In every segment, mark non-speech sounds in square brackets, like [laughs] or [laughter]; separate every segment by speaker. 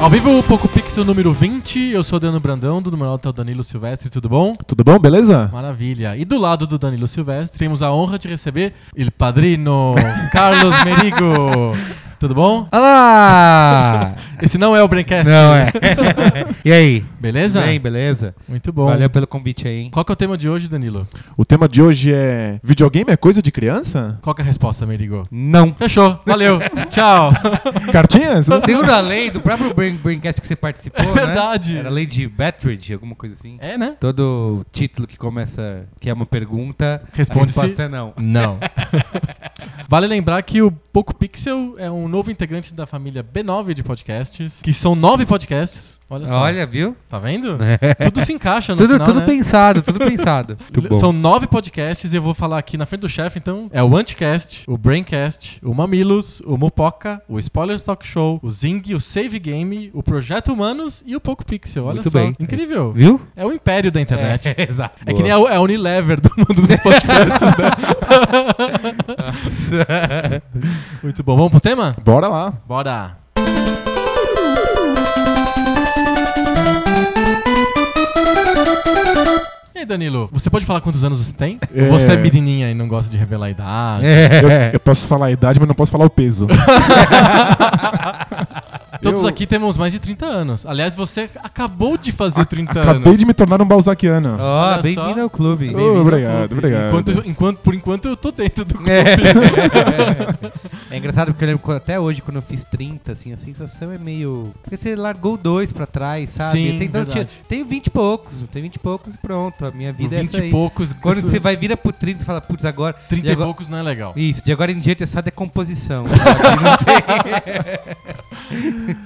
Speaker 1: Ao vivo, o Poco Pixel número 20, eu sou o Dano Brandão, do numeral tá o Danilo Silvestre, tudo bom?
Speaker 2: Tudo bom, beleza?
Speaker 1: Maravilha. E do lado do Danilo Silvestre, temos a honra de receber il padrino [laughs] Carlos Merigo. Tudo bom?
Speaker 2: Olá!
Speaker 1: Esse não é o Braincast.
Speaker 2: Não [laughs] é. E aí?
Speaker 1: Beleza?
Speaker 2: Bem, beleza?
Speaker 1: Muito bom.
Speaker 2: Valeu pelo convite aí, hein?
Speaker 1: Qual que é o tema de hoje, Danilo?
Speaker 3: O tema de hoje é videogame é coisa de
Speaker 1: [laughs]
Speaker 3: criança?
Speaker 1: Qual que é a resposta, Merigo?
Speaker 2: Não.
Speaker 1: Fechou. Valeu. Tchau.
Speaker 3: Cartinhas?
Speaker 2: Segundo a lei do próprio Brain- Braincast que você participou,
Speaker 1: É verdade.
Speaker 2: Né? Era a lei de Bettridge, alguma coisa assim.
Speaker 1: É, né?
Speaker 2: Todo título que começa, que é uma pergunta, a
Speaker 1: Responde-se-
Speaker 2: resposta é não.
Speaker 1: Não. [laughs] Vale lembrar que o Poco Pixel é um novo integrante da família B9 de podcasts, que são nove podcasts. Olha só.
Speaker 2: Olha, viu?
Speaker 1: Tá
Speaker 2: [laughs]
Speaker 1: vendo? Tudo se encaixa no
Speaker 2: É. tudo
Speaker 1: final,
Speaker 2: tudo
Speaker 1: né?
Speaker 2: pensado, tudo [laughs] pensado. Muito bom.
Speaker 1: São nove podcasts e eu vou falar aqui na frente do chefe, então. É o Anticast, o Braincast, o Mamilos, o Mupoca, o Spoilers Talk Show, o Zing, o Save Game, o Projeto Humanos e o Poco Pixel. Olha
Speaker 2: Muito
Speaker 1: só.
Speaker 2: bem.
Speaker 1: Incrível.
Speaker 2: [laughs] Viu?
Speaker 1: É o império da
Speaker 2: [laughs]
Speaker 1: internet. É,
Speaker 2: Exato.
Speaker 1: que nem a, a Unilever do mundo dos podcasts, né?
Speaker 2: [laughs]
Speaker 1: [laughs] Muito bom. Vamos pro tema?
Speaker 3: Bora lá.
Speaker 1: Bora! E aí, Danilo, você pode falar quantos anos você tem?
Speaker 3: É.
Speaker 1: Ou você é menininha e não gosta de revelar a idade? É.
Speaker 3: Eu posso falar a idade, mas não posso falar
Speaker 1: [laughs]
Speaker 3: o peso.
Speaker 1: Todos
Speaker 3: É, Eu-
Speaker 1: aqui temos mais de 30 anos. Aliás, você acabou de fazer 30
Speaker 3: Acabei
Speaker 1: anos.
Speaker 3: de me tornar um balzaquiano.
Speaker 2: Ó,
Speaker 1: Olha
Speaker 2: bem-vindo
Speaker 1: só.
Speaker 2: ao clube.
Speaker 3: Oh,
Speaker 2: Bem-vindo ao
Speaker 3: obrigado,
Speaker 2: clube.
Speaker 3: obrigado.
Speaker 1: um Enquanto, enquanto- por enquanto eu tô dentro do clube.
Speaker 3: [laughs]
Speaker 2: É. É engraçado porque eu lembro que até hoje, quando eu fiz 30, assim, a sensação é meio. Porque você largou dois pra trás, sabe?
Speaker 1: Sim,
Speaker 2: tem, então,
Speaker 1: verdade.
Speaker 2: tinha- tem 20 e poucos, tem 20 e poucos e pronto. A minha
Speaker 1: Por
Speaker 2: vida é
Speaker 1: 20
Speaker 2: essa
Speaker 1: e
Speaker 2: aí.
Speaker 1: poucos.
Speaker 2: Quando
Speaker 1: isso-
Speaker 2: você vai vira pro 30, você fala, putz, agora.
Speaker 1: 30
Speaker 2: de
Speaker 1: e
Speaker 2: agora-
Speaker 1: poucos não é legal.
Speaker 2: Isso, de agora em diante é
Speaker 1: [laughs]
Speaker 2: só decomposição. sabe? Não tem-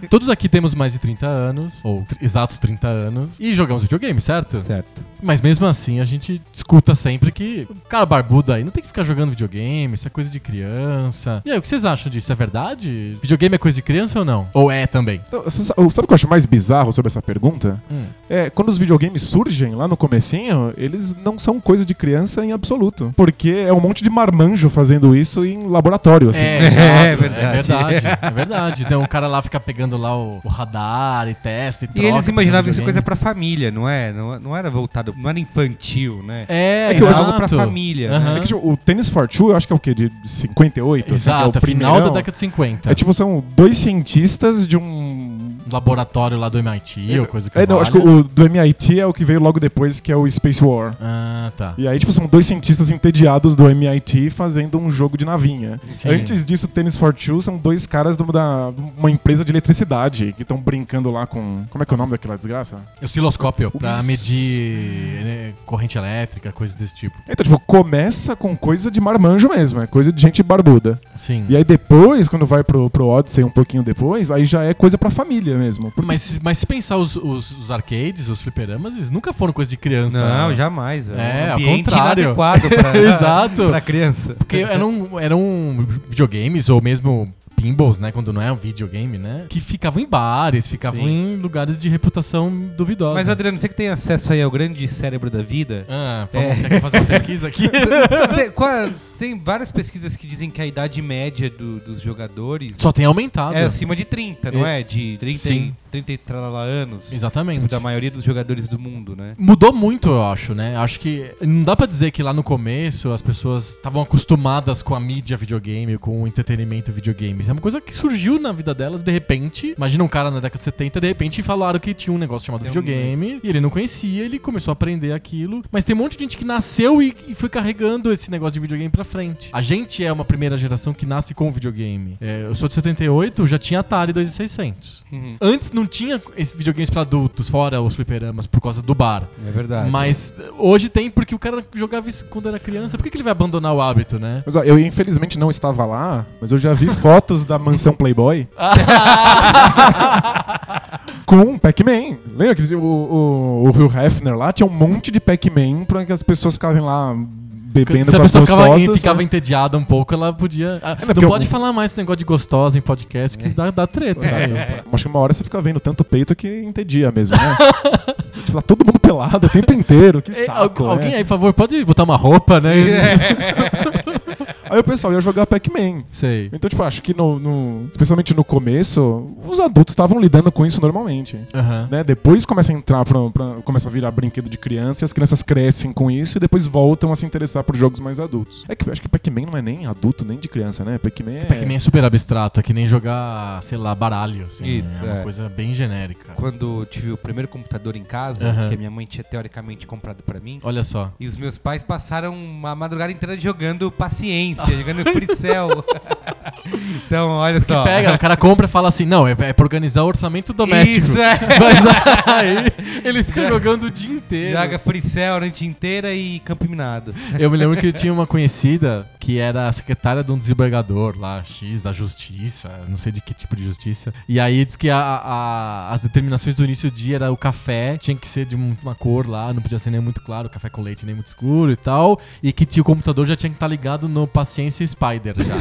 Speaker 1: Todos aqui temos mais de 30 anos, ou tr- exatos 30 anos, e jogamos videogame, certo?
Speaker 2: certo.
Speaker 1: Mas mesmo assim, a gente escuta sempre que o cara barbudo aí não tem que ficar jogando videogame, isso é coisa de criança. E aí, o que vocês acham disso? É verdade? Videogame é coisa de criança ou não? Ou é também?
Speaker 3: Então, você sa- Sabe o que eu acho mais bizarro sobre essa pergunta? É, quando os videogames surgem lá no comecinho, eles não são coisa de criança em absoluto. Porque é um monte de marmanjo fazendo isso em laboratório, assim.
Speaker 1: É,
Speaker 2: É
Speaker 1: exato, é,
Speaker 2: verdade.
Speaker 1: verdade. É verdade. Então o cara lá fica pegando lá o, o radar e testa e
Speaker 2: E
Speaker 1: troca.
Speaker 2: eles imaginavam isso coisa
Speaker 1: videogame.
Speaker 2: pra família, não é? Não, não era voltado, não era infantil, né?
Speaker 1: É,
Speaker 2: É que
Speaker 1: exato.
Speaker 2: eu jogo pra família. né?
Speaker 1: Aham.
Speaker 3: É que, tipo, o Tennis for Two, eu acho que é o quê? De 58? assim, que
Speaker 1: Exato,
Speaker 3: é
Speaker 1: é
Speaker 3: o
Speaker 1: final da
Speaker 3: primeirão.
Speaker 1: década de 50.
Speaker 3: É tipo, são dois cientistas de um
Speaker 1: Laboratório lá do MIT ou coisa que
Speaker 3: É, não, acho que
Speaker 1: valha.
Speaker 3: o do MIT é o que veio logo depois, que é o Space War.
Speaker 1: Ah, tá.
Speaker 3: E aí, tipo, são dois cientistas entediados do MIT fazendo um jogo de navinha.
Speaker 1: Sim.
Speaker 3: Antes disso, Tennis for Two são dois caras de uma- da, de uma empresa de eletricidade que estão brincando lá com. Como é que é o nome daquela desgraça?
Speaker 1: Osciloscópio, pra
Speaker 3: Isso.
Speaker 1: medir né, corrente elétrica, coisas desse tipo.
Speaker 3: Então, tipo, começa com coisa de marmanjo mesmo, é coisa de gente barbuda.
Speaker 1: Sim.
Speaker 3: E aí depois, quando vai pro, pro Odyssey um pouquinho depois, aí já é coisa pra família mesmo. Porque
Speaker 1: Mas, mas se pensar os, os, os arcades, os fliperamas, eles nunca foram coisa de criança.
Speaker 2: Não,
Speaker 1: né?
Speaker 2: jamais. um
Speaker 1: É, ao
Speaker 2: ambiente
Speaker 1: contrário.
Speaker 2: inadequado pra,
Speaker 1: [laughs] Exato.
Speaker 2: pra criança. [laughs]
Speaker 1: Porque é eram, eram videogames ou mesmo pinballs, né? Quando não é um videogame, né? Que ficavam em bares, ficavam em lugares de reputação duvidosa.
Speaker 2: Mas, Adriano, você que tem acesso aí ao grande cérebro da vida,
Speaker 1: Ah, vamos quer fazer uma pesquisa
Speaker 2: [laughs]
Speaker 1: aqui.
Speaker 2: tem, qual- é? tem várias pesquisas que dizem que a idade média do- dos jogadores
Speaker 1: Só tem aumentado.
Speaker 2: é acima de 30, não é? De 30, e,
Speaker 1: Sim.
Speaker 2: 30 e tralala anos. Tipo,
Speaker 1: Exatamente.
Speaker 2: Da maioria dos jogadores do mundo, né?
Speaker 1: Mudou muito, eu acho, né? Acho que não dá pra dizer que lá no começo as pessoas estavam acostumadas com a mídia videogame, com o entretenimento videogame. É uma coisa que surgiu na vida delas de repente. Imagina um cara na década de 70, de repente falaram que tinha um negócio chamado
Speaker 2: Tem um
Speaker 1: videogame e ele não conhecia, ele começou a aprender aquilo. Mas tem um monte de gente que nasceu e, e foi carregando esse negócio de videogame pra frente. A gente é uma primeira geração que nasce com videogame. É, eu sou de 78, já tinha Atari 2600.
Speaker 3: Uhum.
Speaker 1: Antes não tinha esse videogames pra adultos, fora os fliperamas, por causa do bar.
Speaker 2: É verdade.
Speaker 1: Mas eh, hoje tem porque o cara jogava isso quando era criança. Por que, que ele vai abandonar o hábito, né?
Speaker 3: Mas, ó, eu infelizmente não estava lá, mas eu já vi fotos da mansão Playboy. com com Pac-Man. Lembra que o, o, o Will Hefner lá tinha um monte de Pac-Man pra que as pessoas ficavam lá bebendo
Speaker 1: Se a
Speaker 3: com as
Speaker 1: pessoa ficava,
Speaker 3: gostosas.
Speaker 1: ficava
Speaker 3: [laughs] né? É,
Speaker 1: entediada um pouco, ela podia. Ah,
Speaker 3: não,
Speaker 1: não
Speaker 3: porque
Speaker 1: pode
Speaker 3: eu- É.
Speaker 1: falar mais esse negócio de gostosa em podcast, que dá, dá treta. assim. isso aí.
Speaker 3: Acho que uma hora você fica vendo tanto peito que entedia
Speaker 1: [laughs]
Speaker 3: mesmo, né? tipo, tá todo mundo pelado o tempo inteiro, que
Speaker 1: Ei,
Speaker 3: saco.
Speaker 1: al- alguém
Speaker 3: né?
Speaker 1: aí, por favor, pode botar uma roupa,
Speaker 2: [laughs]
Speaker 1: né?
Speaker 2: É.
Speaker 3: Aí o pessoal ia jogar Pac-Man.
Speaker 1: Sei.
Speaker 3: Então, tipo, acho que no, no- especialmente no começo, os adultos estavam lidando com isso normalmente.
Speaker 1: Aham.
Speaker 3: né? Depois começa a entrar, pra, pra- começa a virar brinquedo de criança e as crianças crescem com isso e depois voltam a se interessar por jogos mais adultos. É que eu acho que Pac-Man não é nem adulto nem de criança, né? Pac-Man é.
Speaker 1: Pac-Man é super abstrato, é que nem jogar, sei lá, baralho. assim,
Speaker 2: Isso,
Speaker 1: É uma
Speaker 2: é.
Speaker 1: coisa bem genérica.
Speaker 2: Quando eu tive o primeiro computador em casa,
Speaker 1: Aham.
Speaker 2: que a minha mãe tinha teoricamente comprado pra mim,
Speaker 1: Olha só.
Speaker 2: e os meus pais passaram uma madrugada inteira jogando
Speaker 1: [laughs]
Speaker 2: paciência, jogando free cell. [laughs] então, olha
Speaker 1: Que
Speaker 2: só.
Speaker 1: pega, o cara compra e fala assim: não, é, é pra organizar o orçamento doméstico.
Speaker 2: Isso, é.
Speaker 1: Mas [laughs]
Speaker 2: [laughs]
Speaker 1: aí ele fica jogando o dia inteiro.
Speaker 2: Joga free cell a noite inteira e campo minado.
Speaker 1: Eu me lembro que eu tinha uma conhecida que era a secretária de um desembargador lá, X, da justiça, não sei de que tipo de justiça. E aí diz que a- a- as determinações do início do dia era o café, tinha que ser de um- uma cor lá, não podia ser nem muito claro, café com leite nem muito escuro e tal. E que tinha, o computador já tinha que estar ligado no Paciência Spider [laughs] já.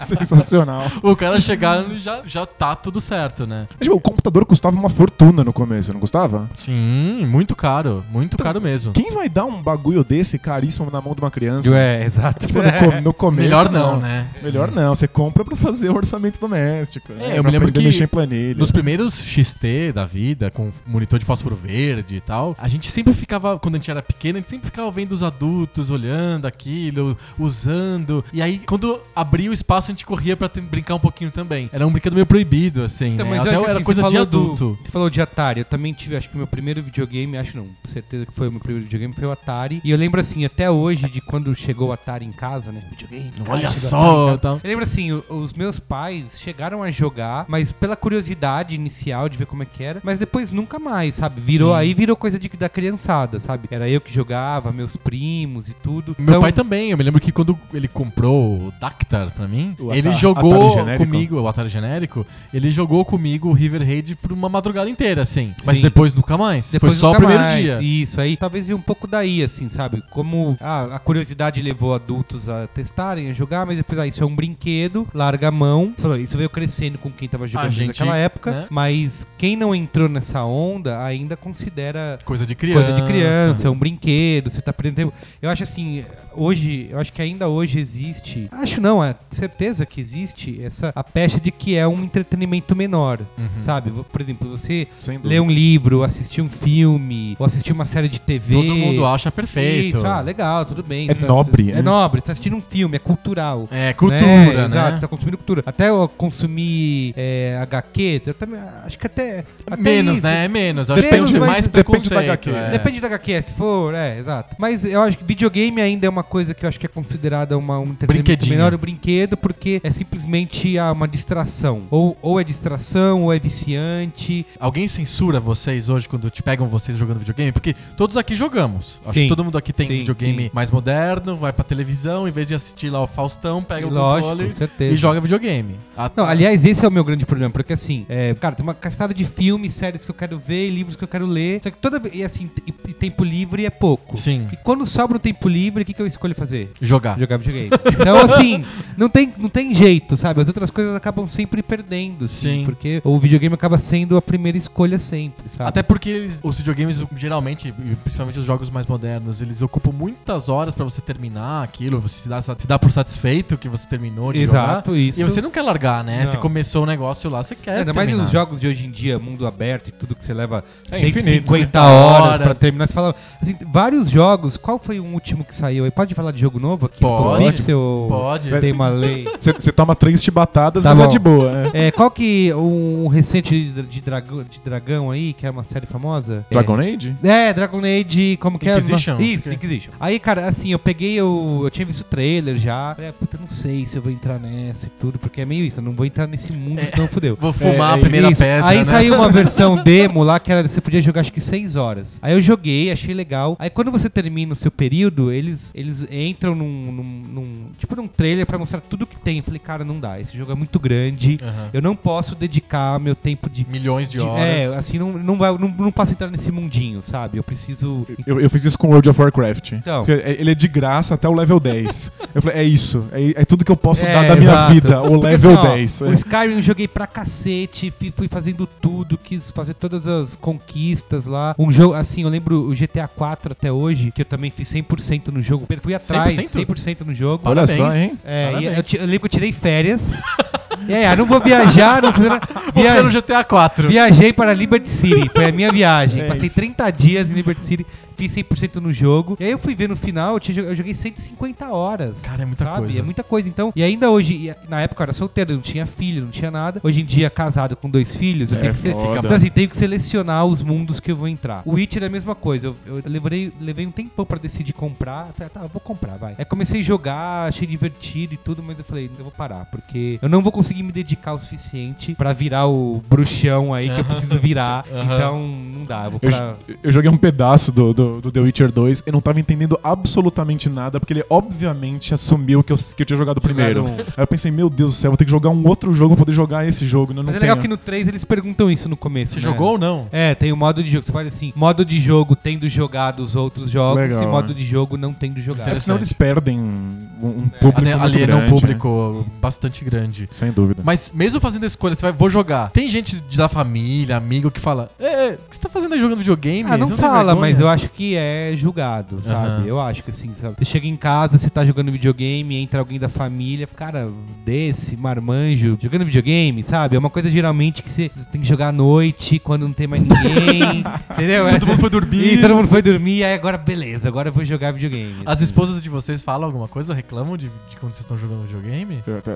Speaker 1: é
Speaker 3: [laughs] sensacional.
Speaker 1: o cara chegando e já, já tá tudo certo, né?
Speaker 3: Mas, tipo, o computador custava uma fortuna no começo, não custava?
Speaker 1: Sim, muito caro, muito caro mesmo.
Speaker 3: Quem vai dar um bagulho desse caríssimo na mão de uma criança?
Speaker 2: É, exato.
Speaker 3: Tipo, no, co- no começo.
Speaker 1: Melhor não, né?
Speaker 3: Melhor não, você compra pra fazer o orçamento doméstico. né?
Speaker 1: É, eu me
Speaker 3: Pra
Speaker 1: lembro
Speaker 3: aprender a
Speaker 1: que
Speaker 3: mexer em planilha.
Speaker 1: Nos primeiros XT da vida, com monitor de fósforo verde e tal, a gente sempre ficava, quando a gente era pequeno, a gente sempre ficava vendo os adultos olhando aquilo, usando. E aí, quando abria o espaço, a gente corria pra te- brincar um pouquinho também. Era um brinquedo meio proibido, assim,
Speaker 2: Então,
Speaker 1: né?
Speaker 2: mas
Speaker 1: Até
Speaker 2: eu acho que,
Speaker 1: era
Speaker 2: assim,
Speaker 1: coisa
Speaker 2: você
Speaker 1: de
Speaker 2: falou do-
Speaker 1: adulto.
Speaker 2: Você falou de Atari. Eu também tive, acho que o meu primeiro videogame, acho não, com certeza que foi o meu primeiro videogame, foi o Atari. E eu lembro assim, até hoje, de quando chegou o Atari em casa, né? Videogame. cara,
Speaker 1: Olha
Speaker 2: chegou Atari em
Speaker 1: só,
Speaker 2: casa.
Speaker 1: tal.
Speaker 2: Eu lembro assim, o- os meus pais chegaram a jogar, mas pela curiosidade inicial de ver como é que era, mas depois nunca mais, sabe? Virou
Speaker 1: Sim.
Speaker 2: aí, virou coisa de, da criançada, sabe? Era eu que jogava, meus primos e tudo.
Speaker 1: Meu
Speaker 2: Então,
Speaker 1: pai também, eu me lembro que quando ele comprou o Dactar pra mim,
Speaker 3: O
Speaker 1: ele
Speaker 3: Atari-
Speaker 1: jogou
Speaker 3: Atari genérico?
Speaker 1: comigo, o Atari genérico, ele jogou comigo o Riverhead por uma madrugada inteira, assim. Mas
Speaker 2: Sim.
Speaker 1: depois nunca mais. Foi só o
Speaker 2: nunca
Speaker 1: primeiro
Speaker 2: mais.
Speaker 1: dia.
Speaker 2: Isso aí. Talvez veio um pouco daí, assim, sabe? Como ah, a, a curiosidade levou adultos a testarem, a jogar, mas depois, ah, isso é um brinquedo, larga a mão. Você falou, Isso veio crescendo com quem tava jogando
Speaker 1: gente,
Speaker 2: naquela época.
Speaker 1: né?
Speaker 2: Mas quem não entrou nessa onda ainda considera
Speaker 1: Coisa de criança.
Speaker 2: coisa de criança, é um brinquedo, você tá aprendendo. Eu acho assim, hoje, eu acho que ainda hoje existe, acho não, é certeza que existe essa a pecha de que é um entretenimento menor,
Speaker 1: Uhum.
Speaker 2: sabe? Vo- Por exemplo, você
Speaker 3: Sem dúvida.
Speaker 2: ler um livro, assistir um filme, ou assistir uma série de TV.
Speaker 1: Todo mundo acha perfeito.
Speaker 2: Isso, ah, legal, tudo bem.
Speaker 3: É
Speaker 2: Você tá
Speaker 3: nobre,
Speaker 2: assistindo-
Speaker 3: né?
Speaker 2: É nobre, você tá assistindo um filme, é cultural.
Speaker 1: É, cultura, né?
Speaker 2: Exato, você tá consumindo cultura. Até eu consumir é, HQ, eu também acho que até. até
Speaker 1: menos,
Speaker 2: isso.
Speaker 1: né? É menos. Acho
Speaker 2: Depende,
Speaker 1: que tem
Speaker 2: mas
Speaker 1: mais
Speaker 3: depende da
Speaker 1: preconceito.
Speaker 3: HQ.
Speaker 1: é.
Speaker 2: Depende da HQ, se for, é, exato. Mas eu acho que videogame ainda é uma coisa que eu acho que é considerada uma, um entretenimento
Speaker 1: Brinquedinho.
Speaker 2: menor um brinquedo, porque é simplesmente ah, uma distração. Ou, ou é distração, ou é viciante.
Speaker 1: Alguém censura vocês hoje quando te pegam vocês jogando videogame? Porque todos aqui jogamos. Acho
Speaker 2: Sim.
Speaker 1: que todo mundo aqui tem
Speaker 2: Sim,
Speaker 1: videogame
Speaker 2: sim.
Speaker 1: mais moderno, vai pra televisão, em vez de assistir lá o Faustão, pega o
Speaker 2: Lógico, com
Speaker 1: controle
Speaker 2: certeza.
Speaker 1: e joga videogame. Ah,
Speaker 2: Não, aliás, esse é o meu grande problema, porque assim, é, cara, tem uma castada de filmes, séries que eu quero ver, e livros que eu quero ler. Só que toda vez. E assim, t- e tempo livre é pouco.
Speaker 1: Sim.
Speaker 2: E quando sobra o tempo livre, o que, que eu escolho fazer? [laughs]
Speaker 1: Jogar.
Speaker 2: Jogar videogame. Então, assim, não tem, não tem jeito, sabe? As outras coisas acabam sempre perdendo, assim,
Speaker 1: Sim.
Speaker 2: Porque o videogame acaba sendo a primeira escolha sempre, sabe?
Speaker 1: Até porque eles- Tá. os videogames, geralmente, e principalmente os jogos mais modernos, eles ocupam muitas horas pra você terminar aquilo, você se dá, sa- se dá por satisfeito que você terminou de jogar.
Speaker 2: Exato, isso.
Speaker 1: E você não quer largar, né?
Speaker 2: Não.
Speaker 1: Você começou o negócio lá, você quer.
Speaker 2: Ainda mais
Speaker 1: É, terminar.
Speaker 2: nos jogos de hoje em dia, mundo aberto e tudo que você leva
Speaker 3: É
Speaker 2: 150
Speaker 3: infinito,
Speaker 2: horas
Speaker 1: horas.
Speaker 2: pra terminar. Você fala, assim, vários jogos, qual foi o último que saiu aí? Pode falar de jogo novo aqui?
Speaker 1: Pode.
Speaker 2: seu...
Speaker 1: Pode.
Speaker 2: Tem uma lei.
Speaker 3: Você você toma três chibatadas,
Speaker 2: Tá
Speaker 3: mas é
Speaker 2: bom.
Speaker 3: de boa. É.
Speaker 2: É, qual que um recente de, de dragão, de dragão aí, que é uma série famosa? É.
Speaker 3: Dragon Age?
Speaker 2: É, Dragon Age, como que
Speaker 1: Inquisition,
Speaker 2: é? Isso,
Speaker 1: não sei o quê.
Speaker 2: Inquisition. Aí, cara, assim, eu peguei o. Eu tinha visto o trailer já. Falei, ah, puta, eu não sei se eu vou entrar nessa e tudo, porque é meio isso, eu não vou entrar nesse mundo, senão fudeu.
Speaker 1: Vou fumar
Speaker 3: É,
Speaker 1: a
Speaker 3: é
Speaker 1: primeira
Speaker 2: Isso.
Speaker 1: pedra.
Speaker 2: Aí
Speaker 1: né?
Speaker 2: saiu
Speaker 1: [laughs]
Speaker 2: uma versão demo lá que era, você podia jogar acho que 6 horas. Aí eu joguei, achei legal. Aí quando você termina o seu período, eles, eles entram num, num, num- tipo num trailer pra mostrar tudo que tem. Eu falei, cara, não dá. Esse jogo é muito grande. Eu não posso dedicar meu tempo de.
Speaker 1: Milhões de
Speaker 2: de-
Speaker 1: horas.
Speaker 2: É, assim, não, não, vai, não, não posso entrar nesse mundinho, sabe? Eu preciso.
Speaker 3: Eu, eu fiz isso com World of Warcraft.
Speaker 2: Então.
Speaker 3: Porque Ele é de graça até o level 10. eu falei, é isso. É, é tudo que eu posso
Speaker 2: É,
Speaker 3: dar da minha
Speaker 2: exato.
Speaker 3: vida, o
Speaker 2: Porque,
Speaker 3: level é.
Speaker 2: assim, ó,
Speaker 3: 10.
Speaker 2: O Skyrim eu joguei pra cacete, fi- fui fazendo tudo, quis fazer todas as conquistas lá. Um jogo, assim, eu lembro o GTA 4 até hoje, que eu também fiz 100% no jogo. Fui atrás,
Speaker 1: 100%?
Speaker 2: 100%, no jogo.
Speaker 3: Olha só,
Speaker 1: Parabéns.
Speaker 3: hein?
Speaker 2: É, e
Speaker 1: Parabéns.
Speaker 2: eu, ti- eu lembro que eu tirei férias. [laughs] e aí, ah, não vou viajar, não vou fazer
Speaker 3: [laughs]
Speaker 2: nada.
Speaker 1: Vou
Speaker 2: Via-
Speaker 1: ver no GTA 4.
Speaker 2: Viajei para Liberty City, foi a minha viagem.
Speaker 1: [laughs] É
Speaker 2: Passei
Speaker 1: isso.
Speaker 2: 30 dias em Liberty City, fiz 100% no jogo. E aí eu fui ver no final, eu, tinha jo- eu joguei 150 horas.
Speaker 1: Cara, é muita
Speaker 2: sabe?
Speaker 1: coisa.
Speaker 2: É muita coisa. Então, e ainda hoje, e na época eu era solteiro, não tinha filho, não tinha nada. Hoje em dia, casado com dois filhos, eu
Speaker 3: É
Speaker 2: tenho que ser.
Speaker 3: foda.
Speaker 2: Então, assim, tenho que selecionar os mundos que eu vou entrar. O Witcher é a mesma coisa. Eu, eu levei, levei um tempão pra decidir comprar. Eu Falei, ah, tá, eu vou comprar, vai. Aí comecei a jogar, achei divertido e tudo, mas eu falei, eu vou parar, porque eu não vou conseguir me dedicar o suficiente pra virar o bruxão aí que eu preciso virar.
Speaker 1: Aham.
Speaker 2: Então, não dá. Eu vou
Speaker 3: Eu,
Speaker 2: pra.
Speaker 3: eu joguei um pedaço do, do, do The Witcher 2 eu não tava entendendo absolutamente nada, porque ele obviamente assumiu que eu, que eu tinha jogado primeiro.
Speaker 2: um.
Speaker 3: Aí eu pensei, meu Deus do céu, vou ter que jogar um outro jogo pra poder jogar esse jogo. Né? Eu Não
Speaker 2: Mas é legal
Speaker 3: tenho.
Speaker 2: que no 3 eles perguntam isso no começo.
Speaker 1: Você
Speaker 2: né?
Speaker 1: jogou ou não?
Speaker 2: É, tem o modo de jogo. Você fala assim, modo de jogo tendo jogado os outros jogos
Speaker 3: Legal,
Speaker 2: e modo
Speaker 3: né?
Speaker 2: de jogo não tendo jogado.
Speaker 3: É, senão eles perdem um, um
Speaker 2: É.
Speaker 3: público.
Speaker 1: Ali,
Speaker 3: muito
Speaker 1: ali era um
Speaker 3: grande,
Speaker 1: público bastante grande.
Speaker 3: né? Sem dúvida.
Speaker 1: Mas mesmo fazendo a escolha, você vai, vou jogar. Tem gente de- da família, amigo, que fala: "É, é, o que você tá fazendo aí jogando videogame?
Speaker 2: Ah, não,
Speaker 1: Você tem
Speaker 2: fala,
Speaker 1: vergonha?"
Speaker 2: mas eu acho que é julgado, sabe?
Speaker 1: Aham.
Speaker 2: Eu acho que assim, sabe? Você chega em casa, você tá jogando videogame, entra alguém da família, cara, desse, marmanjo, jogando videogame, sabe? É uma coisa geralmente que você, você tem que jogar à noite, quando não tem mais [laughs] ninguém, entendeu?
Speaker 1: [laughs] Todo mundo foi dormir.
Speaker 2: E todo mundo foi dormir, aí agora beleza, agora eu vou jogar videogame.
Speaker 1: As
Speaker 2: assim.
Speaker 1: esposas de vocês falam alguma coisa? Reclamam de, de quando vocês estão jogando videogame?
Speaker 3: Eu até-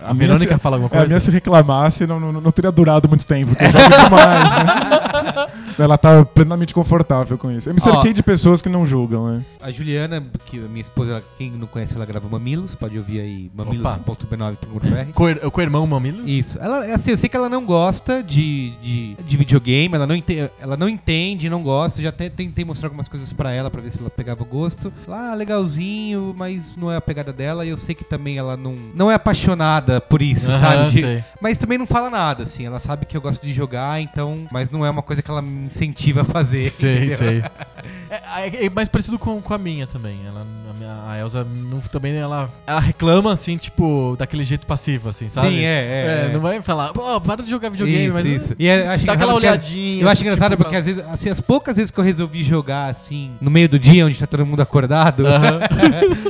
Speaker 3: a,
Speaker 1: A
Speaker 3: minha
Speaker 1: Verônica
Speaker 3: se-
Speaker 1: fala alguma
Speaker 3: é, a
Speaker 1: coisa?
Speaker 3: minha se reclamasse não, não, não teria durado muito tempo, porque eu jogo demais, né? Ela tá plenamente confortável com isso. Eu me
Speaker 1: Ó.
Speaker 3: cerquei de pessoas que não julgam, né?
Speaker 2: A Juliana, que a minha esposa, ela- quem não conhece, ela grava Mamilos, pode ouvir aí mamilos.b9.br.
Speaker 1: Coir- O coirmão Mamilos?
Speaker 2: Isso. Ela, assim, eu sei que ela não gosta de, de, de videogame, ela não, ente- ela não entende, não gosta. Eu Já até tentei mostrar algumas coisas pra ela, pra ver se ela pegava gosto. Lá, ah, legalzinho, mas não é a pegada dela. E eu sei que também ela não, não é apaixonada por isso,
Speaker 1: Aham,
Speaker 2: sabe? De-
Speaker 1: sei.
Speaker 2: mas também não fala nada, assim. Ela sabe que eu gosto de jogar, então. Mas não é uma coisa que ela me incentiva a fazer. [laughs]
Speaker 1: Sei,
Speaker 2: entendeu?
Speaker 1: sei. É, é- é mais parecido com, com a minha também. Ela, a, minha- a Elsa não- também ela, ela reclama, assim, tipo, daquele jeito passivo, assim, sabe?
Speaker 2: Sim, é, é.
Speaker 1: É,
Speaker 2: é.
Speaker 1: não vai falar, pô, para de jogar videogame,
Speaker 2: Isso,
Speaker 1: mas é
Speaker 2: isso. E eu acho
Speaker 1: dá aquela
Speaker 2: engraçado que as-
Speaker 1: olhadinha.
Speaker 2: Eu acho
Speaker 1: assim,
Speaker 2: engraçado
Speaker 1: tipo,
Speaker 2: porque às vezes, assim, as poucas vezes que eu resolvi jogar assim, no meio do dia, onde tá todo mundo acordado, [laughs]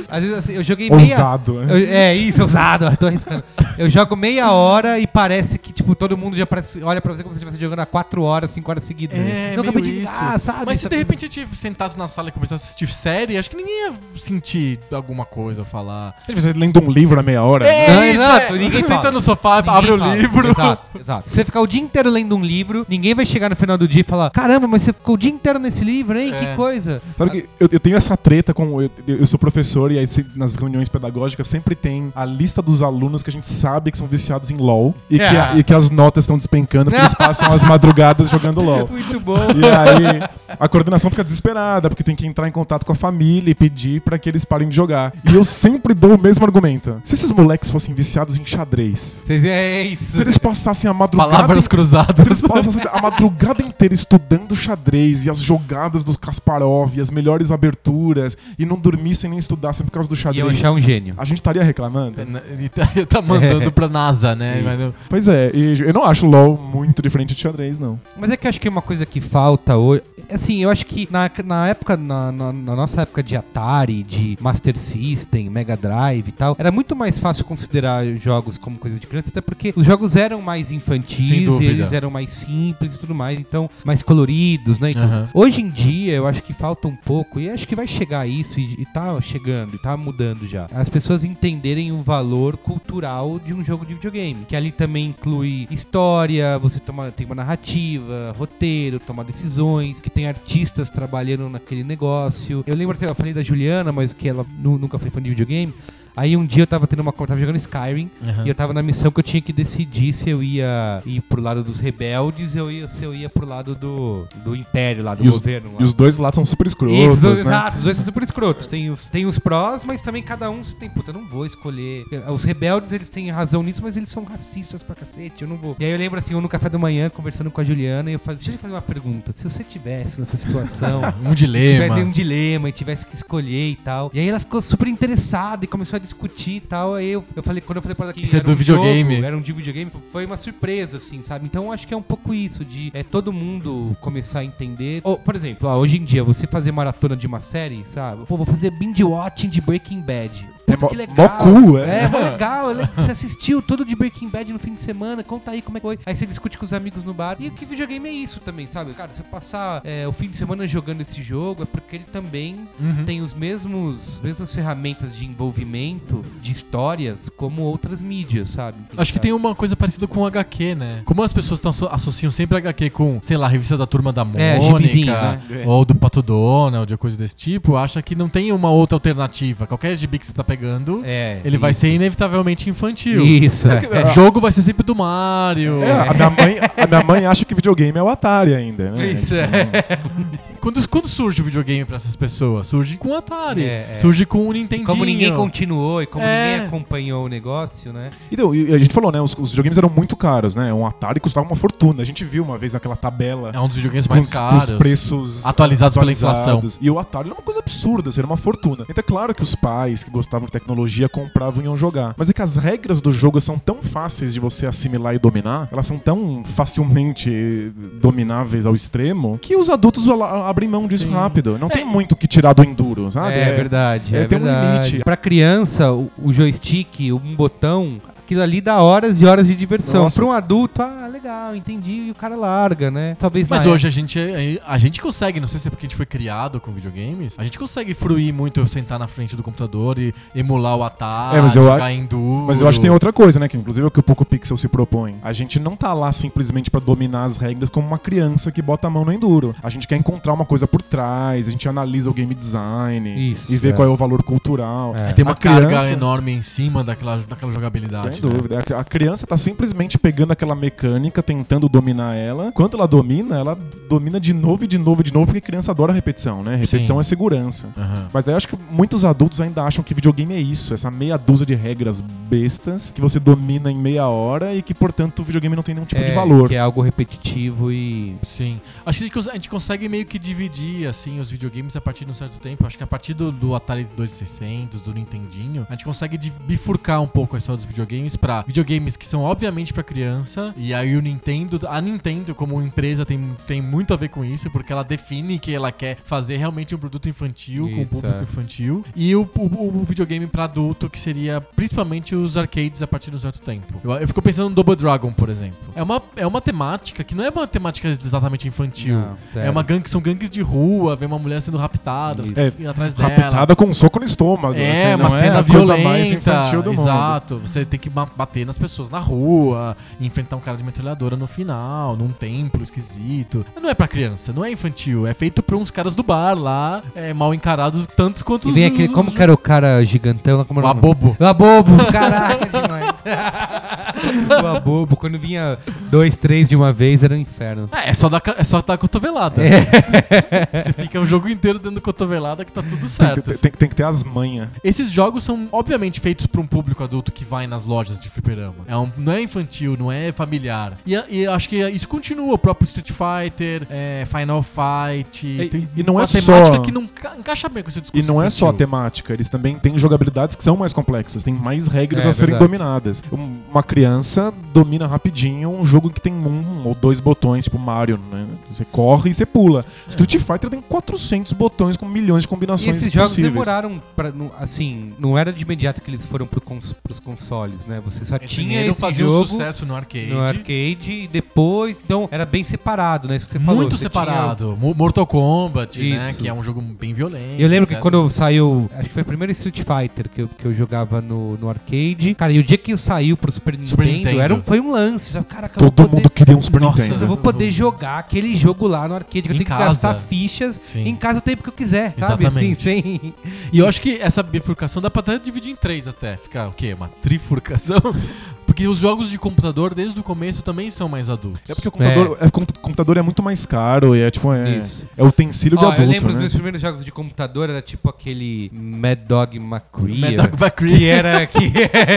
Speaker 2: às vezes assim, eu joguei meia.
Speaker 3: Ousado, né?
Speaker 2: Eu, é isso, ousado, [laughs] eu tô arriscando. Eu jogo meia hora e parece que, tipo, todo mundo já parece, olha pra você como se estivesse jogando há quatro horas, cinco horas seguidas. assim.
Speaker 1: É, meio
Speaker 2: não acabei de
Speaker 1: isso.
Speaker 2: ligar, sabe?
Speaker 1: Mas se
Speaker 2: Essa
Speaker 1: de
Speaker 2: coisa-
Speaker 1: repente a gente sentasse na sala e começasse a assistir série, acho que ninguém ia sentir alguma coisa ou falar.
Speaker 3: Às vezes lendo um livro a meia hora. né?
Speaker 2: Não, exato,
Speaker 1: é.
Speaker 2: ninguém
Speaker 1: Você
Speaker 2: fala.
Speaker 1: senta no sofá,
Speaker 2: Ninguém
Speaker 1: abre o
Speaker 2: fala.
Speaker 1: livro. [laughs]
Speaker 2: Exato, exato. Se você ficar o dia inteiro lendo um livro, ninguém vai chegar no final do dia e falar: caramba, mas você ficou o dia inteiro nesse livro, hein?
Speaker 1: É.
Speaker 2: Que coisa.
Speaker 3: Sabe que eu, eu tenho essa treta com. Eu, eu sou professor e aí se- nas reuniões pedagógicas sempre tem a lista dos alunos que a gente sabe que são viciados em LOL e, que, a-
Speaker 1: Ah.
Speaker 3: e que as notas estão despencando porque eles passam as madrugadas jogando LOL.
Speaker 2: É
Speaker 3: [laughs]
Speaker 2: Muito bom.
Speaker 3: E aí a coordenação fica desesperada, porque tem que entrar em contato com a família e pedir pra que eles parem de jogar. E eu sempre dou o mesmo argumento. Se esses moleques fossem viciados em xadrez,
Speaker 2: Vocês- É isso.
Speaker 3: se eles passassem a madrugada.
Speaker 1: Palavras [laughs]
Speaker 3: Se
Speaker 1: cruzadas.
Speaker 3: eles passassem a madrugada inteira estudando xadrez e as jogadas do Kasparov e as melhores aberturas e não dormissem nem estudassem por causa do
Speaker 2: E eu
Speaker 3: xadrez,
Speaker 2: achar um gênio.
Speaker 3: a gente estaria reclamando?
Speaker 1: Ele tá, ele tá mandando pra NASA, né? Mas eu-
Speaker 3: Pois é, e eu não acho o LoL muito diferente de xadrez, não.
Speaker 2: Mas é que eu acho que uma coisa que falta hoje. Assim, eu acho que na, na época, na, na- na nossa época de Atari, de Master System, Mega Drive e tal, era muito mais fácil considerar jogos como coisa de criança, até porque os jogos eram mais
Speaker 1: Sem
Speaker 2: infantis e
Speaker 1: dúvida.
Speaker 2: eles eram mais simples e tudo mais, então, mais coloridos, né? e tudo.
Speaker 1: Aham.
Speaker 2: Hoje em dia, eu acho que falta um pouco, e acho que vai chegar isso, e, e tá chegando, e tá mudando já. As pessoas entenderem o valor cultural de um jogo de videogame, que ali também inclui história, você toma, tem uma narrativa, roteiro, toma decisões, que tem artistas trabalhando naquele negócio. Eu lembro até, eu falei da Juliana, mas que ela nu- nunca foi fã de videogame. Aí um dia eu tava tendo uma. Eu tava jogando Skyrim
Speaker 1: Aham.
Speaker 2: e eu tava na missão que eu tinha que decidir se eu ia ir pro lado dos rebeldes ou eu- se eu ia pro lado do, do Império lá, do
Speaker 3: E os,
Speaker 2: governo lá.
Speaker 3: e os dois lá são super
Speaker 2: Isso, os dois-
Speaker 3: escrotos, né?
Speaker 2: Exato, os dois são super escrotos. Tem os, tem os prós, mas também cada um você tem, puta, eu não vou escolher. Os rebeldes, eles têm razão nisso, mas eles são racistas pra cacete, eu não vou. E aí eu lembro assim, eu no café da manhã, conversando com a Juliana, e eu falei, deixa eu lhe fazer uma pergunta. Se você tivesse nessa situação,
Speaker 3: [laughs]
Speaker 1: Um
Speaker 2: tiver
Speaker 1: dilema.
Speaker 2: um dilema e tivesse que escolher e tal. E aí ela ficou super interessada e começou a discutir e tal. Aí eu, eu falei, quando eu falei pra ela que
Speaker 1: Isso é do videogame.
Speaker 2: jogo, era um de videogame, foi uma surpresa, assim, sabe? Então eu acho que é um pouco isso, de é, todo mundo começar a entender. Ou, por exemplo, ó, hoje em dia, você fazer maratona de uma série, sabe? Pô, vou fazer binge watching de Breaking Bad.
Speaker 3: É
Speaker 2: Puta,
Speaker 3: mó-
Speaker 2: que
Speaker 3: mó cool,
Speaker 2: é.
Speaker 3: é.
Speaker 2: É, mó legal. ele- Você assistiu tudo de Breaking Bad no fim de semana, conta aí como é que foi. Aí você discute com os amigos no bar. E o que videogame é isso também, sabe? Cara, se eu passar é, o fim de semana jogando esse jogo, é porque ele também
Speaker 1: Uhum.
Speaker 2: tem os mesmos mesmas ferramentas de envolvimento de histórias como outras mídias, sabe?
Speaker 1: Acho que tem um uma coisa parecida com o HQ, né? Como as pessoas tão asso- associam sempre HQ com, sei lá, a revista da Turma da
Speaker 2: É, gibizinho,
Speaker 1: Mônica, ou do Pato Donald, ou coisa desse tipo, acha que não tem uma outra alternativa. Qualquer gibi que você tá pegando,
Speaker 2: É.
Speaker 1: ele vai ser inevitavelmente infantil.
Speaker 2: Isso. é.
Speaker 1: É, jogo vai ser sempre do Mario.
Speaker 3: É, a, minha mãe, a minha mãe acha que videogame é o Atari ainda,
Speaker 1: [laughs]
Speaker 3: né?
Speaker 1: Isso é. Quando, quando surge o videogame pra essas pessoas? Surge com o Atari.
Speaker 2: É, é.
Speaker 1: Surge com o Nintendinho.
Speaker 2: Como ninguém continuou e como
Speaker 1: É.
Speaker 2: ninguém acompanhou o negócio, né?
Speaker 3: Então, e a gente falou, né? Os, os videogames eram muito caros, né? Um Atari custava uma fortuna. A gente viu uma vez aquela tabela
Speaker 1: É um dos videogames
Speaker 3: com
Speaker 1: mais
Speaker 3: os- com
Speaker 1: caros.
Speaker 3: os preços
Speaker 1: Atualizados pela
Speaker 3: atualizados. E o Atari era uma coisa absurda, assim, era uma fortuna. Então é claro que os pais que gostavam de tecnologia compravam e iam jogar. Mas é que as regras do jogo são tão fáceis de você assimilar e dominar, elas são tão facilmente domináveis ao extremo, que os adultos a- abrem mão disso
Speaker 1: Sim.
Speaker 3: rápido. Não
Speaker 1: É,
Speaker 3: tem muito o que tirar do enduro, sabe?
Speaker 2: É, verdade.
Speaker 3: é,
Speaker 2: É,
Speaker 3: tem um
Speaker 2: verdade.
Speaker 3: limite.
Speaker 2: Pra criança, o, o joystick, um botão, aquilo ali dá horas e horas de diversão.
Speaker 3: Nossa.
Speaker 2: Pra um adulto, ah, legal, entendi, e o cara larga, né? Talvez
Speaker 1: Mas
Speaker 3: Ah,
Speaker 2: na
Speaker 1: hoje a gente, é- a gente consegue, não sei se é porque a gente foi criado com videogames, a gente consegue fruir muito eu sentar na frente do computador e emular o Atari,
Speaker 3: É, mas eu
Speaker 1: jogar Enduro.
Speaker 3: Mas eu acho que tem outra coisa, né? Que inclusive é o que o Poco Pixel se propõe. A gente não tá lá simplesmente pra dominar as regras como uma criança que bota a mão no enduro. A gente quer encontrar uma coisa por trás, a gente analisa o game design
Speaker 2: Isso,
Speaker 3: e vê
Speaker 2: é.
Speaker 3: qual é o valor cultural.
Speaker 2: É.
Speaker 1: Aí tem uma
Speaker 3: A criança-
Speaker 1: carga enorme em cima daquela, daquela jogabilidade.
Speaker 3: Sem
Speaker 1: né?
Speaker 3: dúvida. A- A criança tá simplesmente pegando aquela mecânica, tentando dominar ela. Quando ela domina, ela domina de novo e de novo e de novo, porque criança adora repetição, né? Repetição
Speaker 1: Sim.
Speaker 3: é segurança.
Speaker 1: Aham.
Speaker 3: Mas eu acho que muitos adultos ainda acham que videogame é isso, essa meia dúzia de regras bestas que você domina em meia hora e que, portanto, o videogame não tem nenhum tipo de
Speaker 2: É,
Speaker 3: valor.
Speaker 2: Que é algo repetitivo e.
Speaker 1: Sim. Acho que a gente cons- a gente consegue meio que dividir, assim, os videogames a partir de um certo tempo. Acho que a partir do, do Atari 2600, do Nintendinho, a gente consegue de- bifurcar um pouco a história dos videogames pra videogames que são, obviamente, pra criança. E aí o Nintendo... A Nintendo, como empresa, tem, tem muito a ver com isso, porque ela define que ela quer fazer realmente um produto infantil, com o
Speaker 2: Isso,
Speaker 1: público
Speaker 2: é.
Speaker 1: infantil. E o, o- o videogame pra adulto, que seria principalmente os arcades a partir de um certo tempo. Eu, eu fico pensando no Double Dragon, por exemplo. É uma, é uma temática que não é uma temática exatamente infantil.
Speaker 2: Não,
Speaker 1: é
Speaker 2: sério.
Speaker 1: uma gangue, são gangues de rua, vê uma mulher sendo raptada, você
Speaker 3: Isso.
Speaker 1: tem que ir atrás dela.
Speaker 3: Rapitada com um soco no estômago. assim,
Speaker 1: É,
Speaker 3: não
Speaker 1: uma cena
Speaker 3: é a
Speaker 1: violenta.
Speaker 3: coisa mais infantil do mundo.
Speaker 1: exato. Você tem que ma- bater nas pessoas na rua, enfrentar um cara de metralhadora no final, num templo esquisito. Não é pra criança, não é infantil. É feito pra uns caras do bar lá, é, mal encarados, tantos quanto
Speaker 2: E
Speaker 1: os-
Speaker 2: vem aquele.
Speaker 1: os-
Speaker 2: Como
Speaker 1: os-
Speaker 2: que era o cara gigantão lá? Como
Speaker 1: o
Speaker 2: era o nome?
Speaker 1: abobo.
Speaker 2: O abobo, caraca, [laughs] demais. o abobo, quando vinha dois, três de uma vez, era um inferno.
Speaker 1: É, é só dar, ca- é só dar cotovelada. [laughs] Você fica o jogo inteiro dando cotovelada que tá tudo
Speaker 3: Tem,
Speaker 1: certo.
Speaker 3: tem- tem- tem que ter as manhas.
Speaker 1: Esses jogos são, obviamente, feitos pra um público adulto que vai nas lojas de fliperama. É um- não é infantil, não é familiar. E, a- e acho que isso continua. O próprio Street Fighter, é, Final Fight.
Speaker 3: E-
Speaker 1: tem
Speaker 3: e não é
Speaker 1: uma
Speaker 3: só-
Speaker 1: temática que não ca- encaixa bem com esse
Speaker 3: E
Speaker 1: discurso.
Speaker 3: não é só a
Speaker 1: infantil.
Speaker 3: temática, eles também têm jogabilidades que são mais complexas, tem mais regras
Speaker 2: É,
Speaker 3: a serem
Speaker 2: verdade.
Speaker 3: dominadas. Um- Uma criança domina rapidinho um jogo que tem um ou dois botões, tipo Mario, né? Você corre e você pula. Street Fighter tem 400 botões com milhões de
Speaker 2: É. E
Speaker 3: combinações
Speaker 2: esses jogos
Speaker 3: possíveis.
Speaker 2: demoraram pra, não- assim, não era de imediato que eles foram pro cons, pros consoles, né? Você só tinha
Speaker 1: É, Primeiro
Speaker 2: esse
Speaker 1: fazia
Speaker 2: jogo
Speaker 1: um sucesso no arcade.
Speaker 2: no arcade e depois, então era bem separado, né? Isso que você falou.
Speaker 1: muito
Speaker 2: você
Speaker 1: separado. Mo- Mortal Kombat, né?
Speaker 2: Isso.
Speaker 1: Que é um jogo bem violento.
Speaker 2: tinha- Eu lembro que
Speaker 1: etc.
Speaker 2: quando saiu, acho que foi o primeiro Street Fighter que eu, que eu jogava no, no arcade. Cara, e o dia que eu saiu pro Super Nintendo,
Speaker 1: Super Nintendo.
Speaker 2: Era um, foi um lance. Sabe? Caraca, eu
Speaker 3: Todo
Speaker 2: vou poder-
Speaker 3: mundo queria um Super
Speaker 1: Nossa,
Speaker 3: Nintendo.
Speaker 2: eu vou poder jogar aquele jogo lá no arcade, que eu
Speaker 1: Em
Speaker 2: tenho
Speaker 1: casa.
Speaker 2: que gastar fichas
Speaker 1: Sim.
Speaker 2: em casa o tempo que eu quiser, sabe? Assim,
Speaker 1: Exatamente.
Speaker 2: sem.
Speaker 1: E eu acho que essa bifurcação dá pra até dividir em três até. Ficar o quê? Uma trifurcação? [laughs] Porque os jogos de computador, desde o começo, também são mais adultos.
Speaker 3: É porque o computador é, comput- computador é muito mais caro e é tipo é,
Speaker 2: Isso.
Speaker 3: é utensílio de
Speaker 2: Ó,
Speaker 3: adulto,
Speaker 2: eu lembro os
Speaker 3: né?
Speaker 2: meus primeiros jogos de computador, era tipo aquele Mad Dog McCree.
Speaker 1: Mad Dog
Speaker 2: [laughs] Que
Speaker 1: McCree é,
Speaker 2: era. Que [laughs]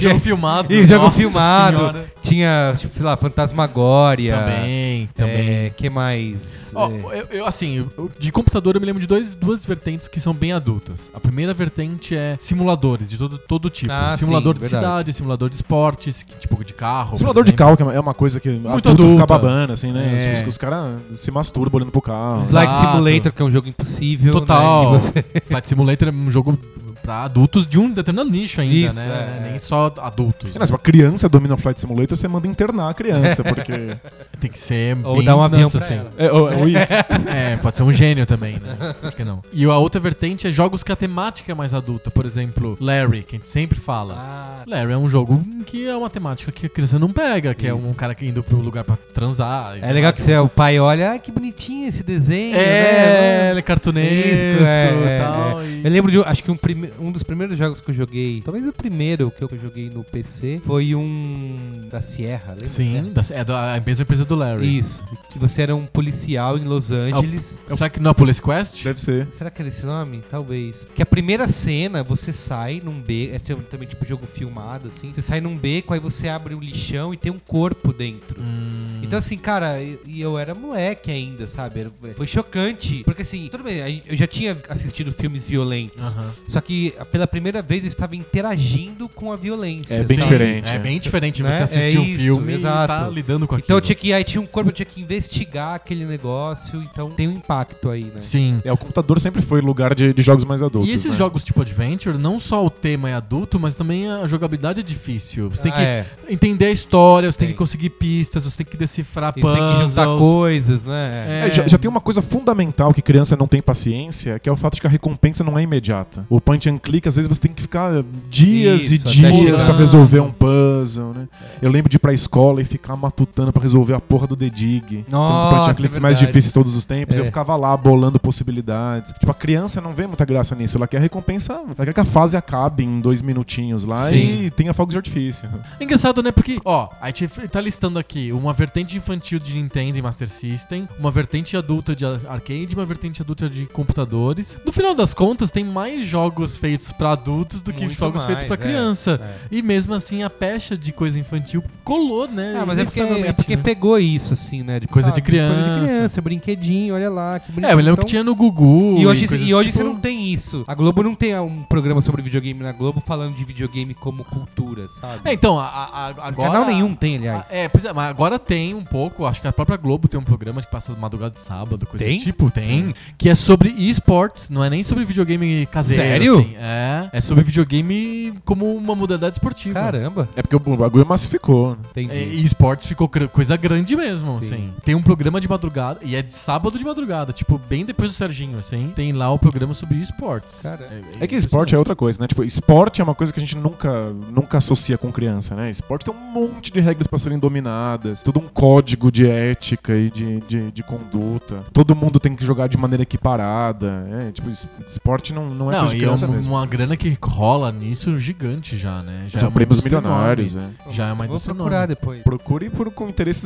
Speaker 1: jogo filmado.
Speaker 2: E jogo
Speaker 1: nossa
Speaker 2: filmado.
Speaker 1: senhora.
Speaker 2: Tinha, tipo, sei lá, Fantasmagória.
Speaker 1: Também, também.
Speaker 2: É, que mais?
Speaker 1: Ó,
Speaker 2: É.
Speaker 1: eu, eu, assim, eu- de computador eu me lembro de dois, duas vertentes que são bem adultas. A primeira vertente é simuladores de todo, todo tipo.
Speaker 2: Ah, sim,
Speaker 1: simulador de
Speaker 2: verdade.
Speaker 1: cidade, simulador de esportes, que, tipo de carro. por
Speaker 3: Simulador de
Speaker 1: exemplo.
Speaker 3: carro, que é uma coisa que muito
Speaker 1: adulta.
Speaker 3: fica babando, assim, né?
Speaker 1: É.
Speaker 3: Os, os caras se masturbam olhando pro carro.
Speaker 1: Exato.
Speaker 2: Slide Simulator, que é um jogo impossível. né,
Speaker 1: Total.
Speaker 2: que você-
Speaker 1: Flight Simulator é um jogo pra adultos de um determinado nicho ainda,
Speaker 2: Isso,
Speaker 1: né?
Speaker 2: é.
Speaker 1: Nem só adultos.
Speaker 3: É, né, se uma criança domina o Flight Simulator, você manda internar a criança,
Speaker 1: [laughs]
Speaker 3: porque...
Speaker 1: Tem que ser
Speaker 2: Ou
Speaker 1: bem assim.
Speaker 2: dar um avião
Speaker 1: nuts,
Speaker 2: pra ela.
Speaker 3: É, ou- ou isso.
Speaker 1: É, pode ser um gênio também, né? Por que não? E a outra vertente é jogos que a temática é mais adulta. Por exemplo, Larry, que a gente sempre fala.
Speaker 2: Ah,
Speaker 1: Larry é um jogo que é uma temática que a criança não pega, que é
Speaker 2: Isso.
Speaker 1: um cara que indo pro lugar pra transar.
Speaker 2: é legal que você, o pai olha, ah, que bonitinho esse desenho.
Speaker 1: É,
Speaker 2: né?
Speaker 1: ele é cartunesco
Speaker 2: Isso, é,
Speaker 1: e tal. e-
Speaker 2: Eu lembro de, um- acho que um, prime- um dos primeiros jogos que eu joguei, talvez o primeiro que eu joguei no PC, foi um da Sierra, lembra?
Speaker 1: Sim, da- é da a mesma empresa do
Speaker 2: Sierra?
Speaker 1: Larry.
Speaker 2: Isso, que você era um policial em Los Angeles.
Speaker 1: Será que não é Police Quest?
Speaker 3: Deve ser.
Speaker 2: Será que era esse nome? Talvez. Que a primeira cena, você sai num beco, é tipo- também tipo jogo filmado, assim. Você sai num beco, aí você abre o lixão e tem um corpo dentro.
Speaker 1: Hum,
Speaker 2: Então, assim, cara, e e eu era moleque ainda, sabe? Era- Foi chocante. Porque, assim, tudo bem, aí eu já tinha assistido filmes violentos.
Speaker 1: aham.
Speaker 2: Só que pela primeira vez eu estava interagindo com a violência.
Speaker 3: É bem
Speaker 2: sabe?
Speaker 3: diferente,
Speaker 1: É
Speaker 3: é.
Speaker 1: bem diferente
Speaker 2: Né?
Speaker 1: você assistir
Speaker 2: É
Speaker 1: um
Speaker 2: isso,
Speaker 1: filme
Speaker 2: exato.
Speaker 1: e tá lidando com aquilo.
Speaker 2: Então eu tinha que, aí tinha um corpo, eu tinha que investigar aquele negócio. Então tem um impacto aí, né?
Speaker 1: Sim.
Speaker 3: É, o computador sempre foi lugar de, de jogos mais adultos.
Speaker 1: E esses
Speaker 3: né?
Speaker 1: jogos tipo Adventure, não só o tema é adulto, mas também a jogabilidade é difícil. Você tem
Speaker 2: Ah,
Speaker 1: que
Speaker 2: é.
Speaker 1: entender a história, você tem,
Speaker 2: Tem.
Speaker 1: que conseguir pistas, você tem que decifrar
Speaker 2: Eles têm que juntar
Speaker 1: puzzles.
Speaker 2: coisas, né?
Speaker 3: É, já, já tem uma coisa fundamental que criança não tem paciência, que é o fato de que a recompensa não é imediata. O punch and click, às vezes, você tem que ficar dias e
Speaker 2: Isso, até
Speaker 3: dias
Speaker 1: chegar.
Speaker 3: pra resolver um puzzle, né? Eu lembro de ir pra escola e ficar matutando pra resolver a porra do The Dig. um dos
Speaker 2: Nossa,
Speaker 3: punch and
Speaker 2: é
Speaker 3: clicks mais
Speaker 2: verdade.
Speaker 3: difíceis de todos os tempos.
Speaker 2: É.
Speaker 3: Eu ficava lá bolando possibilidades. Tipo, a criança não vê muita graça nisso. Ela quer a recompensa, ela quer que a fase acabe em dois minutinhos lá
Speaker 1: Sim.
Speaker 3: e tenha fogo de artifício.
Speaker 1: É engraçado, né? Porque, ó, a gente tá listando aqui uma vertente infantil de Nintendo e Master System, uma vertente adulta de ar- arcade, uma vertente adulta de computadores. No final das contas, tem mais jogos feitos pra adultos do que
Speaker 2: Muito
Speaker 1: jogos
Speaker 2: mais,
Speaker 1: feitos pra
Speaker 2: é.
Speaker 1: criança.
Speaker 2: É.
Speaker 1: E mesmo assim, a pecha de coisa infantil colou, né?
Speaker 2: Ah, mas é porque, é
Speaker 1: inevitavelmente,
Speaker 2: porque
Speaker 1: né?
Speaker 2: pegou isso, assim, né? De,
Speaker 1: Coisa de
Speaker 2: Coisa de
Speaker 1: criança.
Speaker 2: criança, brinquedinho, olha lá, que bonitinho.
Speaker 1: É, eu lembro
Speaker 2: Então,
Speaker 1: que tinha no Gugu.
Speaker 2: E hoje,
Speaker 1: coisas
Speaker 2: e hoje
Speaker 1: tipo-
Speaker 2: você não tem isso. A Globo não tem um programa sobre videogame na Globo falando de videogame como cultura, sabe?
Speaker 1: É, então, a, a- a- agora.
Speaker 2: Canal nenhum tem, aliás.
Speaker 1: Ah, É, pois é, mas agora tem um pouco, acho que a própria Globo tem um programa que passa madrugada de sábado, coisa
Speaker 2: Tem? Hum.
Speaker 1: do tipo, tem, que é sobre esportes, não é nem sobre videogame caseiro.
Speaker 2: Sério?
Speaker 1: assim, é, é sobre videogame como uma modalidade esportiva.
Speaker 2: Caramba.
Speaker 3: É porque o bagulho massificou, né?
Speaker 2: Entendi.
Speaker 1: É, E esportes ficou cr- coisa grande mesmo,
Speaker 2: Sim.
Speaker 1: assim. Tem um programa de madrugada, e é de sábado de madrugada, tipo, bem depois do Serginho, assim. Tem lá o programa sobre esportes.
Speaker 2: Cara,
Speaker 3: É que esporte é outra coisa, né? Tipo, esporte é uma coisa que a gente nunca, nunca associa com criança, né? Esporte tem um monte de regras pra serem dominadas, todo um código de ética e de, de, de conduta. Todo mundo tem que jogar de maneira equiparada. né? tipo, es- esporte não, não é
Speaker 1: Não,
Speaker 3: coisa de
Speaker 1: e é
Speaker 3: criança
Speaker 1: um-
Speaker 3: mesmo.
Speaker 1: uma grana que rola nisso gigante já, né? Já é
Speaker 3: São
Speaker 1: uma
Speaker 3: prêmios
Speaker 1: indústria
Speaker 3: milionários,
Speaker 1: enorme.
Speaker 3: né?
Speaker 1: já é uma
Speaker 2: Vou
Speaker 1: indústria
Speaker 2: procurar
Speaker 1: enorme.
Speaker 2: depois.
Speaker 3: Procure por, com interesses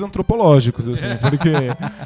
Speaker 1: [laughs]
Speaker 3: antropológicos, assim, porque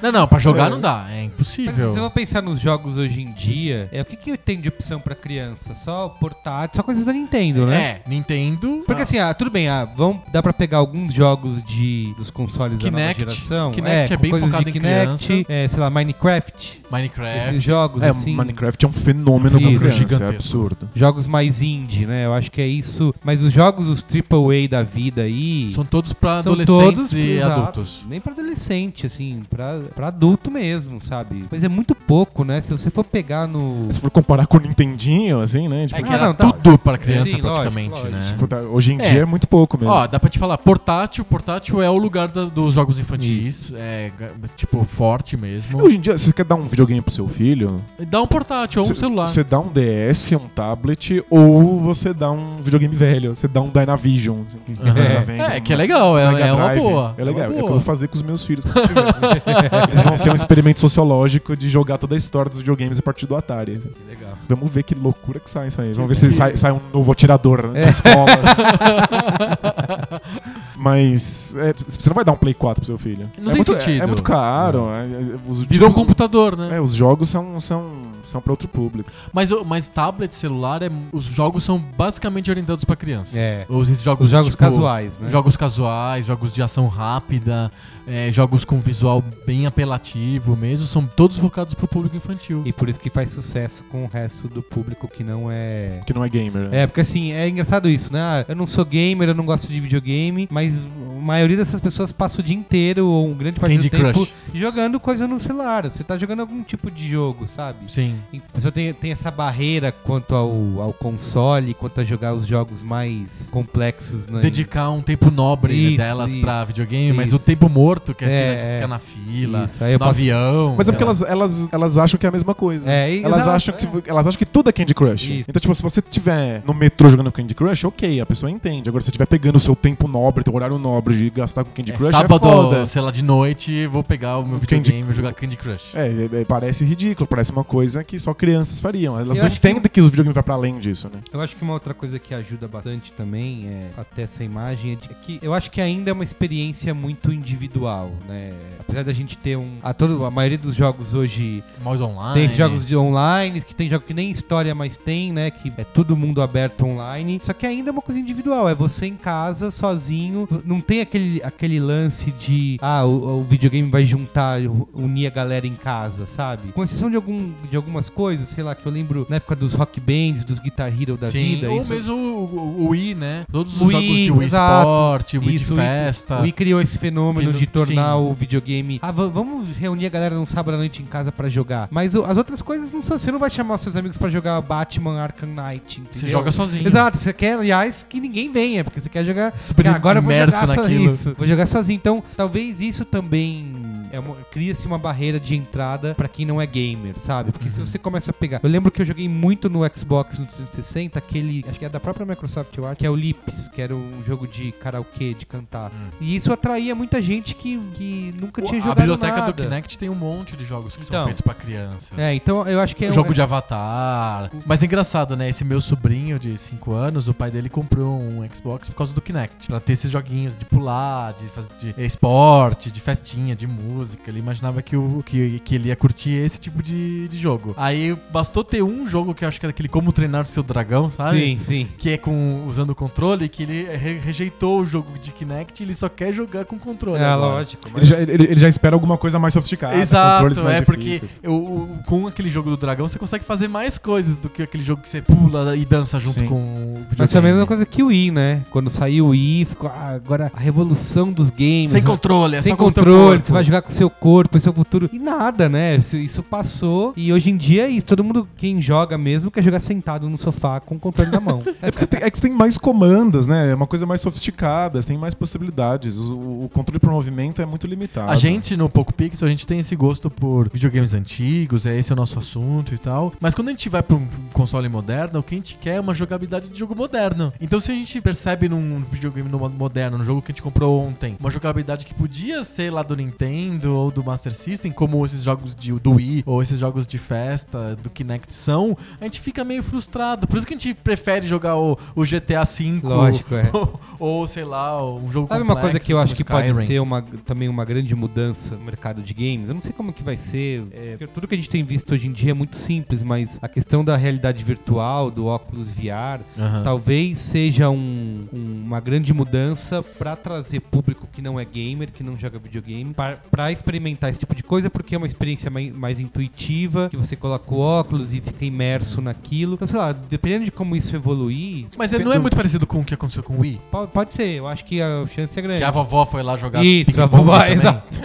Speaker 1: Não, não, pra jogar
Speaker 3: É.
Speaker 1: não dá, é
Speaker 2: Mas um se eu
Speaker 1: impossível.
Speaker 2: vou pensar nos jogos hoje em dia, é o que, que tem de opção pra criança? Só portátil, só coisas da Nintendo, né?
Speaker 1: É, Nintendo.
Speaker 2: Porque
Speaker 1: ah,
Speaker 2: assim, ah, tudo bem, ah, vão, dá pra pegar alguns jogos de, dos consoles
Speaker 1: Kinect.
Speaker 2: da nova geração.
Speaker 1: Kinect é
Speaker 2: com
Speaker 1: bem
Speaker 2: coisas
Speaker 1: focado
Speaker 2: de
Speaker 1: em
Speaker 2: Kinect,
Speaker 1: criança.
Speaker 2: É, sei lá, Minecraft.
Speaker 1: Minecraft.
Speaker 2: Esses jogos,
Speaker 3: é,
Speaker 2: assim.
Speaker 3: Minecraft é um fenômeno pra
Speaker 2: Isso.
Speaker 3: criança, é
Speaker 1: Gigantesco.
Speaker 3: absurdo.
Speaker 2: Jogos mais indie, né? Eu acho que é isso. Mas os jogos, os AAA da vida aí.
Speaker 1: São todos pra
Speaker 2: são
Speaker 1: adolescentes
Speaker 2: todos-
Speaker 1: e
Speaker 2: exato.
Speaker 3: É
Speaker 1: adultos.
Speaker 2: Nem pra adolescente, assim, pra, pra adulto mesmo, sabe? Mas é muito pouco, né? Se você for pegar no.
Speaker 3: Se for comparar com o Nintendinho, assim, né? Tipo,
Speaker 1: É que
Speaker 2: Ah,
Speaker 1: era
Speaker 2: não, tá.
Speaker 1: tudo tudo para criança,
Speaker 2: Sim, lógico,
Speaker 1: praticamente,
Speaker 2: lógico.
Speaker 1: né?
Speaker 3: Puta, hoje em
Speaker 1: É.
Speaker 3: dia é muito pouco mesmo.
Speaker 1: Ó, dá pra te falar, portátil, portátil é o lugar da- dos jogos infantis, é, ga- tipo, forte mesmo.
Speaker 3: Hoje em dia, você quer dar um videogame pro seu filho?
Speaker 1: Dá um portátil ou um celular.
Speaker 3: Você dá um DS, um tablet, ou você dá um videogame velho. Você dá um Dynavision. assim, que
Speaker 1: Aham.
Speaker 3: já vem
Speaker 1: É,
Speaker 3: com
Speaker 1: que é legal, é,
Speaker 3: Mega
Speaker 1: é uma
Speaker 3: Drive.
Speaker 1: boa.
Speaker 3: É legal, é,
Speaker 1: uma
Speaker 3: o que eu
Speaker 1: boa.
Speaker 3: vou fazer com os meus filhos. quando
Speaker 1: [laughs]
Speaker 3: tiver. Eles vão ser um experimento sociológico de jogar toda a história dos videogames a partir do Atari. assim.
Speaker 2: Legal.
Speaker 3: Vamos ver que loucura que sai isso aí. Vamos ver se sai, sai um novo atirador
Speaker 1: É.
Speaker 3: né, da escola. [laughs] Mas é, c- você não vai dar um Play 4 pro seu filho.
Speaker 1: Não tem
Speaker 3: é muito, é-
Speaker 1: sentido.
Speaker 3: É, muito caro. é- é- os,
Speaker 1: Virou um
Speaker 3: tipo,
Speaker 1: computador, né?
Speaker 3: é, os jogos são, são, são pra outro público.
Speaker 1: Mas, o- mas tablet, celular, é, os jogos são basicamente orientados pra crianças.
Speaker 2: É.
Speaker 1: Os esses jogos,
Speaker 2: Os jogos
Speaker 1: tipo,
Speaker 2: casuais, né?
Speaker 1: Jogos casuais, jogos de ação rápida, é, jogos com visual bem apelativo mesmo, são todos focados pro público infantil.
Speaker 2: E por isso que faz sucesso com o resto do público que não é.
Speaker 3: Que não é gamer. né?
Speaker 2: É, porque assim, é engraçado isso, né? Ah, Eu não sou gamer, eu não gosto de videogame, mas a maioria dessas pessoas passa o dia inteiro, ou um grande parte
Speaker 1: Candy
Speaker 2: do tempo,
Speaker 1: Crush.
Speaker 2: jogando coisa no celular. Você tá jogando algum tipo de jogo, sabe?
Speaker 1: Sim.
Speaker 2: E A pessoa tem, tem essa barreira quanto ao, ao console, quanto a jogar os jogos mais complexos. Né?
Speaker 1: Dedicar um tempo nobre né,
Speaker 2: Isso,
Speaker 1: delas
Speaker 2: isso,
Speaker 1: pra videogame, mas
Speaker 2: isso.
Speaker 1: o tempo morto, que é,
Speaker 2: É,
Speaker 1: aquilo que
Speaker 2: é.
Speaker 1: fica na fila,
Speaker 2: Isso, aí
Speaker 1: no
Speaker 2: eu passo-
Speaker 1: avião.
Speaker 3: Mas é porque
Speaker 1: sei lá.
Speaker 3: elas, elas, elas acham que é a mesma coisa.
Speaker 2: É, e-
Speaker 3: elas,
Speaker 2: exato,
Speaker 3: acham que,
Speaker 2: é.
Speaker 3: se- elas acham que tudo é Candy Crush.
Speaker 2: Isso.
Speaker 3: Então, tipo, se você estiver no metrô jogando Candy Crush, ok, a pessoa entende. Agora, se você estiver pegando o seu tempo nobre, teu horário nobre de gastar com Candy
Speaker 1: É
Speaker 3: Crush,
Speaker 1: sábado,
Speaker 3: é foda.
Speaker 1: sei lá, de noite, vou pegar o meu
Speaker 3: Candy-
Speaker 1: videogame e jogar Candy Crush.
Speaker 3: É, é, é, parece ridículo, parece uma coisa que só crianças fariam. Elas
Speaker 2: Eu
Speaker 3: não
Speaker 2: acho que-
Speaker 3: entendem que... os videogames vai pra além disso, né?
Speaker 2: Eu acho que uma outra coisa que ajuda bastante também é, até essa imagem é de que eu acho que ainda é uma experiência muito individual, né? Apesar da gente ter um. A, todo, a maioria dos jogos hoje
Speaker 1: Modo online.
Speaker 2: tem esses jogos de online, que tem jogo que nem história mais tem, né? Que é todo mundo aberto online. Só que ainda é uma coisa individual. É você em casa, sozinho. Não tem aquele, aquele lance de. Ah, o, o videogame vai juntar, unir a galera em casa, sabe? Com exceção de, algum, de algumas coisas, sei lá, que eu lembro na época dos rock bands, dos Guitar Hero da
Speaker 1: Sim,
Speaker 2: vida.
Speaker 1: ou
Speaker 2: isso-
Speaker 1: mesmo o, o- o Wii, né? Todos os
Speaker 2: Wii,
Speaker 1: jogos de Wii
Speaker 2: exato.
Speaker 1: Sport, Wii
Speaker 2: Isso,
Speaker 1: de
Speaker 2: o Wii-
Speaker 1: festa.
Speaker 2: O Wii criou esse fenômeno
Speaker 1: Fenô-
Speaker 2: de tornar
Speaker 1: sim.
Speaker 2: o videogame. Ah, va- vamos reunir a galera num sábado à noite em casa pra jogar. Mas o- as outras coisas não são. assim. Você não vai chamar os seus amigos pra jogar Batman Arkham Knight. Entendeu?
Speaker 1: Você joga sozinho.
Speaker 2: Exato, você quer, aliás, que ninguém venha, porque você quer jogar.
Speaker 1: Super
Speaker 2: Ah, agora eu vou
Speaker 1: imerso
Speaker 2: jogar só
Speaker 1: naquilo.
Speaker 2: isso. Vou jogar sozinho. Então, talvez isso também. é uma- Cria-se uma barreira de entrada pra quem não é gamer, sabe? Porque
Speaker 1: Uhum.
Speaker 2: se você começa a pegar. Eu lembro que eu joguei muito no Xbox no 360, aquele. Acho que é da própria Microsoft, eu acho, que é o Lips, que era um jogo de karaokê, de cantar. E isso atraía muita gente que, que nunca tinha
Speaker 1: Hum. a
Speaker 2: jogado.
Speaker 1: biblioteca
Speaker 2: nada.
Speaker 1: do Kinect tem um monte de jogos que são
Speaker 2: Então.
Speaker 1: feitos pra crianças.
Speaker 2: É, então eu acho que é
Speaker 1: O jogo de Avatar. Mas é engraçado, né? Esse meu sobrinho de 5 anos, o pai dele comprou um Xbox por causa do Kinect. Pra ter esses joguinhos de pular, de, faz- de esporte, de festinha, de música. Ele imaginava que, o, que, que ele ia curtir esse tipo de, de jogo. Aí bastou ter um jogo que eu acho que era aquele Como Treinar Seu Dragão, sabe?
Speaker 2: Sim, sim.
Speaker 1: que é com usando o controle, que ele re- rejeitou o jogo de Kinect, ele só quer jogar com controle.
Speaker 2: É,
Speaker 1: agora.
Speaker 2: lógico.
Speaker 3: Ele já, ele- ele já espera alguma coisa mais sofisticada. controles
Speaker 1: Exato,
Speaker 3: mais
Speaker 1: é porque
Speaker 3: difíceis.
Speaker 1: o- o- com aquele jogo do dragão você consegue fazer mais coisas do que aquele jogo que você pula e dança junto
Speaker 3: Sim.
Speaker 1: com o videogame.
Speaker 2: Mas foi a mesma coisa que o Wii, né? Quando saiu o Wii, ficou ah, agora a revolução dos games.
Speaker 1: Sem
Speaker 2: né?
Speaker 1: controle, é
Speaker 2: Sem
Speaker 1: só com o teu
Speaker 2: controle,
Speaker 1: corpo.
Speaker 2: você vai jogar com o seu corpo, é seu futuro. E nada, né? Isso, isso passou. E hoje em dia é isso. Todo mundo, quem joga mesmo, quer jogar sentado no sofá com o controle
Speaker 1: [laughs]
Speaker 2: na mão.
Speaker 3: É, porque você tem, é que você tem mais comandos, né? É uma coisa mais sofisticada, você tem mais possibilidades. O, o controle por movimento é muito limitado.
Speaker 1: A gente no Poco Pixel, a gente tem esse gosto por videogames antigos, é esse é o nosso assunto e tal. Mas quando a gente vai pra um console moderno, o que a gente quer é uma jogabilidade de jogo moderno. Então se a gente percebe num videogame no- moderno, num jogo que a gente comprou ontem, uma jogabilidade que podia ser lá do Nintendo ou do Master System, como esses jogos de, do Wii ou esses jogos de festa do Kinect são, a gente fica meio frustrado. Por isso que a gente prefere jogar o, o GTA V.
Speaker 2: Lógico, é.
Speaker 1: Ou, ou, sei lá, um jogo
Speaker 2: Sabe uma coisa
Speaker 1: complexo
Speaker 2: que eu acho
Speaker 1: como
Speaker 2: que pode
Speaker 1: Skyrim?
Speaker 2: ser uma, também uma grande mudança no mercado de games? Eu não sei como que vai ser. é, porque tudo que a gente tem visto hoje em dia é muito simples, mas a questão da realidade virtual, do óculos VR,
Speaker 1: Aham.
Speaker 2: Ah. talvez seja um- um- uma grande mudança pra trazer público que não é gamer, que não joga videogame, pra, pra pra experimentar esse tipo de coisa, porque é uma experiência mai- mais intuitiva, que você coloca o óculos e fica imerso naquilo. Então, sei lá, dependendo de como isso evoluir,
Speaker 1: Mas ele
Speaker 3: Sem
Speaker 1: não é
Speaker 3: dúvida.
Speaker 1: muito parecido com o que aconteceu com o Wii.
Speaker 2: po- pode ser. Eu acho que a chance é grande.
Speaker 1: Que a vovó foi lá jogar.
Speaker 2: Isso, a
Speaker 1: ping-pong
Speaker 2: vovó,
Speaker 1: também.
Speaker 2: exato.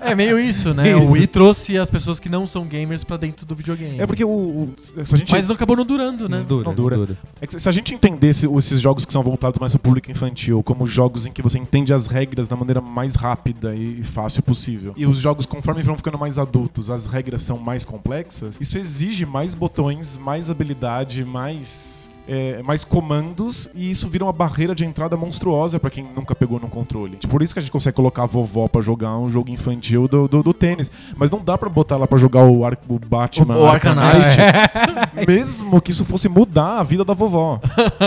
Speaker 1: É meio isso, né?
Speaker 2: Isso.
Speaker 1: O Wii trouxe as pessoas que não são gamers pra dentro do videogame.
Speaker 3: É porque o. o- se a gente
Speaker 1: Mas não acabou não durando, né?
Speaker 2: Não dura,
Speaker 3: Não dura.
Speaker 2: não dura.
Speaker 3: É que se- se a gente entendesse o- esses jogos que são voltados mais pro público infantil como jogos em que você entende as regras da maneira mais rápida e e fácil possível, e os jogos, conforme vão ficando mais adultos, as regras são mais complexas, isso exige mais botões, mais habilidade, mais. é, mais comandos e isso vira uma barreira de entrada monstruosa pra quem nunca pegou num controle. Tipo, Por isso que a gente consegue colocar a vovó pra jogar um jogo infantil do, do, do tênis, mas não dá pra botar ela pra jogar o, Ar o Batman,
Speaker 1: O- o Arkham Knight.
Speaker 3: mesmo que isso fosse mudar a vida da
Speaker 1: [laughs]
Speaker 3: vovó.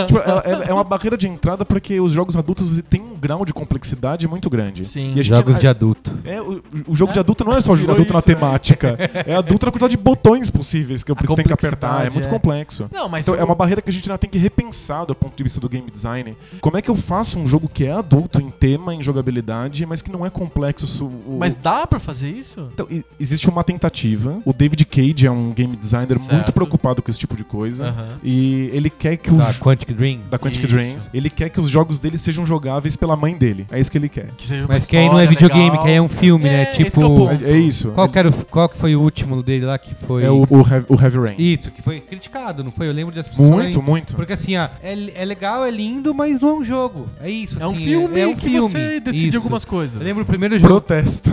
Speaker 3: Tipo, ela- ela- é uma barreira de entrada porque os jogos adultos têm um grau de complexidade muito grande.
Speaker 1: Sim.
Speaker 3: E a gente-
Speaker 2: Jogos de adulto.
Speaker 3: é, o, o jogo de adulto não é só
Speaker 1: Virou
Speaker 3: adulto na
Speaker 1: isso, né?
Speaker 3: temática. É adulto na quantidade de botões possíveis que você tem que apertar. É
Speaker 1: complexidade,
Speaker 3: muito
Speaker 1: é.
Speaker 3: complexo.
Speaker 1: Não, mas
Speaker 3: Então
Speaker 1: o-
Speaker 3: é uma barreira que a gente ainda tem que repensar do ponto de vista do game design. Como é que eu faço um jogo que é adulto em tema, em jogabilidade, mas que não é complexo? su- o-
Speaker 1: Mas dá pra fazer isso?
Speaker 3: então, e- existe uma tentativa. O David Cage é um game designer
Speaker 1: Certo.
Speaker 3: muito preocupado com esse tipo de coisa.
Speaker 1: Aham.
Speaker 3: E ele quer que o
Speaker 2: Da
Speaker 3: jo-
Speaker 2: Tá, Quantic Dream.
Speaker 3: da Quantic
Speaker 1: Isso.
Speaker 3: Dreams, ele quer que os jogos dele sejam jogáveis pela mãe dele. É isso que ele quer.
Speaker 1: Que seja uma
Speaker 2: Mas que aí não é
Speaker 1: história
Speaker 2: videogame,
Speaker 1: legal.
Speaker 2: que aí é um filme, né?
Speaker 1: É, esse
Speaker 2: Tipo-
Speaker 1: que é o ponto.
Speaker 3: É, é isso.
Speaker 2: Qual que, era o, qual que foi o último dele lá que foi.
Speaker 3: É o, o Heavy, o Heavy Rain.
Speaker 2: Isso, que foi criticado, não foi? Eu lembro das pessoas.
Speaker 3: Muito,
Speaker 2: falarem-
Speaker 3: muito.
Speaker 2: Porque assim, ó, é, é legal, é lindo, mas não é um jogo. É isso,
Speaker 1: É um
Speaker 2: assim,
Speaker 1: filme
Speaker 2: é um
Speaker 1: que
Speaker 2: filme.
Speaker 1: você decide
Speaker 2: Isso.
Speaker 1: algumas coisas.
Speaker 2: Eu lembro o primeiro jogo.
Speaker 3: Protesto.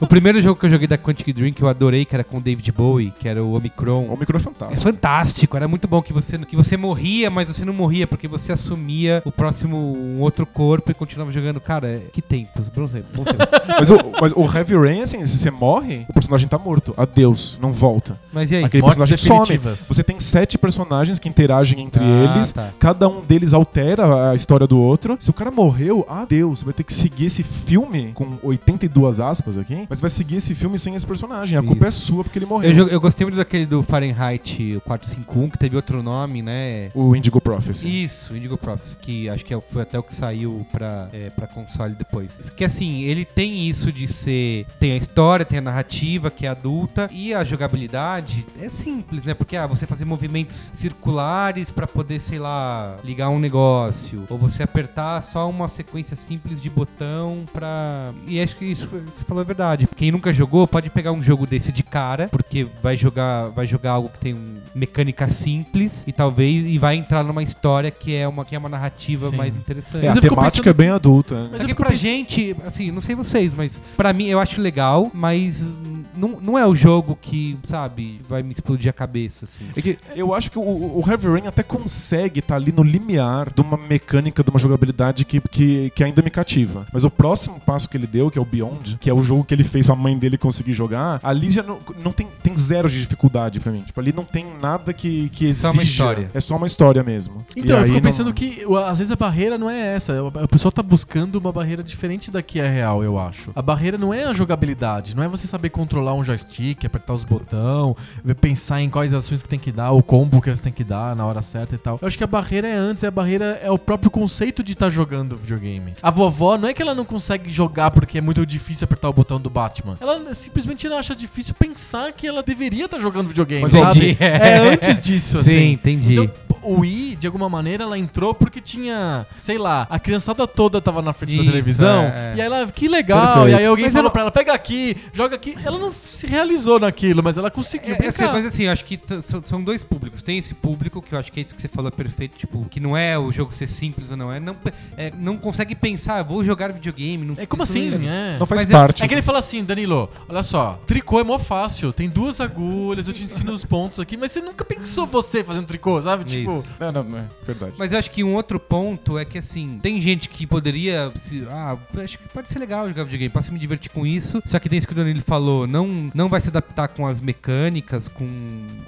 Speaker 2: O primeiro jogo que eu joguei da Quantic Dream que eu adorei, que era com o David Bowie, que era o Omicron.
Speaker 3: o micro é
Speaker 2: É
Speaker 3: fantástico.
Speaker 2: fantástico, era muito bom que você, que você morria, mas você não morria, porque você assumia o próximo, um outro corpo e continuava jogando. Cara, é- que tempos, bons tempos. bons tempos.
Speaker 1: [laughs]
Speaker 3: Mas o, mas o Heavy Rain, assim, se você morre, o personagem tá morto. Adeus, não volta.
Speaker 2: Mas e aí?
Speaker 3: Aquele
Speaker 1: mortes
Speaker 3: personagem some.
Speaker 1: definitivas.
Speaker 3: Você tem sete personagens que interagem entre
Speaker 2: Ah,
Speaker 3: eles.
Speaker 2: tá.
Speaker 3: Cada um deles altera a história do outro. Se o cara morreu, adeus, você vai ter que seguir esse filme com 82 aspas aqui. Mas vai seguir esse filme sem esse personagem. A culpa é
Speaker 2: Isso.
Speaker 3: sua porque ele morreu.
Speaker 2: Eu, jo- eu gostei muito daquele do Fahrenheit 451, que teve outro nome, né?
Speaker 3: O Indigo Prophecy.
Speaker 2: Isso, Indigo Profits, que acho que é- foi até o que saiu pra, é, pra console depois. Que assim, ele tem isso de ser. Tem a história, tem a narrativa, que é adulta, e a jogabilidade é simples, né? Porque ah, você fazer movimentos circulares pra poder, sei lá, ligar um negócio, ou você apertar só uma sequência simples de botão pra. E acho que isso que você falou é verdade. Quem nunca jogou pode pegar um jogo desse de cara, porque vai jogar, vai jogar algo que tem um- mecânica simples e talvez e vai entrar numa história que é uma que é uma narrativa
Speaker 1: Sim.
Speaker 2: mais interessante.
Speaker 3: É,
Speaker 1: Mas
Speaker 3: a
Speaker 1: eu fico
Speaker 3: temática é bem adulta. né?
Speaker 1: Mas
Speaker 2: Mas
Speaker 1: eu
Speaker 2: é que
Speaker 1: fico
Speaker 2: pra
Speaker 1: pens-
Speaker 2: gente, assim, não sei vocês, mas pra mim eu acho legal, mas hum, não, não é o jogo que, sabe, vai me explodir a cabeça, assim.
Speaker 3: É que eu acho que o, o Heavy Rain até consegue estar ali no limiar de uma mecânica, de uma jogabilidade que, que, que ainda me cativa. Mas o próximo passo que ele deu, que é o Beyond, que é o jogo que ele fez pra mãe dele conseguir jogar, ali já não, não tem, tem zero de dificuldade pra mim. Tipo, ali não tem nada que, que exija.
Speaker 2: Só uma história.
Speaker 3: É só uma história mesmo.
Speaker 1: Então,
Speaker 3: E
Speaker 1: eu
Speaker 3: aí
Speaker 1: fico
Speaker 3: não-
Speaker 1: pensando que u- às vezes a barreira não é essa. O pessoal tá buscando uma barreira diferente da que é real, eu acho. A barreira não é a jogabilidade, não é você saber controlar um joystick, apertar os botões, pensar em quais ações que tem que dar, o combo que você tem que dar na hora certa e tal. Eu acho que a barreira é antes, a barreira é o próprio conceito de estar jogando videogame. A vovó não é que ela não consegue jogar porque é muito difícil apertar o botão do Batman. Ela simplesmente não acha difícil pensar que ela deveria estar jogando videogame,
Speaker 3: Mas
Speaker 1: sabe?
Speaker 3: [laughs]
Speaker 2: entendi.
Speaker 1: É antes disso, assim.
Speaker 2: Sim, entendi.
Speaker 1: Então, p- o Wii, de alguma maneira, ela entrou porque tinha, sei lá, a criançada toda tava na frente da
Speaker 2: Isso,
Speaker 1: televisão.
Speaker 2: é, é.
Speaker 1: E aí ela, que legal.
Speaker 3: Perfeito.
Speaker 1: E aí alguém
Speaker 2: Mas
Speaker 1: falou
Speaker 2: ela-
Speaker 1: pra ela, pega aqui, joga aqui. Ela não se realizou naquilo, mas ela conseguiu
Speaker 2: É, assim,
Speaker 1: brincar.
Speaker 2: mas assim, eu acho que t- são- são dois públicos. Tem esse público, que eu acho que é isso que você falou é perfeito, tipo, que não é o jogo ser simples ou não é. Não, pe- é, não consegue pensar, "Ah, vou jogar videogame. Não,
Speaker 1: É como
Speaker 2: isso
Speaker 1: assim,
Speaker 2: não-
Speaker 1: né?
Speaker 3: Não faz
Speaker 2: Mas é-
Speaker 3: parte.
Speaker 1: É que ele fala assim, Danilo, olha só, tricô é mó fácil, tem duas agulhas, eu te ensino os pontos aqui, mas você nunca pensou você fazendo tricô, sabe? Tipo,
Speaker 2: Isso.
Speaker 3: Não, não, não, é verdade.
Speaker 2: Mas eu acho que um outro ponto é que, assim, tem gente que poderia. se- ah, acho que pode ser legal jogar videogame, posso me divertir com isso. Só que tem isso que o Danilo falou: não, não vai se adaptar com as mecânicas, com,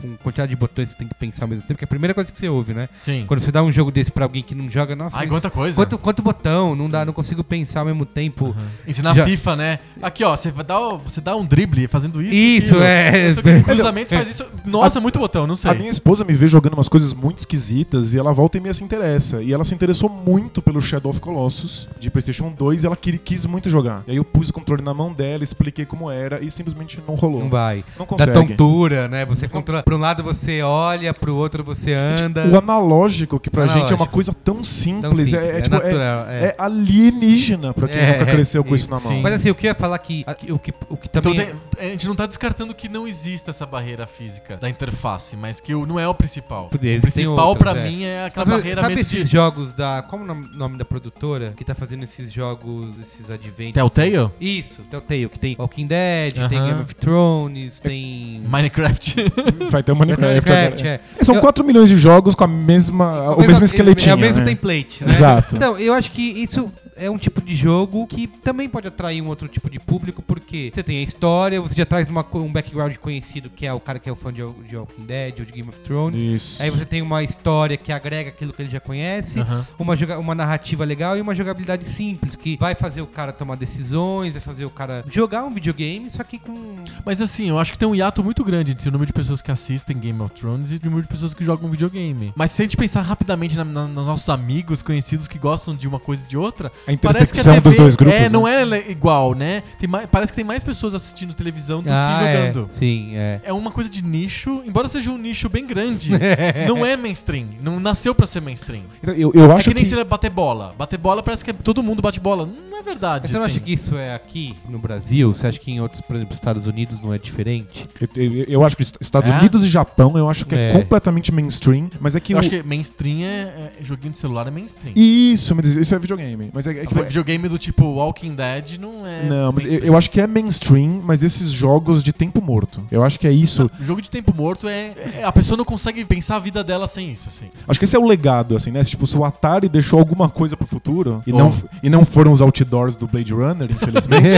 Speaker 2: com quantidade de botões que você tem que pensar ao mesmo tempo, que é a primeira coisa que você ouve, né?
Speaker 1: sim.
Speaker 2: Quando você dá um jogo desse pra alguém que não joga, nossa,
Speaker 1: Ai,
Speaker 2: mas
Speaker 1: quanta coisa.
Speaker 3: é.
Speaker 2: quanto, quanto botão, não dá, não consigo pensar ao mesmo tempo.
Speaker 1: Ensinar
Speaker 2: Já-
Speaker 1: FIFA, né? Aqui, ó, você dá, o- você dá um drible fazendo isso.
Speaker 2: Isso,
Speaker 1: aquilo.
Speaker 2: é. [laughs]
Speaker 1: Não sei o que, cruzamentos faz isso. Nossa, é muito botão, não sei.
Speaker 3: A minha esposa me vê jogando umas coisas muito esquisitas e ela volta e meia se interessa. E ela se interessou muito pelo Shadow of Colossus de PlayStation 2 e ela qui- quis muito jogar. E aí eu pus o controle na mão dela, expliquei como era e simplesmente não rolou.
Speaker 2: Não vai. Tá
Speaker 3: Não
Speaker 2: Da
Speaker 3: consegue.
Speaker 2: tontura, né? Você controla. Pra um lado você olha, pro outro você anda.
Speaker 3: É tipo O analógico, que pra gente é uma
Speaker 2: Analógico.
Speaker 3: coisa tão
Speaker 2: Então,
Speaker 3: simples,
Speaker 2: sim,
Speaker 3: é, é tipo, é-
Speaker 2: natural.
Speaker 3: é alienígena pra quem
Speaker 2: É,
Speaker 3: nunca cresceu com
Speaker 2: é,
Speaker 3: isso na mão.
Speaker 2: sim. Mas assim, o que eu ia falar que a- que o que, o que também.
Speaker 1: Então tem- a gente não tá descartando que não exista essa barreira física da interface, mas que o- não é o principal.
Speaker 2: Existem
Speaker 1: o principal
Speaker 2: outras,
Speaker 1: pra
Speaker 2: é.
Speaker 1: mim é aquela
Speaker 2: Mas, mas,
Speaker 1: barreira
Speaker 2: sabe
Speaker 1: mesmo
Speaker 2: esses
Speaker 1: de-
Speaker 2: jogos da. Como o nome, nome da produtora que tá fazendo esses jogos, esses adventures?
Speaker 1: Telltale?
Speaker 2: Isso, Telltale, que tem Walking Dead, tem
Speaker 1: Aham.
Speaker 2: Game of Thrones, tem.
Speaker 1: Minecraft.
Speaker 3: Vai ter o Minecraft. agora.
Speaker 2: é.
Speaker 3: São
Speaker 2: Eu-
Speaker 3: 4 milhões de jogos com a mesma, o
Speaker 2: Mesma-
Speaker 3: mesmo esqueletinho.
Speaker 2: É o mesmo
Speaker 3: né?
Speaker 2: template, né?
Speaker 3: Exato.
Speaker 2: Então, eu acho que isso é um tipo de jogo que também pode atrair um outro tipo de público, porque você tem a história, você já traz uma co- um background conhecido, que é o cara que é o fã de, de Walking Dead ou de Game of Thrones.
Speaker 3: Isso.
Speaker 2: Aí você tem uma história que agrega aquilo que ele já conhece,
Speaker 1: Aham.
Speaker 2: uma, joga- uma narrativa legal e uma jogabilidade simples, que vai fazer o cara tomar decisões, vai fazer o cara jogar um videogame, só que com.
Speaker 1: Mas assim, eu acho que tem um hiato muito grande entre o número de pessoas que assistem Game of Thrones e o número de pessoas que jogam videogame. Mas se a gente pensar rapidamente na- na- nos nossos amigos, conhecidos que gostam de uma coisa e de outra,
Speaker 3: A
Speaker 1: parece que a
Speaker 3: intersecção
Speaker 1: TV
Speaker 3: dos dois grupos.
Speaker 1: é,
Speaker 3: né?
Speaker 1: não é le- igual, né? Tem mai- parece que tem mais pessoas assistindo televisão do
Speaker 3: Ah,
Speaker 1: que jogando.
Speaker 2: É. Sim, é.
Speaker 1: É. uma coisa de nicho, embora seja um nicho bem
Speaker 3: [laughs]
Speaker 1: grande, não é mainstream. Não nasceu pra ser mainstream.
Speaker 3: Então, Eu, eu acho
Speaker 1: é que nem
Speaker 3: que-
Speaker 1: se bater bola. Bater bola parece que é- todo mundo bate bola. Não é verdade.
Speaker 2: Mas você não
Speaker 1: assim.
Speaker 2: acha que isso é aqui no Brasil? Você acha que em outros, por exemplo, Estados Unidos não é diferente?
Speaker 3: Eu, eu- eu acho que est- Estados
Speaker 1: É?
Speaker 3: Unidos e Japão, eu acho que é,
Speaker 2: É.
Speaker 3: completamente mainstream, mas é que.
Speaker 1: Eu
Speaker 3: o-
Speaker 1: acho que mainstream é, é- Joguinho de celular é Ah, mainstream.
Speaker 3: Isso, mas isso é videogame. Mas é, é que.
Speaker 1: Agora, videogame do tipo Walking Dead não é.
Speaker 3: Não, mas eu,
Speaker 1: mainstream.
Speaker 3: eu acho que é mainstream, mas esses jogos de tempo morto. Eu acho que é isso.
Speaker 1: Não, Jogo de tempo morto é, é- A pessoa não consegue pensar a vida dela sem isso, assim.
Speaker 3: Acho que esse é o legado, assim, né? Tipo, se o Atari deixou alguma coisa pro futuro e,
Speaker 1: Bom.
Speaker 3: não, f- e não foram os outdoors do Blade Runner,
Speaker 1: [laughs]
Speaker 3: infelizmente,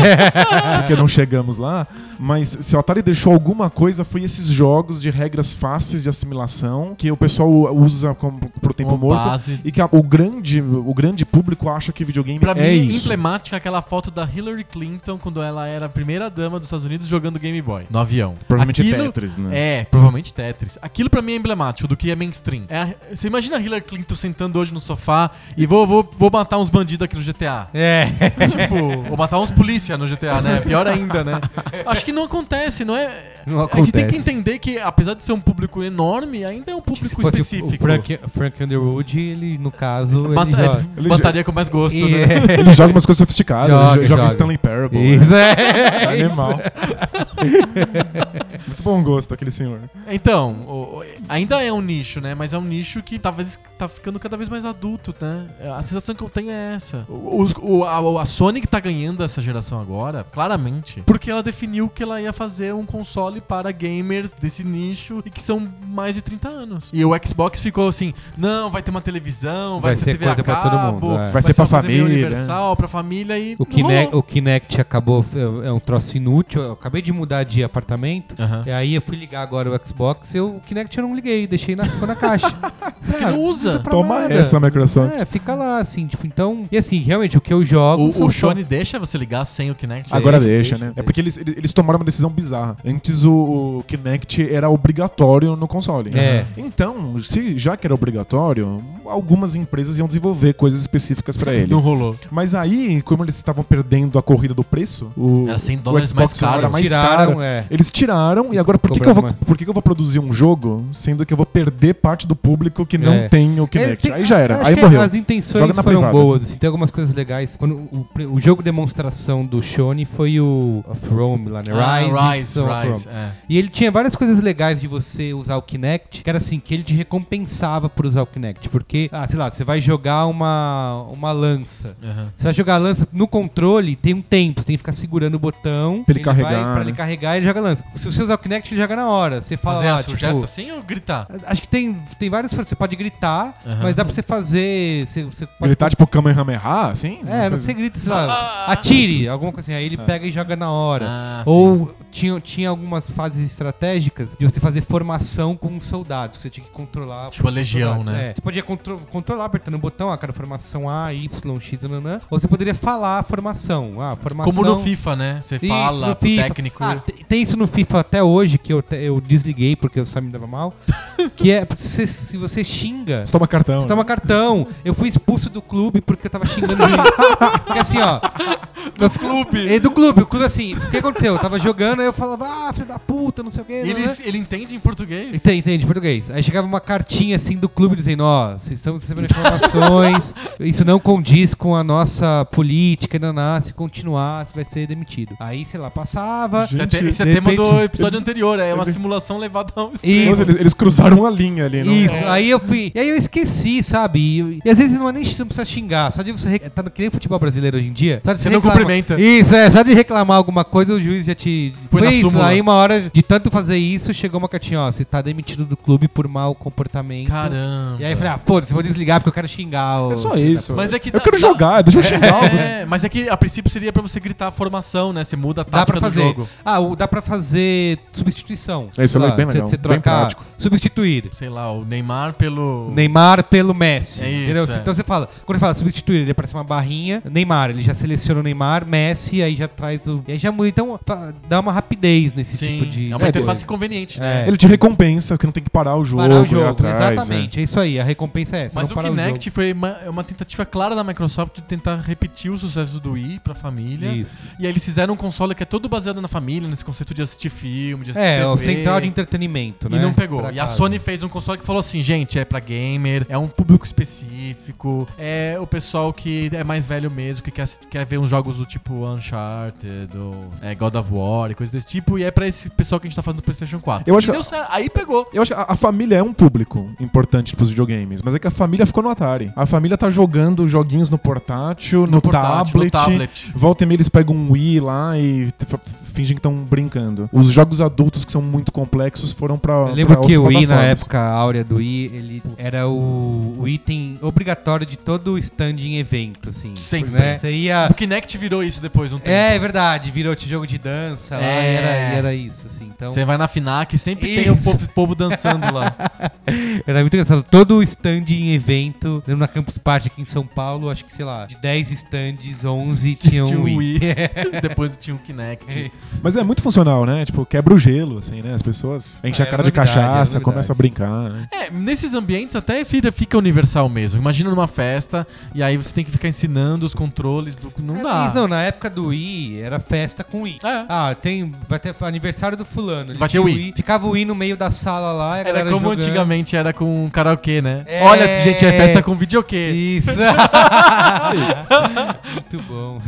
Speaker 3: porque não chegamos lá. Mas se o Atari deixou alguma coisa, foi esses jogos de regras fáceis de assimilação que o pessoal usa como, pro tempo
Speaker 1: Uma
Speaker 3: morto.
Speaker 1: base.
Speaker 3: E que a- o, grande, o grande público acha que videogame
Speaker 1: Pra
Speaker 3: é
Speaker 1: mim é
Speaker 3: isso.
Speaker 1: emblemática aquela foto da Hillary Clinton quando ela era a primeira dama dos Estados Unidos jogando Game Boy no avião.
Speaker 3: Provavelmente
Speaker 1: Aquilo-
Speaker 3: Tetris, né?
Speaker 1: É, provavelmente Tetris. Aquilo pra mim é emblemático do que é mainstream. É a- você imagina a Hillary Clinton sentando hoje no sofá e vou, vou, vou matar uns bandidos aqui no GTA.
Speaker 2: É.
Speaker 1: tipo, vou matar uns polícia no GTA, né? Pior ainda, né? Acho que não acontece, não é?
Speaker 2: [laughs] Não
Speaker 1: A gente tem que
Speaker 2: acontece.
Speaker 1: entender que, apesar de ser um público enorme, ainda é um público
Speaker 2: fosse o-
Speaker 1: específico.
Speaker 2: O Frank, o Frank Underwood, ele, no caso, ele
Speaker 1: Bata-
Speaker 2: joga.
Speaker 1: ele
Speaker 3: Ele
Speaker 1: Bataria com mais gosto,
Speaker 2: E-
Speaker 1: né? Tá
Speaker 3: Ele joga umas coisas sofisticadas,
Speaker 2: Joga,
Speaker 3: ele jo- joga,
Speaker 2: joga.
Speaker 3: Stanley Parable.
Speaker 2: [laughs] Isso,
Speaker 3: É,
Speaker 2: é. [laughs]
Speaker 3: animal. Muito bom gosto aquele senhor.
Speaker 1: Então, o- o- ainda é um nicho, né? Mas é um nicho que talvez tá ficando cada vez mais adulto, né? A sensação que eu tenho é essa. O- os- o- a, a Sony que tá ganhando essa geração agora, claramente, porque ela definiu que ela ia fazer um console para gamers desse nicho e que são mais de 30 anos. E o Xbox ficou assim, não, vai ter uma televisão, vai,
Speaker 2: Vai
Speaker 1: ser
Speaker 2: ser
Speaker 1: TV a
Speaker 2: coisa pra todo
Speaker 1: cabo,
Speaker 2: mundo, é. Vai
Speaker 3: ser pra
Speaker 1: uma coisa meio
Speaker 3: família,
Speaker 1: universal, pra família e
Speaker 2: O
Speaker 1: não rolou.
Speaker 2: Kinect, o Kinect acabou, é um troço inútil. Eu acabei de mudar de apartamento.
Speaker 1: Aham.
Speaker 2: E aí eu fui ligar agora o Xbox eu, o Kinect eu não liguei, deixei na, ficou na caixa.
Speaker 1: [laughs] Porque não usa.
Speaker 2: pra
Speaker 3: Toma
Speaker 2: nada.
Speaker 3: essa, Microsoft.
Speaker 2: É, fica lá, assim, tipo, então. E assim, realmente, o que eu jogo.
Speaker 1: O,
Speaker 2: são
Speaker 1: o
Speaker 2: só-
Speaker 1: Sony deixa você ligar sem o Kinect?
Speaker 3: Agora deixa,
Speaker 2: Deixa,
Speaker 3: né?
Speaker 2: deixa.
Speaker 3: É porque eles, eles eles tomaram uma decisão bizarra. Antes o, o Kinect era obrigatório no console.
Speaker 2: É.
Speaker 3: Então, se já que era obrigatório, algumas empresas iam desenvolver coisas específicas pra ele.
Speaker 1: Não rolou.
Speaker 3: Mas aí, como eles estavam perdendo a corrida do preço, o,
Speaker 1: Era 100
Speaker 3: o
Speaker 1: dólares mais
Speaker 3: Xbox One
Speaker 1: caro.
Speaker 3: era mais
Speaker 2: Tiraram,
Speaker 3: caro.
Speaker 2: é.
Speaker 3: Eles tiraram e agora por que, que eu
Speaker 2: Cobraram
Speaker 3: vou,
Speaker 2: mais.
Speaker 3: por que, que eu vou produzir um jogo sendo que eu vou perder parte do público que não
Speaker 2: É.
Speaker 3: tem o
Speaker 2: Ele
Speaker 3: Kinect?
Speaker 2: tem-
Speaker 3: aí já era,
Speaker 2: acho
Speaker 3: aí
Speaker 2: que é
Speaker 3: morreu.
Speaker 2: As intenções
Speaker 3: Joga na
Speaker 2: foram
Speaker 3: privada.
Speaker 2: boas, assim, tem algumas coisas legais. Quando o, pre- o jogo demonstração do Shone foi o of Rome lá, né? Rise,
Speaker 1: Ah, Rise,
Speaker 2: Son of Rome.
Speaker 1: Rise. é.
Speaker 2: E ele tinha várias coisas legais de você usar o Kinect, que era assim, que ele te recompensava por usar o Kinect. Porque, ah, sei lá, você vai jogar uma, uma lança.
Speaker 1: Aham.
Speaker 2: Você vai jogar a lança no controle, tem um tempo, você tem que ficar segurando o botão
Speaker 3: Pra ele
Speaker 2: vai-
Speaker 3: carregar,
Speaker 2: pra ele
Speaker 3: né?
Speaker 2: carregar, ele joga a lança. Se você usar o Kinect, ele joga na hora. Você fala,
Speaker 1: Fazer
Speaker 2: ah,
Speaker 1: ah,
Speaker 2: tipo,
Speaker 1: gesto assim ou gritar?
Speaker 2: Acho que tem, tem várias formas. Você pode gritar,
Speaker 1: Aham.
Speaker 2: mas dá pra você fazer. Você, você pode.
Speaker 3: Gritar tipo Kamehameha, assim?
Speaker 2: É, não sei, grita, sei lá. Atire, alguma coisa assim. Aí ele pega e joga na hora.
Speaker 1: Ah,
Speaker 2: Ou tinha, tinha algumas fases estratégicas de você fazer formação com os soldados, que você tinha que controlar.
Speaker 1: Tipo a legião,
Speaker 2: soldados.
Speaker 1: né?
Speaker 2: É. Você podia contro- controlar apertando o botão, ah, cara, formação A, Y, X, nananã. Ou você poderia falar a formação. Ah, formação.
Speaker 1: Como no FIFA, né? Você
Speaker 2: Isso,
Speaker 1: fala
Speaker 2: no
Speaker 1: pro
Speaker 2: FIFA.
Speaker 1: técnico.
Speaker 2: Ah, te- tem isso no
Speaker 1: [laughs]
Speaker 2: FIFA até hoje, que eu, te- eu desliguei porque o Sam me dava mal. que é, se, se você xinga.
Speaker 3: Você toma cartão.
Speaker 1: né?
Speaker 2: Você toma cartão. Eu fui expulso do clube porque eu tava xingando
Speaker 1: [laughs]
Speaker 2: isso. Porque assim, ó. Do clube. do clube. O clube, assim, o que aconteceu? Eu tava jogando, aí eu falava, ah, filho da puta, não sei o quê.
Speaker 1: Ele,
Speaker 2: né?
Speaker 1: ele entende em português?
Speaker 2: Entende, entende, português. Aí chegava uma cartinha assim do clube dizendo, ó, vocês estão recebendo reclamações, isso não condiz com a nossa política, naná, se continuar, você vai ser demitido. Aí, sei lá, passava.
Speaker 1: Isso é, te-
Speaker 3: Gente,
Speaker 1: isso é
Speaker 2: de
Speaker 1: tema do
Speaker 2: repente-
Speaker 1: episódio anterior, é uma simulação levada a um extremo.
Speaker 3: Nossa,
Speaker 2: Isso.
Speaker 3: eles, eles cruzaram a linha ali. não?
Speaker 2: Isso, aí eu fui. E aí eu esqueci, sabe? E, e às vezes não é nem você não precisa xingar. Só de você rec... tá no que nem futebol brasileiro hoje em dia. Só de
Speaker 1: Você não
Speaker 2: reclamar-
Speaker 1: cumprimenta.
Speaker 2: Isso, é, só de reclamar alguma coisa, o juiz já te.
Speaker 1: Põe
Speaker 2: Foi
Speaker 1: na
Speaker 2: isso.
Speaker 1: súmula.
Speaker 2: Aí uma hora de tanto fazer isso, chegou uma cartinha, ó, você tá demitido do clube por mau comportamento.
Speaker 1: Caramba.
Speaker 2: E aí eu falei, ah, pô, eu vou desligar porque eu quero xingar. o-
Speaker 3: É só isso.
Speaker 1: Mas é que
Speaker 3: eu
Speaker 1: dá-
Speaker 3: quero
Speaker 1: dá-
Speaker 3: jogar, deixa eu xingar. né?
Speaker 1: É, mas é que a princípio seria pra você gritar a formação, né? Você muda a
Speaker 2: Dá
Speaker 1: tática
Speaker 2: pra fazer.
Speaker 1: do jogo.
Speaker 2: Ah, o- dá pra fazer substituição.
Speaker 3: É, isso
Speaker 2: Sei
Speaker 3: é
Speaker 2: lá,
Speaker 3: bem
Speaker 2: você-
Speaker 3: legal,
Speaker 2: Você
Speaker 3: bem
Speaker 2: trocar.
Speaker 3: prático.
Speaker 2: Substituir.
Speaker 1: Sei lá, o Neymar pelo...
Speaker 2: Neymar pelo Messi.
Speaker 1: É isso,
Speaker 2: entendeu?
Speaker 1: é.
Speaker 2: Então você fala, quando ele fala substituir, ele aparece uma barrinha, Neymar, ele já seleciona o Neymar, Messi, aí já traz o. E aí já muda. Então fa- dá uma rapidez nesse
Speaker 1: Sim,
Speaker 2: tipo de.
Speaker 1: é uma
Speaker 2: de
Speaker 1: interface
Speaker 2: coisa.
Speaker 1: conveniente,
Speaker 2: É.
Speaker 1: né?
Speaker 3: Ele te recompensa, que não tem que parar o jogo.
Speaker 2: Parar o
Speaker 3: ir
Speaker 2: jogo,
Speaker 3: atrás, né?
Speaker 2: exatamente. É isso aí, a recompensa é essa.
Speaker 1: Mas
Speaker 2: não
Speaker 1: o
Speaker 2: parar
Speaker 1: Kinect foi uma, é uma tentativa clara da Microsoft de tentar repetir o sucesso do Wii pra
Speaker 2: o
Speaker 1: família.
Speaker 2: jogo. Isso.
Speaker 1: E aí eles fizeram um console que é todo baseado na família, nesse conceito de assistir filme, de assistir
Speaker 2: É, o
Speaker 1: TV.
Speaker 2: central de entretenimento, né?
Speaker 1: E não pegou.
Speaker 2: Pra
Speaker 1: E a
Speaker 2: casa.
Speaker 1: Sony fez um console que falou assim, gente, é pra gamer, é um público específico, é o pessoal que é mais velho mesmo, que quer, assi- quer ver uns jogos do tipo Uncharted, ou é, God of War e coisas desse tipo, e é pra esse pessoal que a gente tá fazendo do PlayStation 4.
Speaker 3: Eu acho
Speaker 1: e
Speaker 3: que-
Speaker 1: deu certo, aí pegou.
Speaker 3: Eu acho que a, a família é um público importante pros videogames, mas é que a família ficou no Atari. A família tá jogando joguinhos no portátil, no,
Speaker 1: portátil, no
Speaker 3: tablet,
Speaker 1: tablet.
Speaker 3: Volta e meia eles pegam um Wii lá e t- f- fingem que estão brincando. Os jogos adultos que são muito complexos foram pra.
Speaker 2: Eu lembro
Speaker 3: pra
Speaker 2: que
Speaker 3: outras
Speaker 2: o Wii, na
Speaker 3: plataformas.
Speaker 2: época áurea do Wii, ele era o, o item obrigatório de todo stand em evento, assim.
Speaker 1: Sempre.
Speaker 2: Né? Você ia-
Speaker 1: O Kinect virou isso depois de um tempo.
Speaker 2: É, é verdade, virou te jogo de dança lá,
Speaker 1: É.
Speaker 2: e era, e era isso, assim. Então,
Speaker 1: Você vai na FNAC, sempre tem o
Speaker 2: Isso.
Speaker 1: povo, povo dançando
Speaker 2: [laughs]
Speaker 1: lá.
Speaker 2: era muito engraçado. Todo stand em evento, lembro na Campus Party aqui em São Paulo, acho que, sei lá, de 10 stands, 11 tinham
Speaker 1: Tinha
Speaker 2: um
Speaker 1: o
Speaker 2: Wii.
Speaker 1: Wii.
Speaker 2: [laughs]
Speaker 1: Depois tinha o Kinect.
Speaker 3: Mas é muito funcional, né? Tipo, quebra o gelo, assim, né? As pessoas enchem
Speaker 2: Ah,
Speaker 3: a
Speaker 2: era
Speaker 3: cara de
Speaker 2: novidade, era
Speaker 3: cachaça,
Speaker 2: novidade.
Speaker 3: começam a brincar. Né?
Speaker 1: É, nesses ambientes até fica fica universal mesmo. Imagina numa festa e aí você tem que ficar ensinando os controles do. [laughs] Não
Speaker 2: É,
Speaker 1: dá.
Speaker 2: mas não, na época do Wii, era festa com Wii.
Speaker 1: É.
Speaker 2: Ah, tem, vai ter aniversário do fulano. ele
Speaker 1: Vai ter
Speaker 2: tinha o
Speaker 1: Wii.
Speaker 2: Ficava o Wii no meio da sala lá, e a
Speaker 1: Era
Speaker 2: galera
Speaker 1: como
Speaker 2: jogando.
Speaker 1: antigamente era com karaokê, né?
Speaker 2: É.
Speaker 1: Olha, gente, é festa com videokê. [laughs]
Speaker 2: Isso. Muito bom.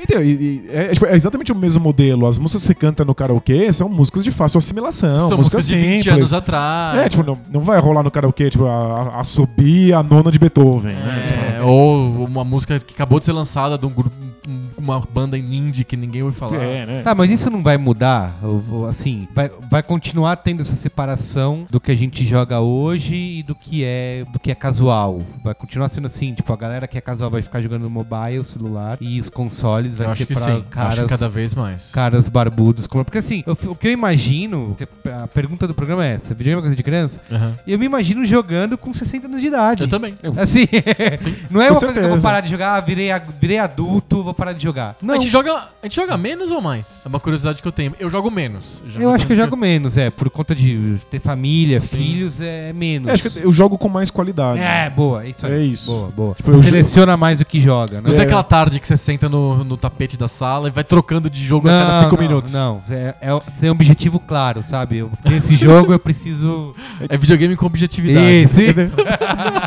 Speaker 3: Então, e- e é, tipo, é exatamente o mesmo modelo. As músicas que você canta no karaokê são músicas de fácil assimilação,
Speaker 1: São
Speaker 3: músicas
Speaker 1: músicas de 20
Speaker 3: simples.
Speaker 1: anos atrás. né?
Speaker 3: É, tipo, não, não vai rolar no karaokê, tipo, a, a, a subir a nona de Beethoven, né?
Speaker 1: É, ou uma música que acabou de ser lançada de um grupo, um- uma banda em indie que ninguém ouviu
Speaker 3: Tipo,
Speaker 1: falar.
Speaker 3: é, né?
Speaker 2: Tá, mas isso não vai mudar? Eu vou- Assim, vai, vai continuar tendo essa separação do que a gente joga hoje e do que é do que é casual. Vai continuar sendo assim, tipo, a galera que é casual vai ficar jogando no mobile, celular, e os consoles vai
Speaker 1: Eu
Speaker 2: ser
Speaker 1: acho que
Speaker 2: pra
Speaker 1: sim.
Speaker 2: caras.
Speaker 1: Acho que cada vez mais.
Speaker 2: Caras barbudos, como- porque assim, eu f- o que eu imagino, a pergunta do programa é essa: videogame é coisa de criança?
Speaker 1: Aham.
Speaker 2: Eu me imagino jogando com 60 anos de idade.
Speaker 1: Eu também.
Speaker 2: [laughs] Assim, não é
Speaker 3: Com
Speaker 2: uma coisa que eu vou
Speaker 3: certeza.
Speaker 2: parar de jogar, ah, virei, a- virei adulto, vou parar de jogar. Não,
Speaker 1: A, gente joga, a gente joga menos ou mais? É uma curiosidade que eu tenho. Eu jogo menos. já
Speaker 2: eu acho que eu
Speaker 1: tenho-
Speaker 2: jogo menos, é, por conta de ter família,
Speaker 1: Sim.
Speaker 2: filhos, é menos.
Speaker 3: É, acho que eu jogo com mais qualidade.
Speaker 2: É, boa, é isso aí.
Speaker 3: É isso.
Speaker 2: Boa, boa.
Speaker 3: Tipo,
Speaker 2: Você
Speaker 3: eu
Speaker 2: seleciona mais o que joga,
Speaker 1: Não
Speaker 2: né?
Speaker 1: tem
Speaker 3: É.
Speaker 1: aquela tarde que você senta no, no tapete da sala e vai trocando de jogo a cada cinco
Speaker 2: não,
Speaker 1: minutos.
Speaker 2: Não, é, é, tem um objetivo claro, sabe? Eu, nesse jogo eu preciso.
Speaker 1: É videogame com objetividade.
Speaker 2: Isso, isso.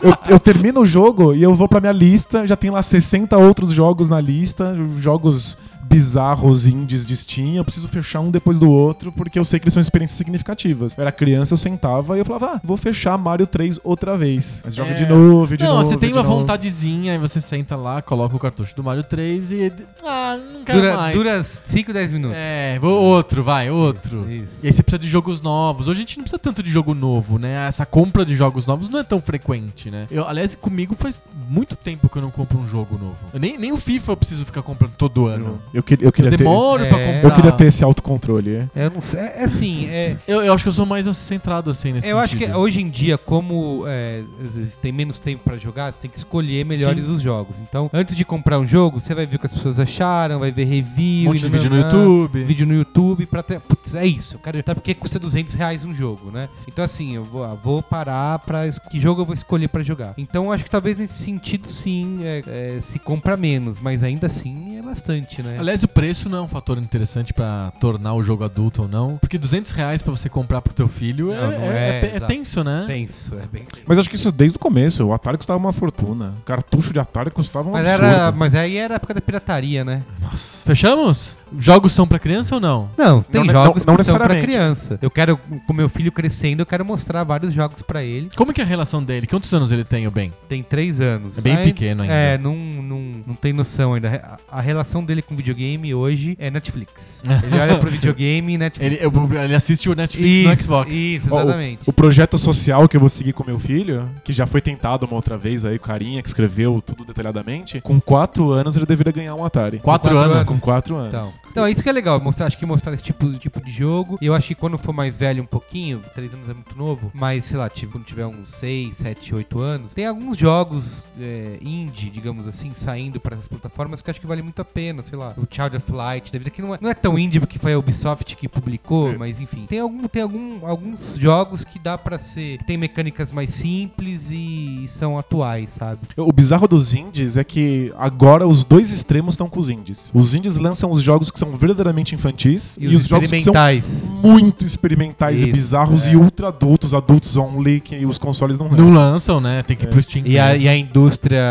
Speaker 3: Eu, eu termino o jogo e eu vou pra minha lista, já tem lá 60 outros jogos na lista, jogos bizarros, indies de Steam, eu preciso fechar um depois do outro, porque eu sei que eles são experiências significativas. Eu era criança, eu sentava e eu falava, ah, vou fechar Mario 3 outra vez. Mas joga
Speaker 1: É.
Speaker 3: de novo, de
Speaker 1: não,
Speaker 3: novo,
Speaker 1: você tem
Speaker 3: de
Speaker 1: uma
Speaker 3: novo.
Speaker 1: vontadezinha, aí você senta lá, coloca o cartucho do Mario 3 e. Ah, não quero
Speaker 2: Dura,
Speaker 1: mais.
Speaker 2: dura 5, 10 minutos.
Speaker 1: É, vou- outro, vai, outro.
Speaker 2: Isso.
Speaker 1: E aí você precisa de jogos novos. Hoje a gente não precisa tanto de jogo novo, né? Essa compra de jogos novos não é tão frequente, né? Eu, aliás, comigo faz muito tempo que eu não compro um jogo novo. Eu nem, nem o FIFA eu preciso ficar comprando todo ano.
Speaker 3: Eu que- eu
Speaker 1: Eu
Speaker 3: queria ter.
Speaker 1: demoro Ah.
Speaker 2: É.
Speaker 1: pra comprar.
Speaker 3: Eu queria ter esse autocontrole. é.
Speaker 2: É, eu não sei. É, é assim, é,
Speaker 1: Eu, eu acho que eu sou mais centrado assim nesse
Speaker 2: eu acho que é
Speaker 1: sentido.
Speaker 2: hoje em dia, como é, às vezes tem menos tempo pra jogar, você tem que escolher melhores
Speaker 1: Sim.
Speaker 2: os jogos. Então, antes de comprar um jogo, você vai ver o que as pessoas acharam, vai ver review,
Speaker 1: Um monte de
Speaker 2: e
Speaker 1: vídeo no
Speaker 2: nananã,
Speaker 1: YouTube.
Speaker 2: Vídeo no YouTube pra ter. Putz, é isso, eu quero tá porque custa 200 reais um jogo, né? Então, assim, eu vou, ah, vou parar pra. es- Que jogo eu vou escolher pra jogar? Então, acho que talvez nesse sentido, sim, é- é, se compra menos, mas ainda assim é bastante, né?
Speaker 1: Aliás, o preço não é um fator interessante pra tornar o jogo adulto ou não. Porque 200 reais pra você comprar pro teu filho é,
Speaker 2: Não, não
Speaker 1: é-
Speaker 2: é,
Speaker 1: é pe- é
Speaker 2: exato.
Speaker 1: tenso, né?
Speaker 2: Tenso, é bem.
Speaker 3: Mas acho que isso desde o começo. O Atari custava uma fortuna. Cartucho de Atari custava um
Speaker 1: é
Speaker 2: Mas,
Speaker 3: absurdo.
Speaker 2: era, mas aí era a época da pirataria, né?
Speaker 1: Nossa. Fechamos? Jogos são pra criança ou não?
Speaker 2: Não, tem
Speaker 3: Não ne-
Speaker 2: jogos
Speaker 3: não- não
Speaker 2: que são pra
Speaker 3: necessariamente.
Speaker 2: criança. Eu quero, com meu filho crescendo, eu quero mostrar vários jogos pra ele.
Speaker 1: Como que é a relação dele? Quantos anos ele tem, o Ben?
Speaker 2: Tem três anos.
Speaker 1: É bem
Speaker 2: Aí-
Speaker 1: pequeno ainda.
Speaker 2: É, não, não, não tem noção ainda. A, a relação dele com videogame hoje
Speaker 1: [laughs]
Speaker 2: é Netflix. Ele olha pro videogame e Netflix.
Speaker 1: Ele, eu- ele assiste o Netflix no
Speaker 2: Isso,
Speaker 1: Xbox.
Speaker 2: Isso,
Speaker 3: Ó,
Speaker 2: exatamente.
Speaker 3: O projeto social que eu vou seguir com meu filho, que já foi tentado uma outra vez aí, o carinha que escreveu tudo detalhadamente, com quatro anos ele deveria ganhar um Atari.
Speaker 1: Quatro,
Speaker 2: quatro
Speaker 1: anos.
Speaker 2: anos.
Speaker 3: Com quatro anos.
Speaker 2: Então, então, é isso que é legal, mostrar, acho que mostrar esse tipo, tipo de jogo. E eu acho que quando for mais velho um pouquinho, 3 anos é muito novo, mas sei lá, tipo, quando tiver uns 6, 7, 8 anos, tem alguns jogos é, indie, digamos assim, saindo pra essas plataformas que eu acho que vale muito a pena, sei lá, o Child of Light, da vida, que não é, não é tão indie porque foi a Ubisoft que publicou,
Speaker 3: É.
Speaker 2: mas enfim. Tem, algum, tem algum, alguns jogos que dá pra ser, que tem mecânicas mais simples e, são atuais, sabe?
Speaker 3: Então, O bizarro dos indies é que agora os dois extremos estão com os indies. Os indies lançam os jogos que são verdadeiramente infantis e, os, jogos que são
Speaker 2: experimentais.
Speaker 3: muito experimentais e
Speaker 2: Isso,
Speaker 3: bizarros
Speaker 2: é.
Speaker 3: e ultra adultos, adultos only, que os consoles não lançam.
Speaker 1: Não lançam, né? Tem que ir pro Steam.
Speaker 2: E a,
Speaker 1: mesmo.
Speaker 2: e a indústria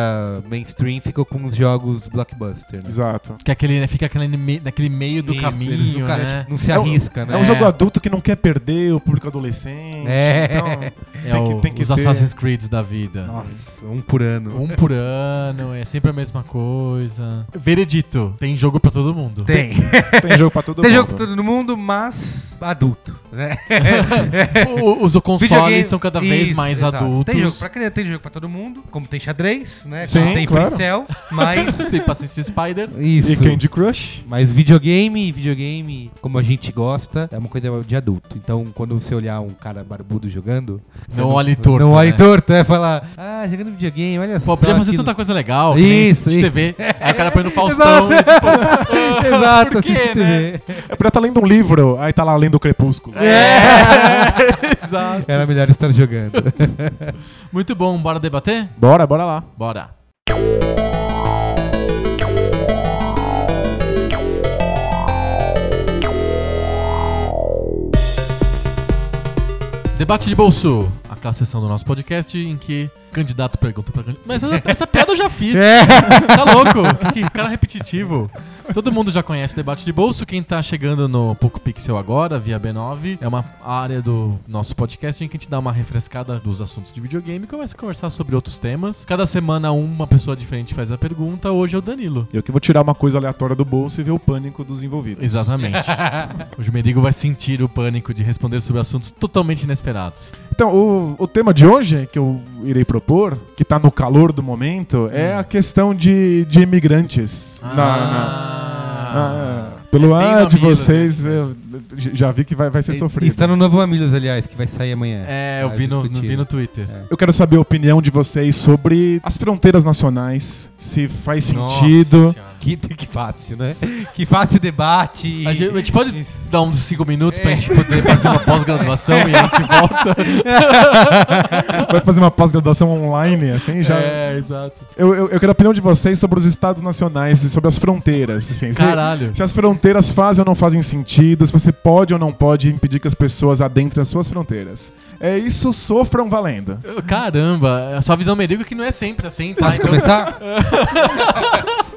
Speaker 2: mainstream ficou com os jogos blockbuster, né?
Speaker 3: Exato.
Speaker 1: Que aquele, né, fica aquele me- naquele meio do
Speaker 2: Isso, eles
Speaker 1: caminho,
Speaker 2: não, cara,
Speaker 1: né?
Speaker 2: tipo, não se
Speaker 3: É um-
Speaker 2: arrisca, né?
Speaker 3: É um jogo adulto que não quer perder o público adolescente.
Speaker 2: É.
Speaker 3: Então,
Speaker 1: é
Speaker 3: tem que-
Speaker 1: o-
Speaker 3: tem que
Speaker 1: os
Speaker 3: ter.
Speaker 1: Assassin's Creed da vida.
Speaker 2: Nossa, um por ano.
Speaker 1: Um por ano, é sempre a mesma coisa. Veredito, tem jogo pra todo mundo.
Speaker 2: Tem.
Speaker 3: tem jogo pra todo
Speaker 2: [laughs] Tem
Speaker 3: mundo.
Speaker 2: jogo pra todo mundo, mas adulto, né?
Speaker 1: [laughs] O- os
Speaker 2: Videogame-
Speaker 1: consoles são cada vez
Speaker 2: Isso,
Speaker 1: mais
Speaker 2: exato.
Speaker 1: adultos.
Speaker 2: Tem jogo pra criança, tem jogo pra todo mundo, como tem xadrez, né?
Speaker 3: Sim,
Speaker 2: como tem
Speaker 3: claro.
Speaker 2: pincel,
Speaker 1: [laughs]
Speaker 2: mas...
Speaker 1: Tem pra assistir Spider.
Speaker 3: E
Speaker 2: Isso.
Speaker 3: Candy Crush?
Speaker 2: Mas videogame, videogame, como a gente gosta, é uma coisa de adulto. Então, quando você olhar um cara barbudo jogando... você
Speaker 1: Não olhe torto,
Speaker 2: Não olhe
Speaker 1: né?
Speaker 2: torto, é falar... Ah, jogando videogame, olha só
Speaker 1: Pô, podia fazer
Speaker 2: que-
Speaker 1: tanta coisa legal. que nem
Speaker 2: Isso,
Speaker 1: de
Speaker 2: isso.
Speaker 1: TV. Aí o cara
Speaker 2: [laughs]
Speaker 1: põe no Faustão.
Speaker 2: Exato,
Speaker 1: Por
Speaker 2: assim,
Speaker 1: quê,
Speaker 2: assiste
Speaker 1: né?
Speaker 2: TV.
Speaker 3: É pra tá lendo um livro, aí tá lá lendo o Crepúsculo.
Speaker 1: É. [laughs]
Speaker 2: É.
Speaker 1: Exato.
Speaker 2: Era melhor estar
Speaker 1: [laughs]
Speaker 2: jogando.
Speaker 1: Tá Muito bom, bora debater?
Speaker 3: Bora, bora lá.
Speaker 1: Bora. Debate de bolso, aquela sessão do nosso podcast em que o candidato pergunta pra candidato. Mas essa, essa piada eu já fiz. Tá louco? Que, que cara repetitivo. Todo mundo já conhece o debate de bolso. Quem tá chegando no Poco Pixel agora, via B9, é uma área do nosso podcast em que a gente dá uma refrescada dos assuntos de videogame e começa a conversar sobre outros temas. Cada semana uma pessoa diferente faz a pergunta. Hoje é o Danilo.
Speaker 3: Eu que vou tirar uma coisa aleatória do bolso e ver o pânico dos envolvidos.
Speaker 2: [laughs]
Speaker 1: Exatamente. Hoje o Merigo vai sentir o pânico de responder sobre assuntos totalmente inesperados.
Speaker 3: Então, o, o tema de hoje que eu irei propor, que tá no calor do momento,
Speaker 1: Hum.
Speaker 3: é a questão de, de imigrantes. Na-
Speaker 2: Ah.
Speaker 3: na- na- pelo
Speaker 1: Ah. É Bem
Speaker 3: ar de
Speaker 1: mamilos,
Speaker 3: vocês,
Speaker 1: isso,
Speaker 3: eu já vi que vai, vai ser sofrido.
Speaker 2: Está no novo Mamilos, aliás, que vai sair amanhã.
Speaker 1: É, eu
Speaker 2: Mais
Speaker 1: vi no, no-
Speaker 2: discutido.
Speaker 1: vi no Twitter.
Speaker 2: É.
Speaker 3: Eu quero saber a opinião de vocês sobre as fronteiras nacionais, se faz
Speaker 1: Nossa
Speaker 3: sentido.
Speaker 1: Senhora.
Speaker 2: Que, que fácil, né? que fácil debate.
Speaker 1: A gente, a gente pode
Speaker 2: Isso. É.
Speaker 1: dar uns 5 minutos pra gente poder fazer uma pós-graduação e a
Speaker 2: [laughs]
Speaker 1: gente volta.
Speaker 3: Vai fazer uma pós-graduação online, assim, já.
Speaker 1: É, exato.
Speaker 3: Eu, eu, eu quero a opinião de vocês sobre os estados nacionais e sobre as fronteiras. Assim, se,
Speaker 1: Caralho.
Speaker 3: se as fronteiras fazem ou não fazem sentido, se você pode ou não pode impedir que as pessoas adentrem as suas fronteiras. É isso, sofram valendo.
Speaker 1: Caramba, a sua visão merigo é que não é sempre assim, tá?
Speaker 2: Posso
Speaker 1: [laughs] Então,
Speaker 2: começar?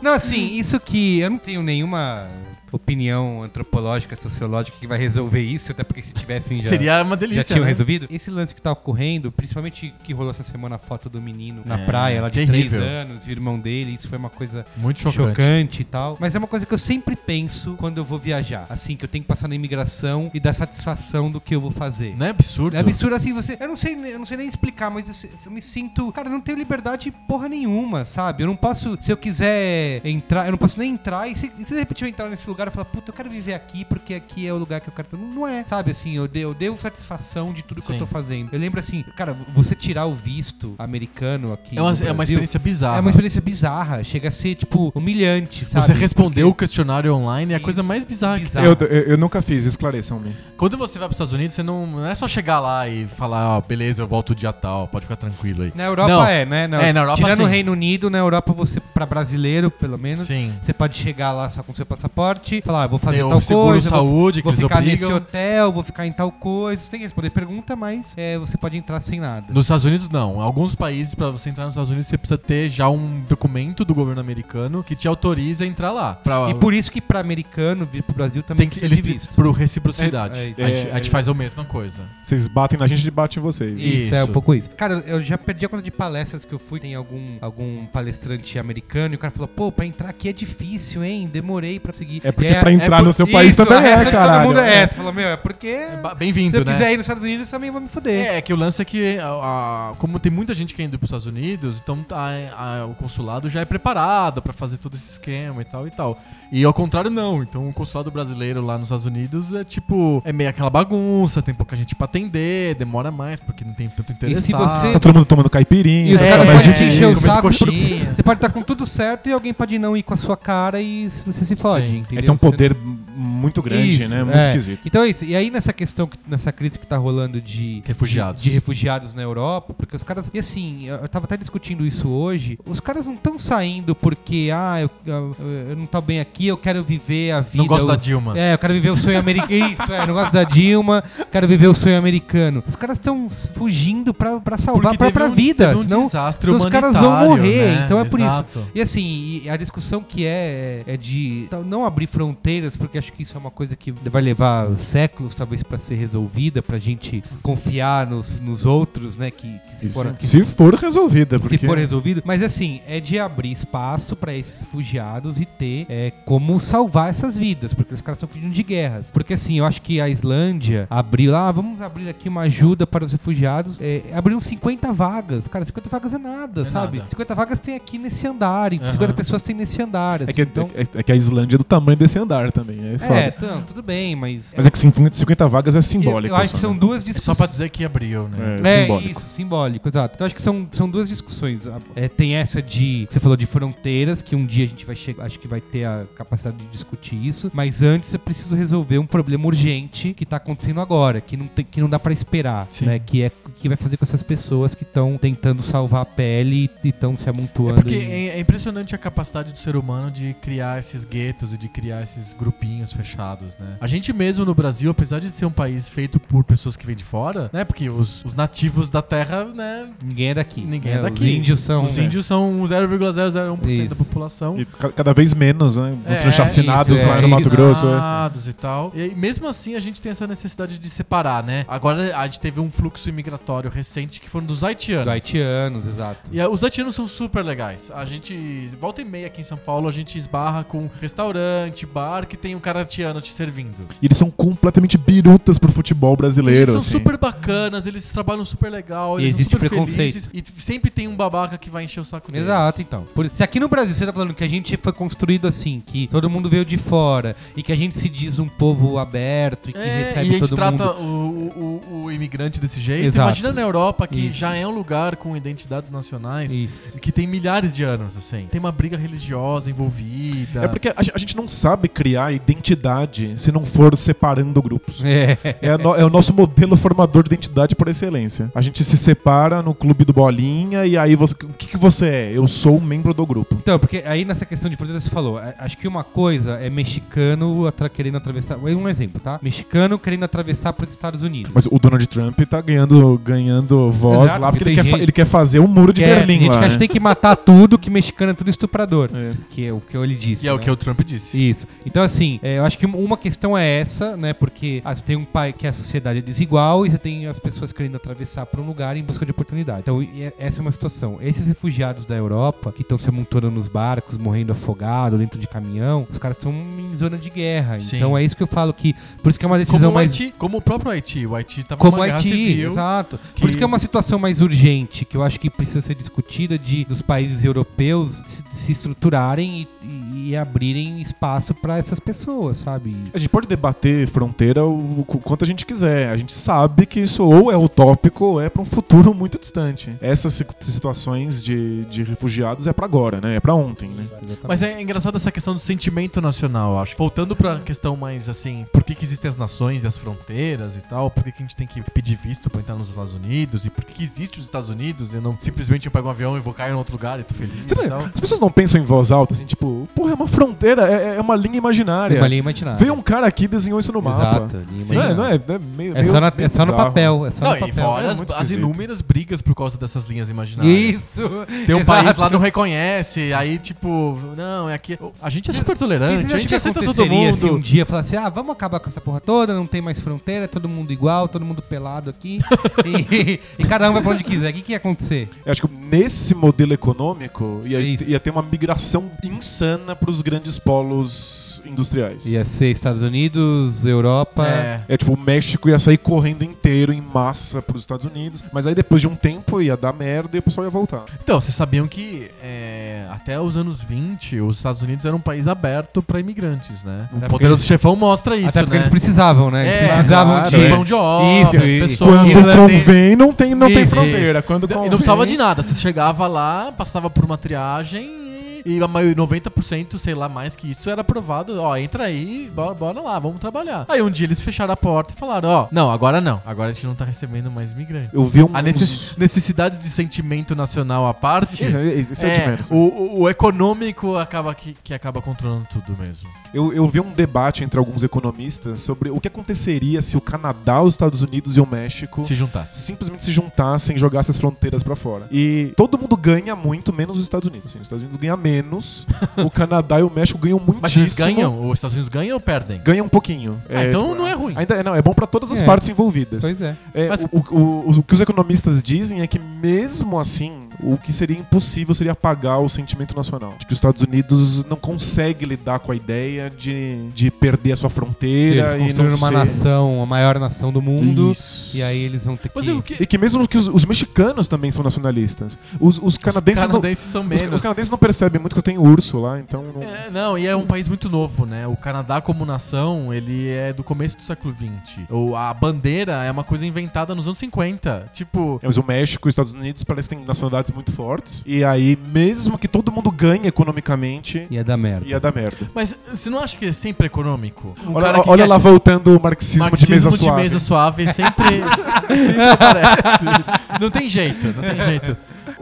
Speaker 2: não, assim, isso que eu não tenho nenhuma opinião antropológica, sociológica que vai resolver isso, até porque se tivessem já.
Speaker 1: Seria uma
Speaker 2: Já um
Speaker 1: delícia.
Speaker 2: tinham
Speaker 1: né?
Speaker 2: resolvido? Esse lance que tá ocorrendo, principalmente que rolou essa semana a foto do menino na
Speaker 1: É,
Speaker 2: praia, lá de
Speaker 1: terrível.
Speaker 2: 3 anos, o irmão dele, isso foi uma coisa
Speaker 1: Muito
Speaker 2: chocante.
Speaker 1: chocante.
Speaker 2: e tal. Mas é uma coisa que eu sempre penso quando eu vou viajar. Assim, que eu tenho que passar na imigração e dar satisfação do que eu vou fazer.
Speaker 1: Não é absurdo?
Speaker 2: É absurdo assim, você. Eu não sei, eu não sei nem explicar, mas eu, eu me sinto. Cara, eu não tenho liberdade porra nenhuma, sabe? Eu não posso. Se eu quiser entrar, eu não posso nem entrar. E se, e se de repente eu entrar nesse lugar e falar, puta, eu quero viver aqui porque aqui é o lugar que eu quero. Não, não é, sabe? Assim, eu, de, eu devo satisfação de tudo que eu
Speaker 1: Sim.
Speaker 2: tô fazendo. Eu lembro assim, cara, você tirar o visto americano aqui.
Speaker 1: É uma,
Speaker 2: no
Speaker 1: é uma
Speaker 2: Brasil,
Speaker 1: experiência bizarra.
Speaker 2: é uma experiência bizarra. Chega a ser, tipo, humilhante, sabe?
Speaker 1: Você respondeu o questionário online, é a coisa
Speaker 2: Isso,
Speaker 1: mais bizarra. que
Speaker 2: bizarro.
Speaker 1: tem.
Speaker 2: Tá.
Speaker 3: Eu, eu, eu nunca fiz, esclareçam-me.
Speaker 1: Quando você vai para os Estados Unidos, você não, não é só chegar lá e falar, ó, beleza, eu volto dia tal, pode ficar tranquilo aí.
Speaker 2: Na Europa
Speaker 1: Não.
Speaker 2: é, né?
Speaker 1: É, na Europa,
Speaker 2: Tirando o
Speaker 1: sim.
Speaker 2: Reino Unido, na Europa você, pra brasileiro, pelo menos,
Speaker 1: Sim.
Speaker 2: você pode chegar lá só com seu passaporte, falar, ah, vou fazer
Speaker 1: Tem o
Speaker 2: tal
Speaker 1: seguro
Speaker 2: coisa, vou-
Speaker 1: saúde
Speaker 2: vou,
Speaker 1: que eles
Speaker 2: ficar nesse
Speaker 1: obrigam.
Speaker 2: hotel, vou ficar em tal coisa. Você tem que responder pergunta, mas é, você pode entrar sem nada.
Speaker 1: Nos Estados Unidos, não. Alguns países, pra você entrar nos Estados Unidos, você precisa ter já um documento do governo americano que te autoriza a entrar lá. Pra,
Speaker 2: E por isso que pra americano vir pro Brasil
Speaker 1: tem
Speaker 2: também
Speaker 1: que,
Speaker 2: precisa
Speaker 1: ele
Speaker 2: de visto.
Speaker 1: pro reciprocidade.
Speaker 2: É, é,
Speaker 1: a, gente, a gente
Speaker 3: é.
Speaker 1: faz a mesma coisa.
Speaker 3: Vocês batem na gente, a gente bate em vocês.
Speaker 2: Isso, é um
Speaker 1: Isso.
Speaker 2: pouco isso. Cara, eu já perdi a conta de palestras que eu fui. Tem algum, algum palestrante americano e o cara falou: pô, pra entrar aqui é difícil, hein? Demorei pra conseguir.
Speaker 3: É porque
Speaker 2: E
Speaker 3: pra entrar no seu país
Speaker 2: isso,
Speaker 3: também
Speaker 2: a
Speaker 3: é,
Speaker 2: regra de
Speaker 3: caralho.
Speaker 2: Todo mundo é
Speaker 3: É.
Speaker 2: essa. Falou: meu, é porque.
Speaker 1: Ba-
Speaker 2: se
Speaker 1: Bem-vindo,
Speaker 2: eu
Speaker 1: né?
Speaker 2: quiser ir nos Estados Unidos, também vou me fuder.
Speaker 1: É, é que o lance é que, a- a- como tem muita gente querendo ir para os Estados Unidos, então a- a- o consulado já é preparado para fazer todo esse esquema e tal e tal. E ao contrário, não. Então o consulado brasileiro lá nos Estados Unidos é tipo, é meio aquela bagunça, tem pouca gente para atender, demora mais porque não tem tanto
Speaker 2: E
Speaker 1: interesse.
Speaker 2: se você-
Speaker 3: Tá todo mundo tomando caipirinha. tá
Speaker 2: E os
Speaker 1: É,
Speaker 2: caras podem
Speaker 1: é,
Speaker 2: te encher o
Speaker 1: comendo
Speaker 2: saco.
Speaker 1: coxinha.
Speaker 2: Você pode estar com tudo certo e alguém pode não ir com a sua cara e você se fode.
Speaker 1: Sim.
Speaker 2: entendeu?
Speaker 3: Esse é um
Speaker 2: Você-
Speaker 3: poder muito grande,
Speaker 2: Isso,
Speaker 3: né? Muito
Speaker 2: é.
Speaker 3: esquisito.
Speaker 2: Então é isso. E aí nessa questão, que- nessa crise que tá rolando de
Speaker 1: Refugiados.
Speaker 2: de, de refugiados na Europa, porque os caras. E assim, eu eu tava até discutindo isso hoje. Os caras não estão saindo porque, ah, eu, eu- eu não tô bem aqui, eu quero viver a vida.
Speaker 1: não gosto
Speaker 2: eu-
Speaker 1: da Dilma.
Speaker 2: É, eu quero viver o sonho americano. [laughs] Isso, é, eu não gosto da Dilma, quero viver o sonho americano. Os caras estão fugindo pra, pra salvar a
Speaker 1: Porque teve
Speaker 2: própria
Speaker 1: um-
Speaker 2: vida.
Speaker 1: teve um
Speaker 2: senão,
Speaker 1: desastre
Speaker 2: senão os caras vão
Speaker 1: humanitário,
Speaker 2: morrer.
Speaker 1: né?
Speaker 2: Então é por isso.
Speaker 1: Exato.
Speaker 2: E assim, e a discussão que é é de tal- não abrir fronteiras, porque acho que isso é uma coisa que vai levar séculos, talvez, pra ser resolvida, pra gente confiar nos, nos outros, né? Que, que se
Speaker 3: Isso.
Speaker 2: foram. que
Speaker 3: Se for resolvida, porque...
Speaker 2: se for resolvido, mas assim, é de abrir espaço pra esses refugiados e ter é, como salvar essas vidas, porque os caras estão fugindo de guerras. Porque assim, eu acho que a Islândia abriu lá, "Ah, vamos abrir aqui uma ajuda para os refugiados, é, abriram 50 vagas. Cara, 50 vagas é nada,
Speaker 1: É
Speaker 2: sabe?
Speaker 1: nada.
Speaker 2: 50 vagas tem aqui nesse andar, e
Speaker 1: Aham.
Speaker 2: 50 pessoas tem nesse andar.
Speaker 3: É
Speaker 2: assim,
Speaker 3: que,
Speaker 2: então,
Speaker 3: é- é que a Islândia é do tamanho desse andar também. É, foda.
Speaker 2: é, então, tudo bem, mas.
Speaker 3: Mas é que 50 50 vagas é
Speaker 2: eu-
Speaker 3: simbólico.
Speaker 2: eu acho que
Speaker 3: só,
Speaker 2: são
Speaker 3: né?
Speaker 2: duas
Speaker 1: É só
Speaker 2: discussões.
Speaker 1: pra dizer que abriu, né?
Speaker 3: É,
Speaker 2: É,
Speaker 3: simbólico.
Speaker 2: isso, simbólico, exato. Então acho que são, são duas discussões. A- é, tem essa de. Você falou de fronteiras, que um dia a gente vai chegar. Acho que vai ter a capacidade de discutir isso. Mas antes é preciso resolver um problema urgente que tá acontecendo agora, que não, tem, que não dá pra esperar.
Speaker 1: Sim.
Speaker 2: né? Que é o que vai fazer com essas pessoas que estão tentando salvar a pele e estão se
Speaker 1: É
Speaker 2: amontoando.
Speaker 1: porque
Speaker 2: em-
Speaker 1: é é impressionante a capacidade do ser humano de criar esses guetos e de criar esses grupinhos fechados, né? A gente mesmo no Brasil, apesar de ser um país feito por pessoas que vêm de fora, né? Porque os, os nativos da terra, né?
Speaker 2: Ninguém é daqui.
Speaker 1: Ninguém
Speaker 2: né?
Speaker 1: é
Speaker 2: Os
Speaker 1: daqui.
Speaker 2: índios são.
Speaker 1: os índios são 0,001% da
Speaker 2: Isso.
Speaker 1: população.
Speaker 3: E ca- cada vez menos, né? Vão sendo
Speaker 1: É,
Speaker 3: chacinados
Speaker 2: isso, é,
Speaker 3: lá no Mato
Speaker 2: isso.
Speaker 3: Grosso. é.
Speaker 1: Chacinados e tal. E mesmo assim a gente tem essa necessidade de separar, né? Agora a gente teve um fluxo imigratório recente que foi dos haitianos.
Speaker 2: Do haitianos, exato.
Speaker 1: E ah, os latinos são super legais. A gente volta e meia aqui em São Paulo, a gente esbarra com um restaurante, bar que tem um cara tiano te servindo.
Speaker 3: E eles são completamente birutas pro futebol brasileiro.
Speaker 1: eles são
Speaker 3: assim.
Speaker 1: super bacanas, eles trabalham super legal,
Speaker 2: E
Speaker 1: eles
Speaker 2: existe
Speaker 1: são super
Speaker 2: preconceito.
Speaker 1: felizes. E sempre tem um babaca que vai encher o saco deles.
Speaker 2: Exato, então. Por- se aqui no Brasil você tá falando que a gente foi construído assim, que todo mundo veio de fora e que a gente se diz um povo aberto e que
Speaker 1: É,
Speaker 2: recebe
Speaker 1: e a gente
Speaker 2: todo mundo.
Speaker 1: trata o, o- o- o imigrante desse jeito.
Speaker 2: Exato.
Speaker 1: Imagina na Europa, que
Speaker 2: Isso.
Speaker 1: já é um lugar com identidades nacionais
Speaker 2: Isso.
Speaker 1: e que tem milhares
Speaker 2: É
Speaker 1: de anos, assim. Tem uma briga religiosa envolvida.
Speaker 3: É porque a, ge- a gente não sabe criar identidade se não for separando grupos.
Speaker 2: É.
Speaker 3: É, a no- é o nosso modelo formador de identidade por excelência. A gente se separa no clube do Bolinha e aí você, o que, que você é? Eu sou um membro do grupo.
Speaker 2: Então, porque aí nessa questão de fronteira você falou, a- acho que uma coisa é mexicano atra- querendo atravessar. Um exemplo, tá? Mexicano querendo atravessar pros Estados Unidos.
Speaker 3: Mas o Donald Trump tá ganhando, ganhando voz
Speaker 2: Exato,
Speaker 3: lá porque
Speaker 2: porque
Speaker 3: ele
Speaker 2: tem
Speaker 3: quer, fa-
Speaker 2: gente-
Speaker 3: ele quer fazer o muro de
Speaker 2: Que é,
Speaker 3: Berlim
Speaker 2: tem gente
Speaker 3: lá.
Speaker 2: que acha que
Speaker 3: né?
Speaker 2: tem que matar tudo, que mexicano é tudo estuprador.
Speaker 3: É.
Speaker 2: Que é o que ele disse.
Speaker 1: E é o
Speaker 2: né?
Speaker 1: que o Trump disse.
Speaker 2: Isso. Então, assim, é, eu acho que um- uma questão é essa, né? Porque ah, você tem um pai que a sociedade é desigual e você tem as pessoas querendo atravessar para um lugar em busca de oportunidade. Então, e- e essa é uma situação. Esses refugiados da Europa que estão se amontoando nos barcos, morrendo afogado dentro de caminhão, os caras estão em zona de guerra.
Speaker 1: Sim.
Speaker 2: Então, é isso que eu falo que. Por isso que é uma
Speaker 1: Como
Speaker 2: decisão
Speaker 1: o,
Speaker 2: mais.
Speaker 1: Haiti, como o próprio Haiti. O Haiti tava
Speaker 2: Como
Speaker 1: numa
Speaker 2: o
Speaker 1: guerra
Speaker 2: Haiti,
Speaker 1: civil.
Speaker 2: exato.
Speaker 1: que-
Speaker 2: Por isso que é uma situação mais urgente, que eu acho que precisa ser discutida de dos países europeus se, se estruturarem e- e, e abrirem espaço para essas pessoas, sabe?
Speaker 3: A gente pode debater fronteira o, o quanto a gente quiser. A gente sabe que isso ou é utópico ou é para um futuro muito distante. Essas si- situações de, de refugiados é para agora, né? É para ontem, né?
Speaker 1: Mas é engraçado essa questão do sentimento nacional, eu acho. Voltando pra questão mais assim, por que, que existem as nações e as fronteiras e tal? Por que, que a gente tem que pedir visto pra entrar nos Estados Unidos? E por que, que existe os Estados Unidos e não simplesmente eu pego um avião e vou cair em outro lugar e tô feliz
Speaker 3: Você
Speaker 1: e
Speaker 3: não-
Speaker 1: tal?
Speaker 3: As pessoas não pensam em voz alta, assim, tipo, porra, é uma fronteira, é, é uma linha imaginária.
Speaker 2: uma linha imaginária.
Speaker 3: Veio um cara aqui e desenhou isso no mapa.
Speaker 2: Exato, linha
Speaker 3: Sim, não é,
Speaker 2: imaginária.
Speaker 3: não é, é meio,
Speaker 2: É só,
Speaker 3: meio-
Speaker 2: na-
Speaker 3: meio
Speaker 2: é só no
Speaker 3: bizarro.
Speaker 2: papel. É só
Speaker 1: Não,
Speaker 2: no
Speaker 1: e
Speaker 2: papel.
Speaker 1: fora
Speaker 3: é
Speaker 1: as,
Speaker 3: muito
Speaker 1: as
Speaker 3: esquisito.
Speaker 1: inúmeras brigas por causa dessas linhas imaginárias.
Speaker 2: Isso! [laughs]
Speaker 1: Tem um
Speaker 2: Exato.
Speaker 1: país lá não reconhece, aí tipo, não, é aqui. A gente é super
Speaker 2: E
Speaker 1: tolerante,
Speaker 2: vocês
Speaker 1: a
Speaker 2: acham
Speaker 1: gente
Speaker 2: que
Speaker 1: aceita todo
Speaker 2: aconteceria
Speaker 1: mundo.
Speaker 2: Se um dia falar assim, ah, vamos acabar com essa porra toda, não tem mais fronteira, é todo mundo igual, todo mundo
Speaker 1: [laughs]
Speaker 2: pelado aqui. e, e cada um vai pra onde quiser. O que, que ia acontecer?
Speaker 3: Eu acho que nesse modelo econômico ia,
Speaker 2: Isso.
Speaker 3: ia ter uma migração insana para os grandes polos industriais.
Speaker 2: Ia ser Estados Unidos, Europa.
Speaker 1: É.
Speaker 3: É tipo, o México ia sair correndo inteiro em massa pros Estados Unidos, mas aí depois de um tempo ia dar merda e o pessoal ia voltar.
Speaker 1: Então, vocês sabiam que é, até os anos 20, os Estados Unidos era um país aberto pra imigrantes, né?
Speaker 2: Até
Speaker 1: o
Speaker 2: porque
Speaker 1: poderoso
Speaker 2: eles-
Speaker 1: chefão mostra isso,
Speaker 2: Até porque
Speaker 1: né?
Speaker 2: eles precisavam, né? Eles
Speaker 1: É,
Speaker 2: precisavam
Speaker 3: claro,
Speaker 2: de.
Speaker 3: é.
Speaker 1: mão de obra,
Speaker 2: Isso,
Speaker 1: as
Speaker 2: e-
Speaker 1: pessoas.
Speaker 3: Quando
Speaker 2: irlandês.
Speaker 3: convém, não tem, não tem
Speaker 1: Isso,
Speaker 3: fronteira. Quando
Speaker 1: E
Speaker 3: convém,
Speaker 1: é não precisava de nada, você chegava lá, passava por uma triagem e a maioria, 90%, sei lá, mais que isso, era aprovado. Ó, entra aí, bora, bora lá, vamos trabalhar. Aí um dia eles fecharam a porta e falaram: Ó, não, agora não, agora a gente não tá recebendo mais imigrantes.
Speaker 3: Eu vi um.
Speaker 1: A necess- necessidades de sentimento nacional à parte.
Speaker 3: Isso, isso, isso é, de
Speaker 1: É,
Speaker 3: menos.
Speaker 1: o, o- o econômico acaba que, que acaba controlando tudo mesmo.
Speaker 3: Eu, eu vi um debate entre alguns economistas sobre o que aconteceria se o Canadá, os Estados Unidos e o México
Speaker 1: Se juntasse.
Speaker 3: simplesmente se juntassem e jogassem as fronteiras pra fora. E todo mundo ganha muito, menos os Estados Unidos. Assim, os Estados Unidos
Speaker 1: [laughs]
Speaker 3: ganham menos, o Canadá e o México ganham muitíssimo.
Speaker 1: Mas eles ganham? Os Estados Unidos ganham ou perdem?
Speaker 3: Ganha um pouquinho.
Speaker 1: Ah, então não é ruim.
Speaker 3: Ainda, é, não, é bom pra todas as
Speaker 2: É.
Speaker 3: partes envolvidas.
Speaker 2: Pois é.
Speaker 3: É,
Speaker 1: Mas-
Speaker 3: o, o- o- o que os economistas dizem é que, mesmo assim, o que seria impossível seria apagar o sentimento nacional. De que os Estados Unidos não consegue lidar com a ideia de, de perder a sua fronteira
Speaker 2: Eles
Speaker 3: e não
Speaker 2: construíram uma
Speaker 3: ser-
Speaker 2: nação, a maior nação do mundo.
Speaker 3: Isso.
Speaker 2: E aí eles vão ter que.
Speaker 1: Mas o que.
Speaker 3: E que mesmo que os, os mexicanos também são nacionalistas. Os, os canadenses,
Speaker 1: os canadenses são
Speaker 3: não, os-
Speaker 1: menos.
Speaker 3: os, canadenses não percebem muito que tem urso lá, então... Não...
Speaker 1: É, não, e é um país muito novo, né? O Canadá como nação, ele é do começo do século XX. Ou a bandeira é uma coisa inventada nos anos 50. Tipo,
Speaker 3: É, Mas o México e os Estados Unidos parecem que têm nacionalidades muito fortes. E aí, mesmo que todo mundo ganhe economicamente,
Speaker 2: Ia dar merda.
Speaker 3: ia dar merda.
Speaker 1: mas você não acha que é sempre econômico? Um
Speaker 3: Olha,
Speaker 1: cara que
Speaker 3: olha
Speaker 1: quer
Speaker 3: lá voltando o marxismo, de mesa
Speaker 1: Marxismo
Speaker 3: suave.
Speaker 1: mesa suave sempre, sempre parece. Não tem jeito, não tem jeito.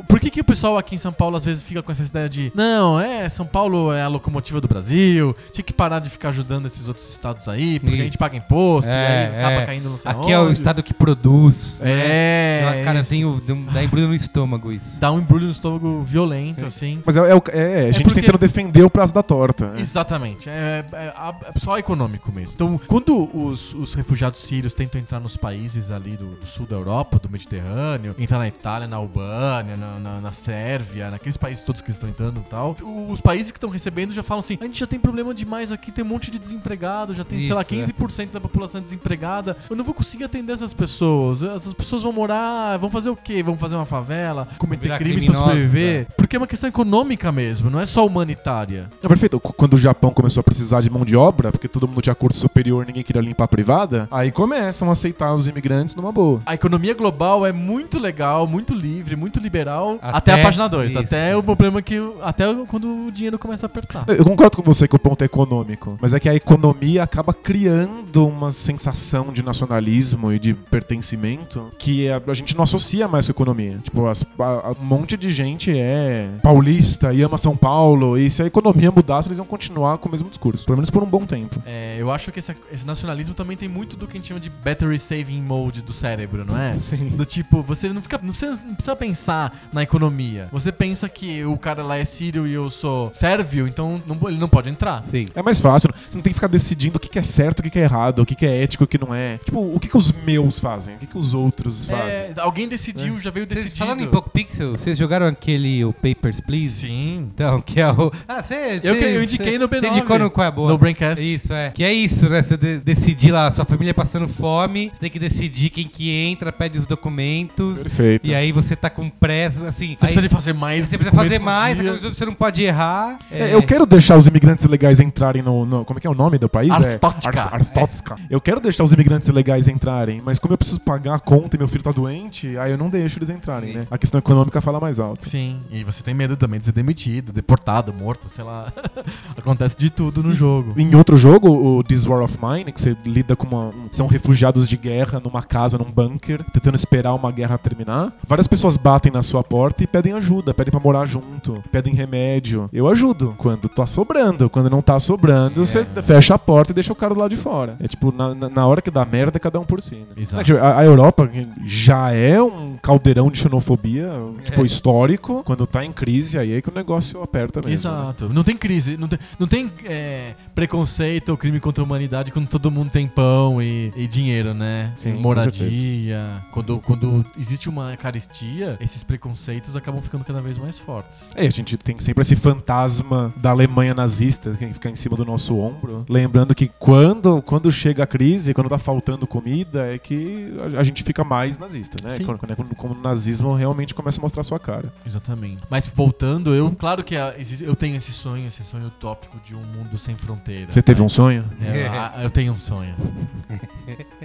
Speaker 1: Por que, que o pessoal aqui em São Paulo às vezes fica com essa ideia de não, é, São Paulo é a locomotiva do Brasil, tinha que parar de ficar ajudando esses outros estados aí, porque a gente
Speaker 2: Isso.
Speaker 1: paga imposto,
Speaker 2: É,
Speaker 1: e aí acaba
Speaker 2: é.
Speaker 1: caindo não sei
Speaker 2: Aqui é o estado que produz.
Speaker 1: É,
Speaker 2: cara,
Speaker 1: isso.
Speaker 2: tem o, dá embrulho no estômago isso.
Speaker 1: Dá um embrulho no estômago violento,
Speaker 3: É.
Speaker 1: assim.
Speaker 3: Mas é, é o- é- é, a gente
Speaker 1: porque-
Speaker 3: tentando defender o prazo da torta. né?
Speaker 1: Exatamente. É, é- é só econômico mesmo. Então, quando os, os refugiados sírios tentam entrar nos países ali do, do sul da Europa, do Mediterrâneo, entrar na Itália, na Albânia, na, na, na Sérvia, naqueles países todos que estão entrando e tal, o- os países que estão recebendo já falam assim: a gente já tem problema demais aqui, tem um monte de desempregado, já tem, sei lá,
Speaker 2: Isso, é.
Speaker 1: 15% da população desempregada. Eu não vou conseguir atender essas pessoas. Essas pessoas vão morar, vão fazer o quê? Vão fazer uma favela, cometer
Speaker 2: Virar
Speaker 1: crimes pra
Speaker 2: criminosos,
Speaker 1: sobreviver. Porque é uma questão econômica mesmo, não é só humanitária.
Speaker 3: Não, perfeito. Qu- Quando o Japão começou a precisar de mão de obra, porque todo mundo tinha curso superior, ninguém queria limpar a privada, aí começam a aceitar os imigrantes numa boa.
Speaker 1: A economia global é muito legal, muito livre, muito liberal, até,
Speaker 2: Até
Speaker 1: Até a página 2.
Speaker 2: isso.
Speaker 1: Até o problema que. o- Até o- quando o dinheiro começa a apertar.
Speaker 3: Eu concordo com você que o ponto é econômico, mas é que a economia acaba criando uma sensação de nacionalismo e de pertencimento que a, a gente não associa mais com a economia. Tipo, as- a- a- um monte de gente é paulista e ama São Paulo, e se a economia mudasse, eles iam continuar com o mesmo discurso, pelo menos por um bom tempo.
Speaker 1: É, eu acho que esse, esse nacionalismo também tem muito do que a gente chama de battery saving mode do cérebro, não
Speaker 2: [laughs]
Speaker 1: é?
Speaker 3: Sim.
Speaker 1: Do tipo, você não fica. Não precisa, não precisa pensar na economia. Você pensa que o cara lá é sírio e eu sou sérvio, então não- ele não pode entrar.
Speaker 2: Sim.
Speaker 3: É mais fácil. Você não tem que ficar decidindo o que que é certo, o que que é errado, o que que é ético, o que não é. Tipo, o que que os meus fazem, o que que os outros fazem.
Speaker 1: É, alguém decidiu, já veio
Speaker 2: Vocês,
Speaker 1: decidido.
Speaker 2: falando em pouco pixel, vocês jogaram aquele o Papers, Please?
Speaker 1: Sim.
Speaker 2: Então, que é o. Ah, você.
Speaker 1: Eu que- eu indiquei no B9.
Speaker 2: Você indicou no qual é a boa?
Speaker 1: No Braincast.
Speaker 2: Isso, é. Que é isso, né? Você de- decidir lá, sua família passando fome, você tem que decidir quem que entra, pede os documentos.
Speaker 3: Perfeito.
Speaker 2: E aí você tá com pressa, assim.
Speaker 1: Você
Speaker 2: aí-
Speaker 1: precisa de fazer mais.
Speaker 2: você precisa fazer
Speaker 1: documento por
Speaker 2: mais,
Speaker 1: dia.
Speaker 2: aquela coisa que você não pode errar.
Speaker 3: É, Eu quero deixar os imigrantes ilegais entrarem no, no- Como é que é o nome do país?
Speaker 1: Arstótica.
Speaker 3: É, Ars- Arstótica. Eu quero deixar os imigrantes ilegais entrarem, mas como eu preciso pagar a conta e meu filho tá doente, aí eu não deixo eles entrarem, né?
Speaker 2: Isso.
Speaker 3: A questão econômica fala mais alto.
Speaker 1: Sim, e você tem medo também de ser demitido, deportado, morto, sei lá. [laughs] Acontece de tudo no
Speaker 3: [laughs]
Speaker 1: jogo.
Speaker 3: Em outro jogo, o This War of Mine, que você lida com uma. um- São refugiados de guerra numa casa, num bunker, tentando esperar uma guerra terminar. Várias pessoas batem na sua porta e pedem ajuda, pedem pra morar junto, pedem remédio. Eu ajudo quando tá sobrando. Quando não tá sobrando, você
Speaker 1: É.
Speaker 3: fecha a porta e deixa o cara do lado de fora. É tipo, na, na- na hora que dá merda, é cada um por si. né?
Speaker 1: Exato.
Speaker 3: É, tipo, a, a Europa já é um caldeirão de xenofobia, tipo,
Speaker 2: É.
Speaker 3: histórico. Quando tá em crise, aí é que o negócio aperta mesmo. né?
Speaker 1: Exato. Não tem crise, não tem, não tem é, preconceito ou crime contra a humanidade quando todo mundo tem pão e, e dinheiro, né?
Speaker 3: Sim,
Speaker 1: E
Speaker 3: com
Speaker 1: moradia. Quando, quando existe uma caristia, esses preconceitos acabam ficando cada vez mais fortes.
Speaker 3: É, a gente tem sempre esse fantasma da Alemanha nazista que fica em cima do nosso ombro. Lembrando que quando, quando chega a crise, quando tá faltando comida, é que a, a gente fica mais nazista, né?
Speaker 1: Sim.
Speaker 3: Quando, quando- quando o nazismo realmente começa a mostrar sua cara.
Speaker 1: Exatamente. Mas voltando, eu, claro que a- existe- eu tenho esse sonho, esse sonho utópico de um mundo sem fronteiras.
Speaker 3: Você teve um sonho?
Speaker 2: [laughs]
Speaker 1: É, a- a- eu tenho um sonho.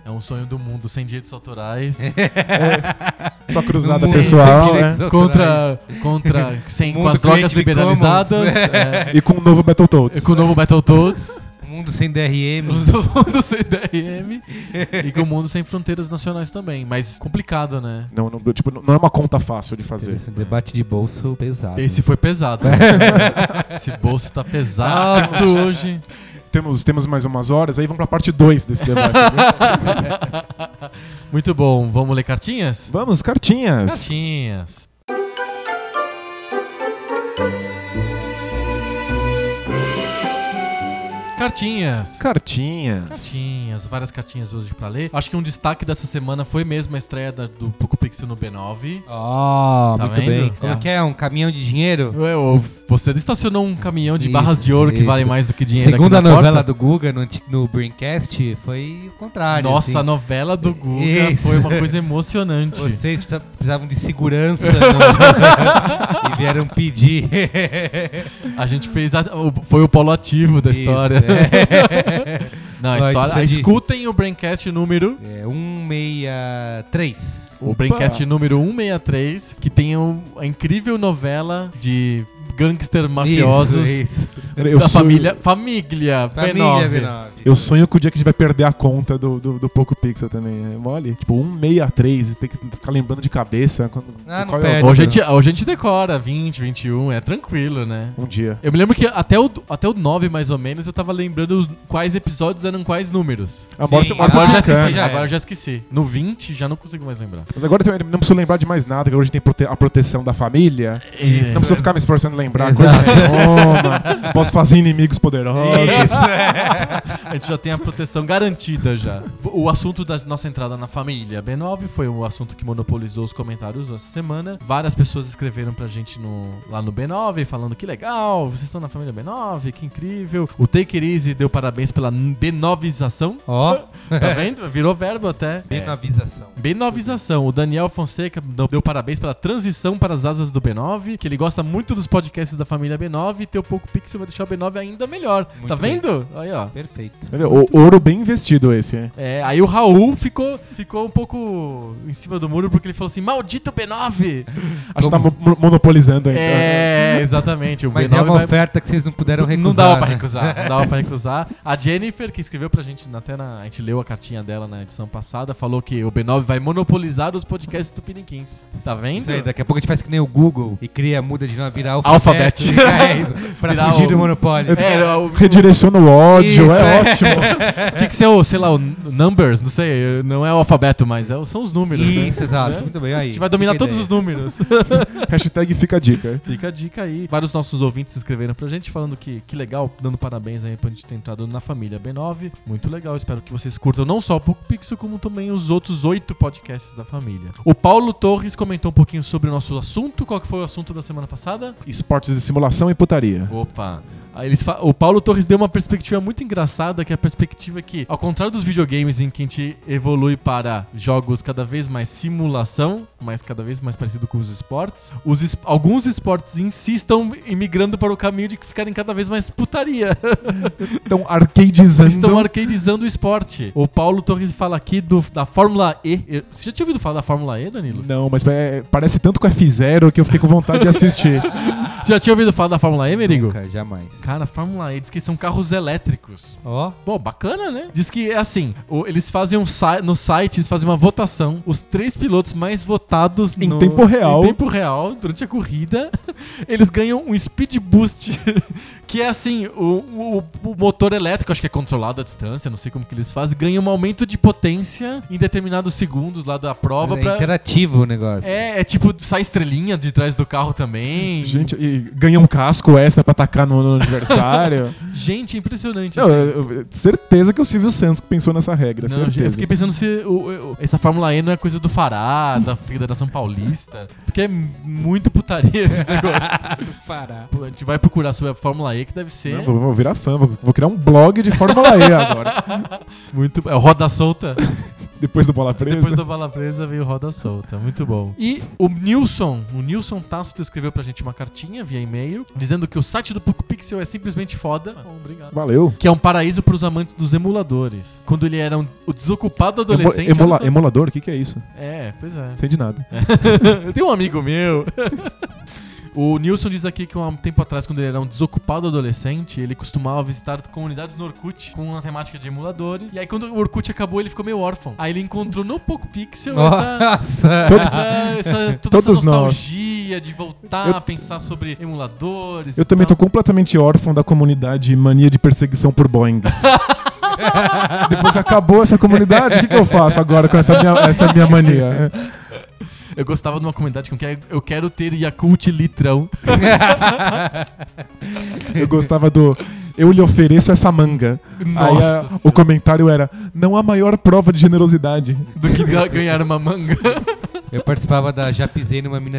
Speaker 1: É um sonho do mundo sem direitos autorais.
Speaker 2: [laughs]
Speaker 3: [laughs] Só É. cruzada
Speaker 2: Não sei,
Speaker 3: pessoal,
Speaker 2: sem
Speaker 3: né?
Speaker 2: direitos
Speaker 1: contra. contra sem, com
Speaker 2: Mundo
Speaker 1: as drogas
Speaker 2: Creative
Speaker 1: liberalizadas.
Speaker 2: Commons.
Speaker 1: é,
Speaker 3: E com o novo
Speaker 2: [laughs]
Speaker 3: Battletoads.
Speaker 1: com o novo Battletoads. [laughs]
Speaker 2: O um mundo sem DRM.
Speaker 1: o mundo sem DRM. e com o mundo sem fronteiras nacionais também. Mas complicado, né?
Speaker 3: Não, não, tipo, não é uma conta fácil de fazer.
Speaker 2: Esse debate de bolso pesado.
Speaker 1: Esse foi
Speaker 2: [laughs]
Speaker 1: pesado. Esse bolso tá
Speaker 2: Ah,
Speaker 1: pesado hoje.
Speaker 3: Temos, temos mais umas horas, aí vamos pra parte 2 desse [laughs] debate. viu?
Speaker 1: Muito bom. Vamos ler cartinhas?
Speaker 3: vamos, cartinhas.
Speaker 1: Cartinhas. Cartinhas.
Speaker 3: Cartinhas.
Speaker 1: Cartinhas, várias cartinhas hoje pra ler. Acho que um destaque dessa semana foi mesmo a estreia da- do Poco Pixel no B9.
Speaker 2: Ó,
Speaker 1: Tá
Speaker 2: muito
Speaker 1: vendo?
Speaker 2: bem. Como
Speaker 1: É.
Speaker 2: que é? Um caminhão de dinheiro?
Speaker 1: Ué, É, ô, Você estacionou um caminhão de
Speaker 2: Isso,
Speaker 1: barras de ouro que
Speaker 2: isso.
Speaker 1: valem mais do que dinheiro
Speaker 2: Segundo a
Speaker 1: aqui na
Speaker 2: novela
Speaker 1: porta?
Speaker 2: do Guga no, anti- no Braincast, foi o contrário.
Speaker 1: Nossa, a
Speaker 2: assim.
Speaker 1: novela do Guga
Speaker 2: Isso.
Speaker 1: foi uma coisa emocionante.
Speaker 2: Vocês precisa- precisavam de segurança
Speaker 1: [laughs]
Speaker 2: no- e vieram pedir. [laughs]
Speaker 1: A gente fez. a- o- foi o polo ativo da
Speaker 2: Isso, é.
Speaker 1: história. [laughs] Não, a
Speaker 2: Vai,
Speaker 1: história.
Speaker 2: precisa de-
Speaker 1: Escutem o Braincast número.
Speaker 2: É, 163.
Speaker 1: O Braincast número 163, que tem um- a incrível novela de gangster mafiosos.
Speaker 2: Isso, isso.
Speaker 3: Eu
Speaker 1: da
Speaker 3: sou-
Speaker 1: família. Família,
Speaker 2: Família
Speaker 1: B9.
Speaker 2: B9.
Speaker 3: Eu sonho com o dia que a gente vai perder a conta do, do, do Poco Pixel também. É mole. Tipo, 163, tem que ficar lembrando de cabeça. Quando,
Speaker 2: Ah, não
Speaker 3: qual é
Speaker 2: perde.
Speaker 3: o-
Speaker 1: Hoje a, gente, hoje a gente decora 20, 21, é tranquilo, né?
Speaker 3: Um dia.
Speaker 1: Eu me lembro que até o, até o 9, mais ou menos, eu tava lembrando os- quais episódios eram quais números.
Speaker 3: Agora
Speaker 2: Sim,
Speaker 3: você
Speaker 2: Ah,
Speaker 1: Agora eu já
Speaker 3: marca,
Speaker 1: esqueci,
Speaker 3: né?
Speaker 2: já
Speaker 1: agora
Speaker 2: era.
Speaker 1: eu já esqueci. No 20 já não consigo mais lembrar.
Speaker 3: Mas agora eu não preciso lembrar de mais nada, que hoje tem prote- a proteção da família.
Speaker 1: É.
Speaker 3: Não preciso ficar me esforçando em lembrar
Speaker 2: Exato.
Speaker 3: coisa nenhuma. Posso fazer inimigos poderosos.
Speaker 1: A gente já tem a proteção garantida já. O assunto da nossa entrada na família B9 foi o assunto que monopolizou os comentários essa semana. Várias pessoas escreveram pra gente no- lá no B9 falando que legal, vocês estão na família B9, que incrível. O Take It Easy deu parabéns pela B9ização.
Speaker 2: Ó, [laughs]
Speaker 1: Tá vendo? Virou verbo até.
Speaker 2: B9ização.
Speaker 1: B9ização. O Daniel Fonseca deu deu parabéns pela transição para as asas do B9, que ele gosta muito dos podcasts da família B9 e teu pouco pixel vai deixar o B9 ainda melhor.
Speaker 2: Muito
Speaker 1: tá
Speaker 2: bem.
Speaker 1: vendo? Aí, ó.
Speaker 2: Perfeito.
Speaker 3: Entendeu? O ouro bem investido esse, hein?
Speaker 1: É, aí o Raul ficou, ficou um pouco em cima do muro porque ele falou assim: Maldito B9!
Speaker 3: Acho que tá mo- mo- monopolizando tá? ainda.
Speaker 1: É, exatamente. O
Speaker 2: Mas
Speaker 1: B9
Speaker 2: é uma
Speaker 1: vai-
Speaker 2: oferta que vocês não puderam recusar.
Speaker 1: não dava pra
Speaker 2: né?
Speaker 1: recusar, não dava pra recusar. A Jennifer, que escreveu pra gente, até na, a gente leu a cartinha dela na edição passada, falou que o B9 vai monopolizar os podcasts tupiniquins. Tá vendo?
Speaker 2: Isso aí, daqui a pouco a gente faz que nem o Google e cria, muda de nome, virar
Speaker 1: Alphabet.
Speaker 2: alfabeto. [laughs] é isso, pra
Speaker 1: Virar
Speaker 2: fugir
Speaker 1: o-
Speaker 2: do monopólio.
Speaker 1: É, o-
Speaker 3: Redireciona o ódio,
Speaker 2: Isso,
Speaker 3: é,
Speaker 2: é.
Speaker 3: ótimo. [laughs]
Speaker 1: tinha que ser o, sei lá, o n- Numbers, não sei, não é o alfabeto, mas é o- são os números, né?
Speaker 2: Isso, exato.
Speaker 1: Né?
Speaker 2: Muito bem, aí. é?
Speaker 1: A gente vai dominar
Speaker 2: Fica a
Speaker 1: todos os
Speaker 2: ideia.
Speaker 1: números.
Speaker 3: Hashtag fica a dica.
Speaker 1: Fica a dica aí. Vários nossos ouvintes se inscreveram pra gente falando que, que legal, dando parabéns aí pra gente ter entrado na família B9. Muito legal, espero que vocês curtam não só o Poco Pixel, como também os outros oito podcasts da família. O Paulo Torres comentou um pouquinho sobre o nosso assunto. Qual que foi o assunto da semana passada?
Speaker 3: Esportes de simulação e putaria.
Speaker 1: Opa! Aí eles fa- o Paulo Torres deu uma perspectiva muito engraçada, que é a perspectiva que, ao contrário dos videogames em que a gente evolui para jogos cada vez mais simulação, mas cada vez mais parecido com os esportes, os es- alguns esportes insistam em migrando para o caminho de ficarem cada vez mais putaria. [laughs]
Speaker 3: Então, arcadeizando.
Speaker 1: Estão arcadeizando o esporte. O Paulo Torres fala aqui do, da Fórmula E. Eu- Você já tinha ouvido falar da Fórmula E, Danilo?
Speaker 3: Não, mas é, parece tanto com F0 que eu fiquei com vontade
Speaker 1: [laughs]
Speaker 3: de assistir.
Speaker 1: Você já tinha ouvido falar da Fórmula E, Merigo?
Speaker 2: Nunca, jamais.
Speaker 1: Cara, Fórmula E diz que são carros elétricos.
Speaker 2: Ó,
Speaker 1: Bom, bacana, né? Diz que é assim, o- eles fazem um site, no site eles fazem uma votação, os três pilotos mais votados
Speaker 3: Em
Speaker 1: no-
Speaker 3: tempo real.
Speaker 1: em tempo real durante a corrida, [laughs] eles ganham um speed boost, [laughs] que é assim, o, o- o motor elétrico, acho que é controlado à distância, não sei como que eles fazem, ganha um aumento de potência em determinados segundos lá da prova
Speaker 2: é
Speaker 1: pra-
Speaker 2: interativo o negócio.
Speaker 1: É, é tipo, sai estrelinha de trás do carro também.
Speaker 3: Gente, e ganha um casco extra pra atacar no, no adversário.
Speaker 1: [laughs] Gente, é impressionante.
Speaker 3: Não,
Speaker 1: assim.
Speaker 3: eu- eu- certeza que é o Silvio Santos que pensou nessa regra,
Speaker 1: Não,
Speaker 3: certeza.
Speaker 1: eu fiquei pensando se o- o- essa Fórmula E não é coisa do Fará, da Federação Paulista. Porque é muito
Speaker 3: [laughs]
Speaker 1: putaria esse negócio.
Speaker 2: Parar.
Speaker 1: Pô, A gente vai procurar sobre a Fórmula E, que deve ser
Speaker 3: Não, vou, vou virar fã, vou, vou criar um blog de Fórmula E
Speaker 1: [laughs]
Speaker 3: agora.
Speaker 1: muito. É o Roda
Speaker 3: [laughs]
Speaker 1: Solta.
Speaker 3: Depois do Bola Presa.
Speaker 1: Depois da Bala Presa veio Roda Solta. Muito bom. E o Nilson, o Nilson Tácito escreveu pra gente uma cartinha via e-mail dizendo que o site do Poco Pixel é simplesmente foda.
Speaker 3: Ah,
Speaker 1: Bom, obrigado.
Speaker 3: Valeu.
Speaker 1: Que é um paraíso pros amantes dos emuladores. Quando ele era um, o desocupado
Speaker 3: Emo-
Speaker 1: adolescente.
Speaker 3: emula-
Speaker 1: olha só.
Speaker 3: emulador, o que, que é isso?
Speaker 1: É, pois é.
Speaker 3: Sei de nada.
Speaker 1: Eu tenho um amigo meu. [laughs] O Nilson diz aqui que há um tempo atrás, quando ele era um desocupado adolescente, ele costumava visitar comunidades no Orkut com uma temática de emuladores. E aí, quando o Orkut acabou, ele ficou meio órfão. Aí ele encontrou no Poco Pixel essa.
Speaker 2: Nossa!
Speaker 3: Todo-
Speaker 1: Essa, essa- toda
Speaker 3: Todos
Speaker 1: essa
Speaker 3: nós.
Speaker 1: nostalgia de voltar
Speaker 3: Eu-
Speaker 1: a pensar sobre emuladores.
Speaker 3: Eu
Speaker 1: e
Speaker 3: também tô
Speaker 1: tal.
Speaker 3: completamente órfão da comunidade mania de perseguição por
Speaker 1: [laughs]
Speaker 3: Boeings. Depois acabou essa comunidade, o que, que eu faço agora com essa minha, essa minha mania?
Speaker 1: Eu gostava de uma comunidade com que eu quero ter Yakult Litrão.
Speaker 3: Eu gostava do. Eu lhe ofereço essa manga. Aí a-
Speaker 1: Nossa,
Speaker 3: o comentário era: não há maior prova de generosidade.
Speaker 1: do que ga- ganhar uma manga.
Speaker 2: Eu participava da Já Pisei numa Mina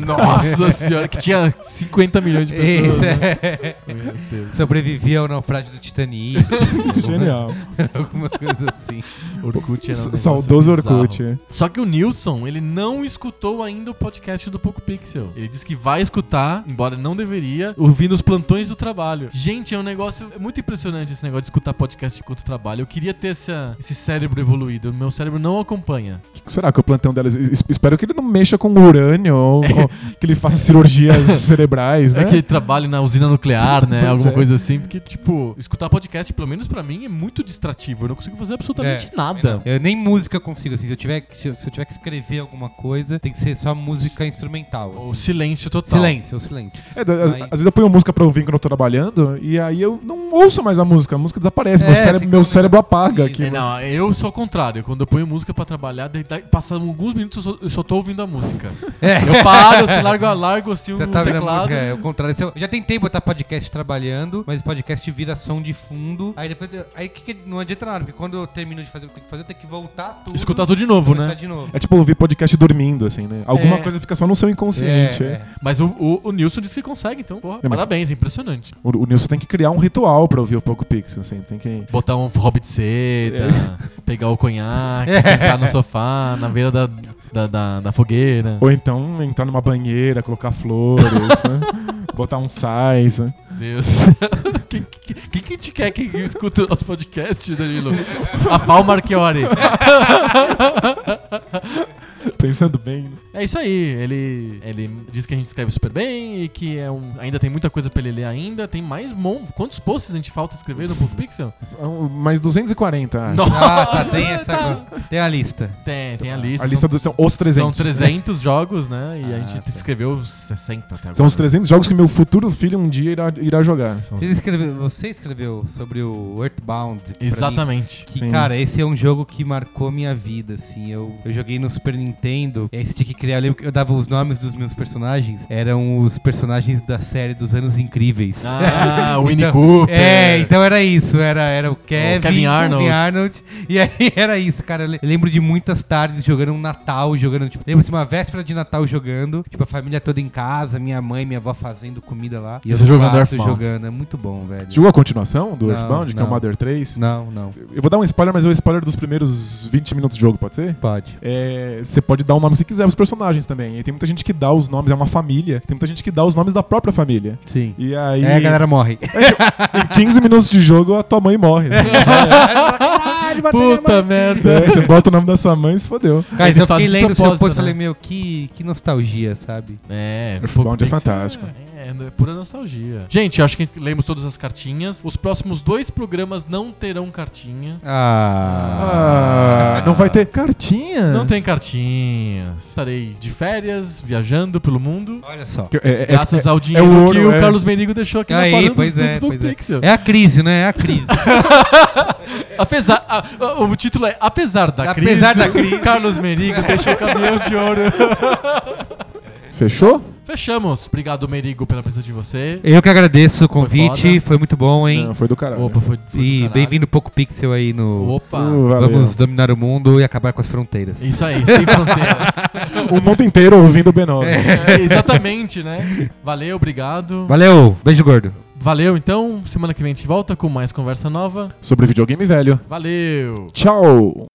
Speaker 1: [laughs] Nossa senhora, que tinha 50 milhões de pessoas.
Speaker 2: [laughs] Isso,
Speaker 1: né?
Speaker 2: é.
Speaker 1: Meu Deus.
Speaker 2: Sobrevivi ao naufrágio do Titanic.
Speaker 1: Uhum.
Speaker 3: Genial.
Speaker 2: Alguma coisa
Speaker 1: [laughs]
Speaker 2: assim.
Speaker 1: Orkut era um
Speaker 3: S-
Speaker 1: negócio
Speaker 3: Saudoso
Speaker 1: bizarro.
Speaker 3: Orkut. é.
Speaker 1: Só que o Nilson, ele não escutou ainda o podcast do Poco Pixel. Ele disse que vai escutar, embora não deveria, ouvindo os plantões do trabalho. Gente, é um negócio é muito impressionante esse negócio de escutar podcast enquanto trabalho. Eu queria ter essa- esse cérebro evoluído. Meu cérebro não acompanha.
Speaker 3: O que que será que o plantão dela. es- Espero que ele não mexa com urânio ou
Speaker 1: [laughs]
Speaker 3: com- que ele faça cirurgias cerebrais, né?
Speaker 1: É que ele trabalhe na usina nuclear, né?
Speaker 3: Pois
Speaker 1: Alguma
Speaker 3: é.
Speaker 1: coisa assim. Porque, tipo, escutar podcast, pelo menos pra mim, é muito distrativo. Eu não consigo fazer absolutamente
Speaker 2: É,
Speaker 1: nada.
Speaker 2: Eu nem música consigo, assim. Se eu, tiver, que- se eu se eu tiver que escrever alguma coisa, tem que ser só música instrumental.
Speaker 1: O
Speaker 2: assim.
Speaker 1: silêncio total.
Speaker 2: Silêncio, o silêncio.
Speaker 1: Hum,
Speaker 3: É, da- às,
Speaker 2: Mas-
Speaker 3: às vezes eu ponho música pra ouvir quando eu tô trabalhando e aí eu não ouço mais a música, a música desaparece,
Speaker 2: É,
Speaker 3: meu cérebro,
Speaker 2: fica
Speaker 3: meu
Speaker 2: um
Speaker 3: cérebro
Speaker 2: negócio-
Speaker 3: apaga
Speaker 2: Isso.
Speaker 3: aqui.
Speaker 1: É, não, eu sou o contrário. Quando eu ponho música pra trabalhar, daí tá- passam alguns minutos eu só, eu só tô ouvindo a música. Eu paro, eu se largo, a- largo assim
Speaker 2: É. Você
Speaker 1: o
Speaker 2: tá vendo a
Speaker 1: teclado.
Speaker 2: música, é o contrário. Se Eu eu já tentei botar podcast trabalhando, mas podcast vira som de fundo. Aí depois. eu- Aí que, que não adianta nada, porque quando eu termino de fazer o que eu tenho que fazer, eu tenho que voltar tudo.
Speaker 1: Escutar tudo de novo,
Speaker 2: começar
Speaker 1: né?
Speaker 2: de novo.
Speaker 3: É tipo ouvir podcast dormindo, assim, né? Alguma
Speaker 1: É.
Speaker 3: coisa fica só no seu inconsciente.
Speaker 2: É,
Speaker 3: é.
Speaker 2: é.
Speaker 1: Mas o, o- o Nilson disse que consegue, então. Porra,
Speaker 3: É, mas-
Speaker 1: Parabéns, é impressionante.
Speaker 3: O, o Nilson tem que criar um ritual pra ouvir o Poco Pixel, assim, tem que.
Speaker 1: Botar um hobby de seda,
Speaker 2: É.
Speaker 1: pegar o conhaque, sentar no sofá, na beira da, da, da- da fogueira.
Speaker 3: Ou então entrar numa banheira, colocar flores, né? [laughs] Botar um size.
Speaker 2: [laughs]
Speaker 1: Deus. quem, quem, quem que te quer que escuta o nosso podcast, Danilo? A Val Marchiori.
Speaker 3: Pensando bem. né?
Speaker 1: É isso aí, ele, ele diz que a gente escreve super bem e que é um- ainda tem muita coisa pra ele ler ainda. Tem mais mon... Quantos posts a gente falta escrever no PocoPixel?
Speaker 3: É um, Mais 240, acho.
Speaker 1: Nossa!
Speaker 2: [laughs] Ah, tá, tem essa. Tem a lista.
Speaker 1: Tem, tem a lista.
Speaker 3: A lista dos são os
Speaker 1: são,
Speaker 3: 300.
Speaker 1: são 300 jogos, né? E a
Speaker 2: Ah,
Speaker 1: gente
Speaker 2: tá.
Speaker 1: escreveu os 60 até agora.
Speaker 3: São os 300 jogos que meu futuro filho um dia irá, irá jogar.
Speaker 1: São os-
Speaker 2: Você escreveu, você escreveu sobre o Earthbound. pra mim, [laughs]
Speaker 1: Exatamente.
Speaker 2: Que,
Speaker 3: Sim.
Speaker 2: cara, esse é um jogo que marcou minha vida, assim. Eu, eu joguei no Super Nintendo, e aí você tinha que criar. Eu lembro que eu dava os nomes dos meus personagens. Eram os personagens da série dos Anos Incríveis.
Speaker 1: Ah, o Winnie
Speaker 2: Então,
Speaker 1: Cooper.
Speaker 2: É, então era isso. Era, era o Kevin,
Speaker 1: O Kevin Arnold.
Speaker 2: Arnold. E aí [laughs] era isso, cara. Eu le- lembro de muitas tardes jogando um Natal, jogando, tipo, lembro assim, uma véspera de Natal jogando. Tipo, a família toda em casa, minha mãe, minha avó fazendo comida lá. E
Speaker 1: Você
Speaker 2: no
Speaker 1: jogando
Speaker 2: quarto
Speaker 1: Earthbound.
Speaker 2: jogando. É muito bom, velho.
Speaker 3: Jogou a continuação do
Speaker 2: Não,
Speaker 3: Earthbound, que é
Speaker 2: não.
Speaker 3: o Mother 3?
Speaker 2: Não, não.
Speaker 3: Eu vou dar um spoiler, mas é o spoiler dos primeiros 20 minutos do jogo, pode ser?
Speaker 2: Pode.
Speaker 3: É, Você pode dar o nome se quiser pros personagens também. E tem muita gente que dá os nomes, é uma família. Tem muita gente que dá os nomes da própria família.
Speaker 2: Sim.
Speaker 3: E aí,
Speaker 2: É, a galera morre.
Speaker 3: em 15 minutos de jogo, a tua
Speaker 1: [laughs]
Speaker 3: mãe morre. Né?
Speaker 1: É. Puta merda.
Speaker 3: É, Você bota o nome da sua mãe e se fodeu.
Speaker 2: Cara,
Speaker 1: Eles
Speaker 2: então eu
Speaker 1: fazem
Speaker 2: fiquei
Speaker 1: de
Speaker 2: lendo seu
Speaker 1: propósito,
Speaker 2: post e
Speaker 1: né?
Speaker 2: falei, meu, que, que nostalgia, sabe?
Speaker 1: É,
Speaker 3: Earthbound é
Speaker 1: Pixel
Speaker 3: fantástico.
Speaker 1: É, é pura nostalgia. Gente, acho que lemos todas as cartinhas. Os próximos dois programas não terão cartinhas.
Speaker 2: Ah.
Speaker 3: Ah, não vai ter cartinha?
Speaker 1: Não tem cartinhas. Estarei de férias, viajando pelo mundo.
Speaker 2: Olha só.
Speaker 3: É, é,
Speaker 1: Graças ao dinheiro
Speaker 3: ouro,
Speaker 1: que o
Speaker 3: é.
Speaker 1: Carlos Merigo deixou aqui
Speaker 2: Aí,
Speaker 1: na porta
Speaker 2: pois
Speaker 1: dos
Speaker 2: é,
Speaker 1: estudos do
Speaker 2: pois é.
Speaker 1: Pixel.
Speaker 2: É a crise, né? É a
Speaker 1: [laughs]
Speaker 2: crise.
Speaker 1: Apesar, a- a- o título é Apesar da crise.
Speaker 2: Apesar da crise.
Speaker 1: Carlos Merigo deixou o caminhão de
Speaker 2: [laughs]
Speaker 1: ouro.
Speaker 3: Fechou?
Speaker 1: Fechamos. Obrigado, Merigo, pela presença de você.
Speaker 2: Eu que agradeço o convite,
Speaker 1: foda.
Speaker 2: foi, muito bom, hein?
Speaker 3: Não, foi do caralho.
Speaker 1: Opa, foi, foi do
Speaker 2: e
Speaker 1: caralho.
Speaker 2: bem-vindo Poco Pixel aí no
Speaker 1: Opa.
Speaker 3: Uh, valeu.
Speaker 2: Vamos Dominar o Mundo e Acabar com as Fronteiras.
Speaker 1: Isso aí, sem
Speaker 2: [laughs]
Speaker 1: fronteiras.
Speaker 3: O mundo inteiro ouvindo o B9.
Speaker 1: É, exatamente, né? Valeu, obrigado.
Speaker 2: Valeu, beijo gordo.
Speaker 1: Valeu, então. Semana que vem a gente volta com mais conversa nova.
Speaker 3: Sobre videogame velho.
Speaker 1: Valeu!
Speaker 3: Tchau!